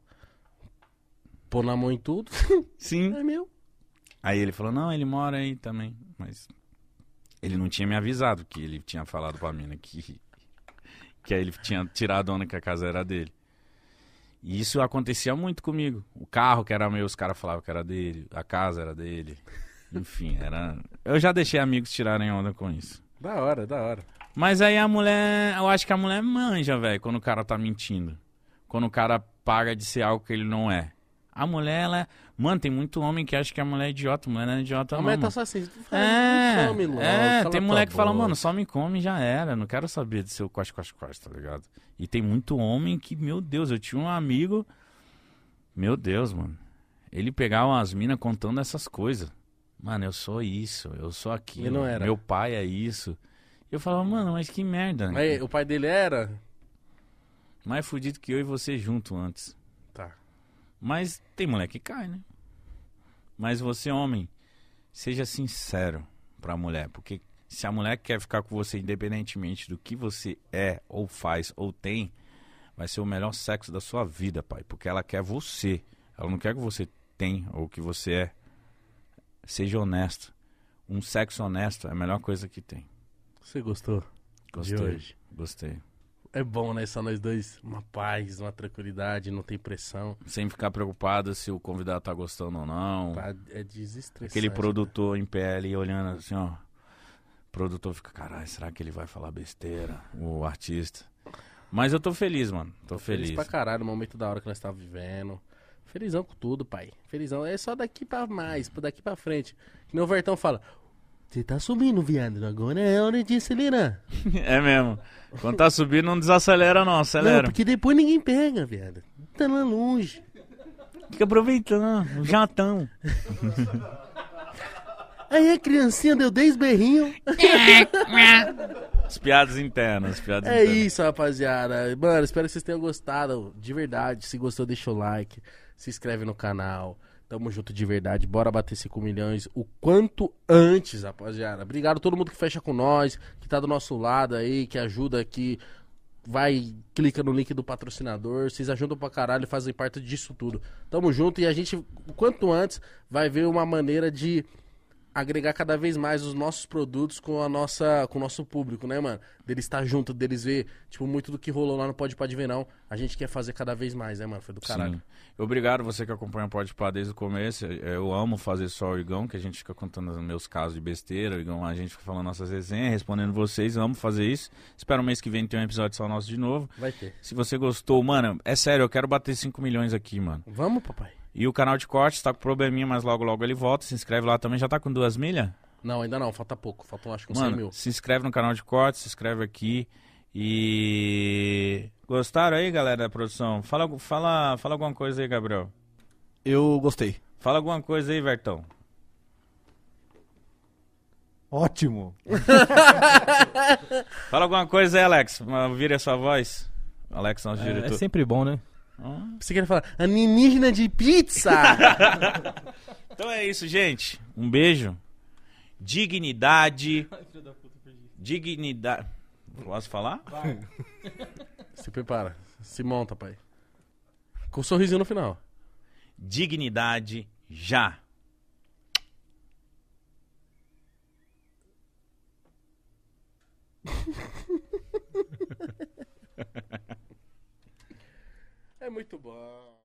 Speaker 2: pôr na mão em tudo,
Speaker 1: Sim.
Speaker 2: é meu.
Speaker 1: Aí ele falou, não, ele mora aí também. Mas ele não tinha me avisado que ele tinha falado pra mina que, que aí ele tinha tirado a onda que a casa era dele. E isso acontecia muito comigo. O carro que era meu, os caras falavam que era dele. A casa era dele. Enfim, era... Eu já deixei amigos tirarem onda com isso.
Speaker 2: Da hora, da hora.
Speaker 1: Mas aí a mulher... Eu acho que a mulher manja, velho, quando o cara tá mentindo. Quando o cara paga de ser algo que ele não é. A mulher, ela... é, Mano, tem muito homem que acha que a mulher é idiota. A mulher não é idiota,
Speaker 2: a
Speaker 1: não.
Speaker 2: mulher
Speaker 1: mano.
Speaker 2: tá só assim.
Speaker 1: É,
Speaker 2: come logo,
Speaker 1: é
Speaker 2: cala
Speaker 1: tem
Speaker 2: tua
Speaker 1: moleque que fala,
Speaker 2: boca.
Speaker 1: mano, só me come e já era. Não quero saber do seu quase, quase, quase, tá ligado? E tem muito homem que, meu Deus, eu tinha um amigo. Meu Deus, mano. Ele pegava as minas contando essas coisas. Mano, eu sou isso, eu sou aquilo.
Speaker 2: E não era.
Speaker 1: Meu pai é isso. Eu falava, mano, mas que merda. né?"
Speaker 2: Aí, o pai dele era?
Speaker 1: Mais fudido que eu e você junto antes.
Speaker 2: Tá.
Speaker 1: Mas tem moleque que cai, né? Mas você, homem, seja sincero pra mulher, porque se a mulher quer ficar com você independentemente do que você é, ou faz, ou tem, vai ser o melhor sexo da sua vida, pai, porque ela quer você. Ela não quer que você tem ou que você é. Seja honesto. Um sexo honesto é a melhor coisa que tem.
Speaker 2: Você gostou?
Speaker 1: Gostei.
Speaker 2: hoje.
Speaker 1: Gostei.
Speaker 2: É bom, né? Só nós dois. Uma paz, uma tranquilidade, não tem pressão.
Speaker 1: Sem ficar preocupado se o convidado tá gostando ou não.
Speaker 2: Pá, é desestressante.
Speaker 1: Aquele produtor em PL olhando assim, ó. O produtor fica, caralho, será que ele vai falar besteira? O artista. Mas eu tô feliz, mano. Tô
Speaker 2: Feliz.
Speaker 1: feliz.
Speaker 2: pra caralho, o momento da hora que nós estamos vivendo. Felizão com tudo, pai. Felizão. É só daqui pra mais, por daqui pra frente. Que meu Vertão fala. Você tá subindo, viado. Agora é hora de acelerar.
Speaker 1: É mesmo. Quando tá subindo, não desacelera, não.
Speaker 2: Não,
Speaker 1: Acelera.
Speaker 2: porque depois ninguém pega, viado. Tá lá longe.
Speaker 1: Fica aproveitando. né? Já tão.
Speaker 2: Aí a criancinha deu 10 berrinhos.
Speaker 1: As piadas internas, as piadas
Speaker 2: É
Speaker 1: internas.
Speaker 2: isso, rapaziada. Mano, espero que vocês tenham gostado. De verdade. Se gostou, deixa o like. Se inscreve no canal. Tamo junto de verdade. Bora bater 5 milhões o quanto antes, rapaziada. Obrigado a todo mundo que fecha com nós, que tá do nosso lado aí, que ajuda aqui. Vai, clica no link do patrocinador. Vocês ajudam pra caralho, fazem parte disso tudo. Tamo junto e a gente, o quanto antes, vai ver uma maneira de agregar cada vez mais os nossos produtos com a nossa com o nosso público, né, mano? Deles estar junto, deles ver, tipo, muito do que rolou lá no Pode Pá de Verão. A gente quer fazer cada vez mais, né, mano? Foi do caralho.
Speaker 1: Sim. Obrigado você que acompanha o Pode Pá desde o começo. Eu amo fazer só o Igão, que a gente fica contando os meus casos de besteira. O Igão, a gente fica falando nossas resenhas, respondendo vocês. Eu amo fazer isso. Espero mês que vem ter um episódio só nosso de novo.
Speaker 2: Vai ter.
Speaker 1: Se você gostou, mano, é sério, eu quero bater 5 milhões aqui, mano.
Speaker 2: Vamos, papai?
Speaker 1: E o canal de cortes tá com probleminha, mas logo logo ele volta. Se inscreve lá também, já tá com duas milhas?
Speaker 2: Não, ainda não, falta pouco. Faltam acho que uns 100 mil.
Speaker 1: Mano, se inscreve no canal de cortes, se inscreve aqui. E. Gostaram aí, galera da produção? Fala, algu- fala, fala alguma coisa aí, Gabriel.
Speaker 3: Eu gostei.
Speaker 1: Fala alguma coisa aí, Vertão.
Speaker 7: Ótimo.
Speaker 1: Fala alguma coisa aí, Alex. Vira a sua voz. Alex, nosso
Speaker 6: É,
Speaker 1: diretor.
Speaker 6: sempre bom, né?
Speaker 2: Você quer falar alienígena de pizza?
Speaker 1: Então é isso, gente. Um beijo. Dignidade. Dignidade. Posso falar?
Speaker 2: se prepara, se monta, pai. Com um sorrisinho no final.
Speaker 1: dignidade já.
Speaker 2: É muito bom.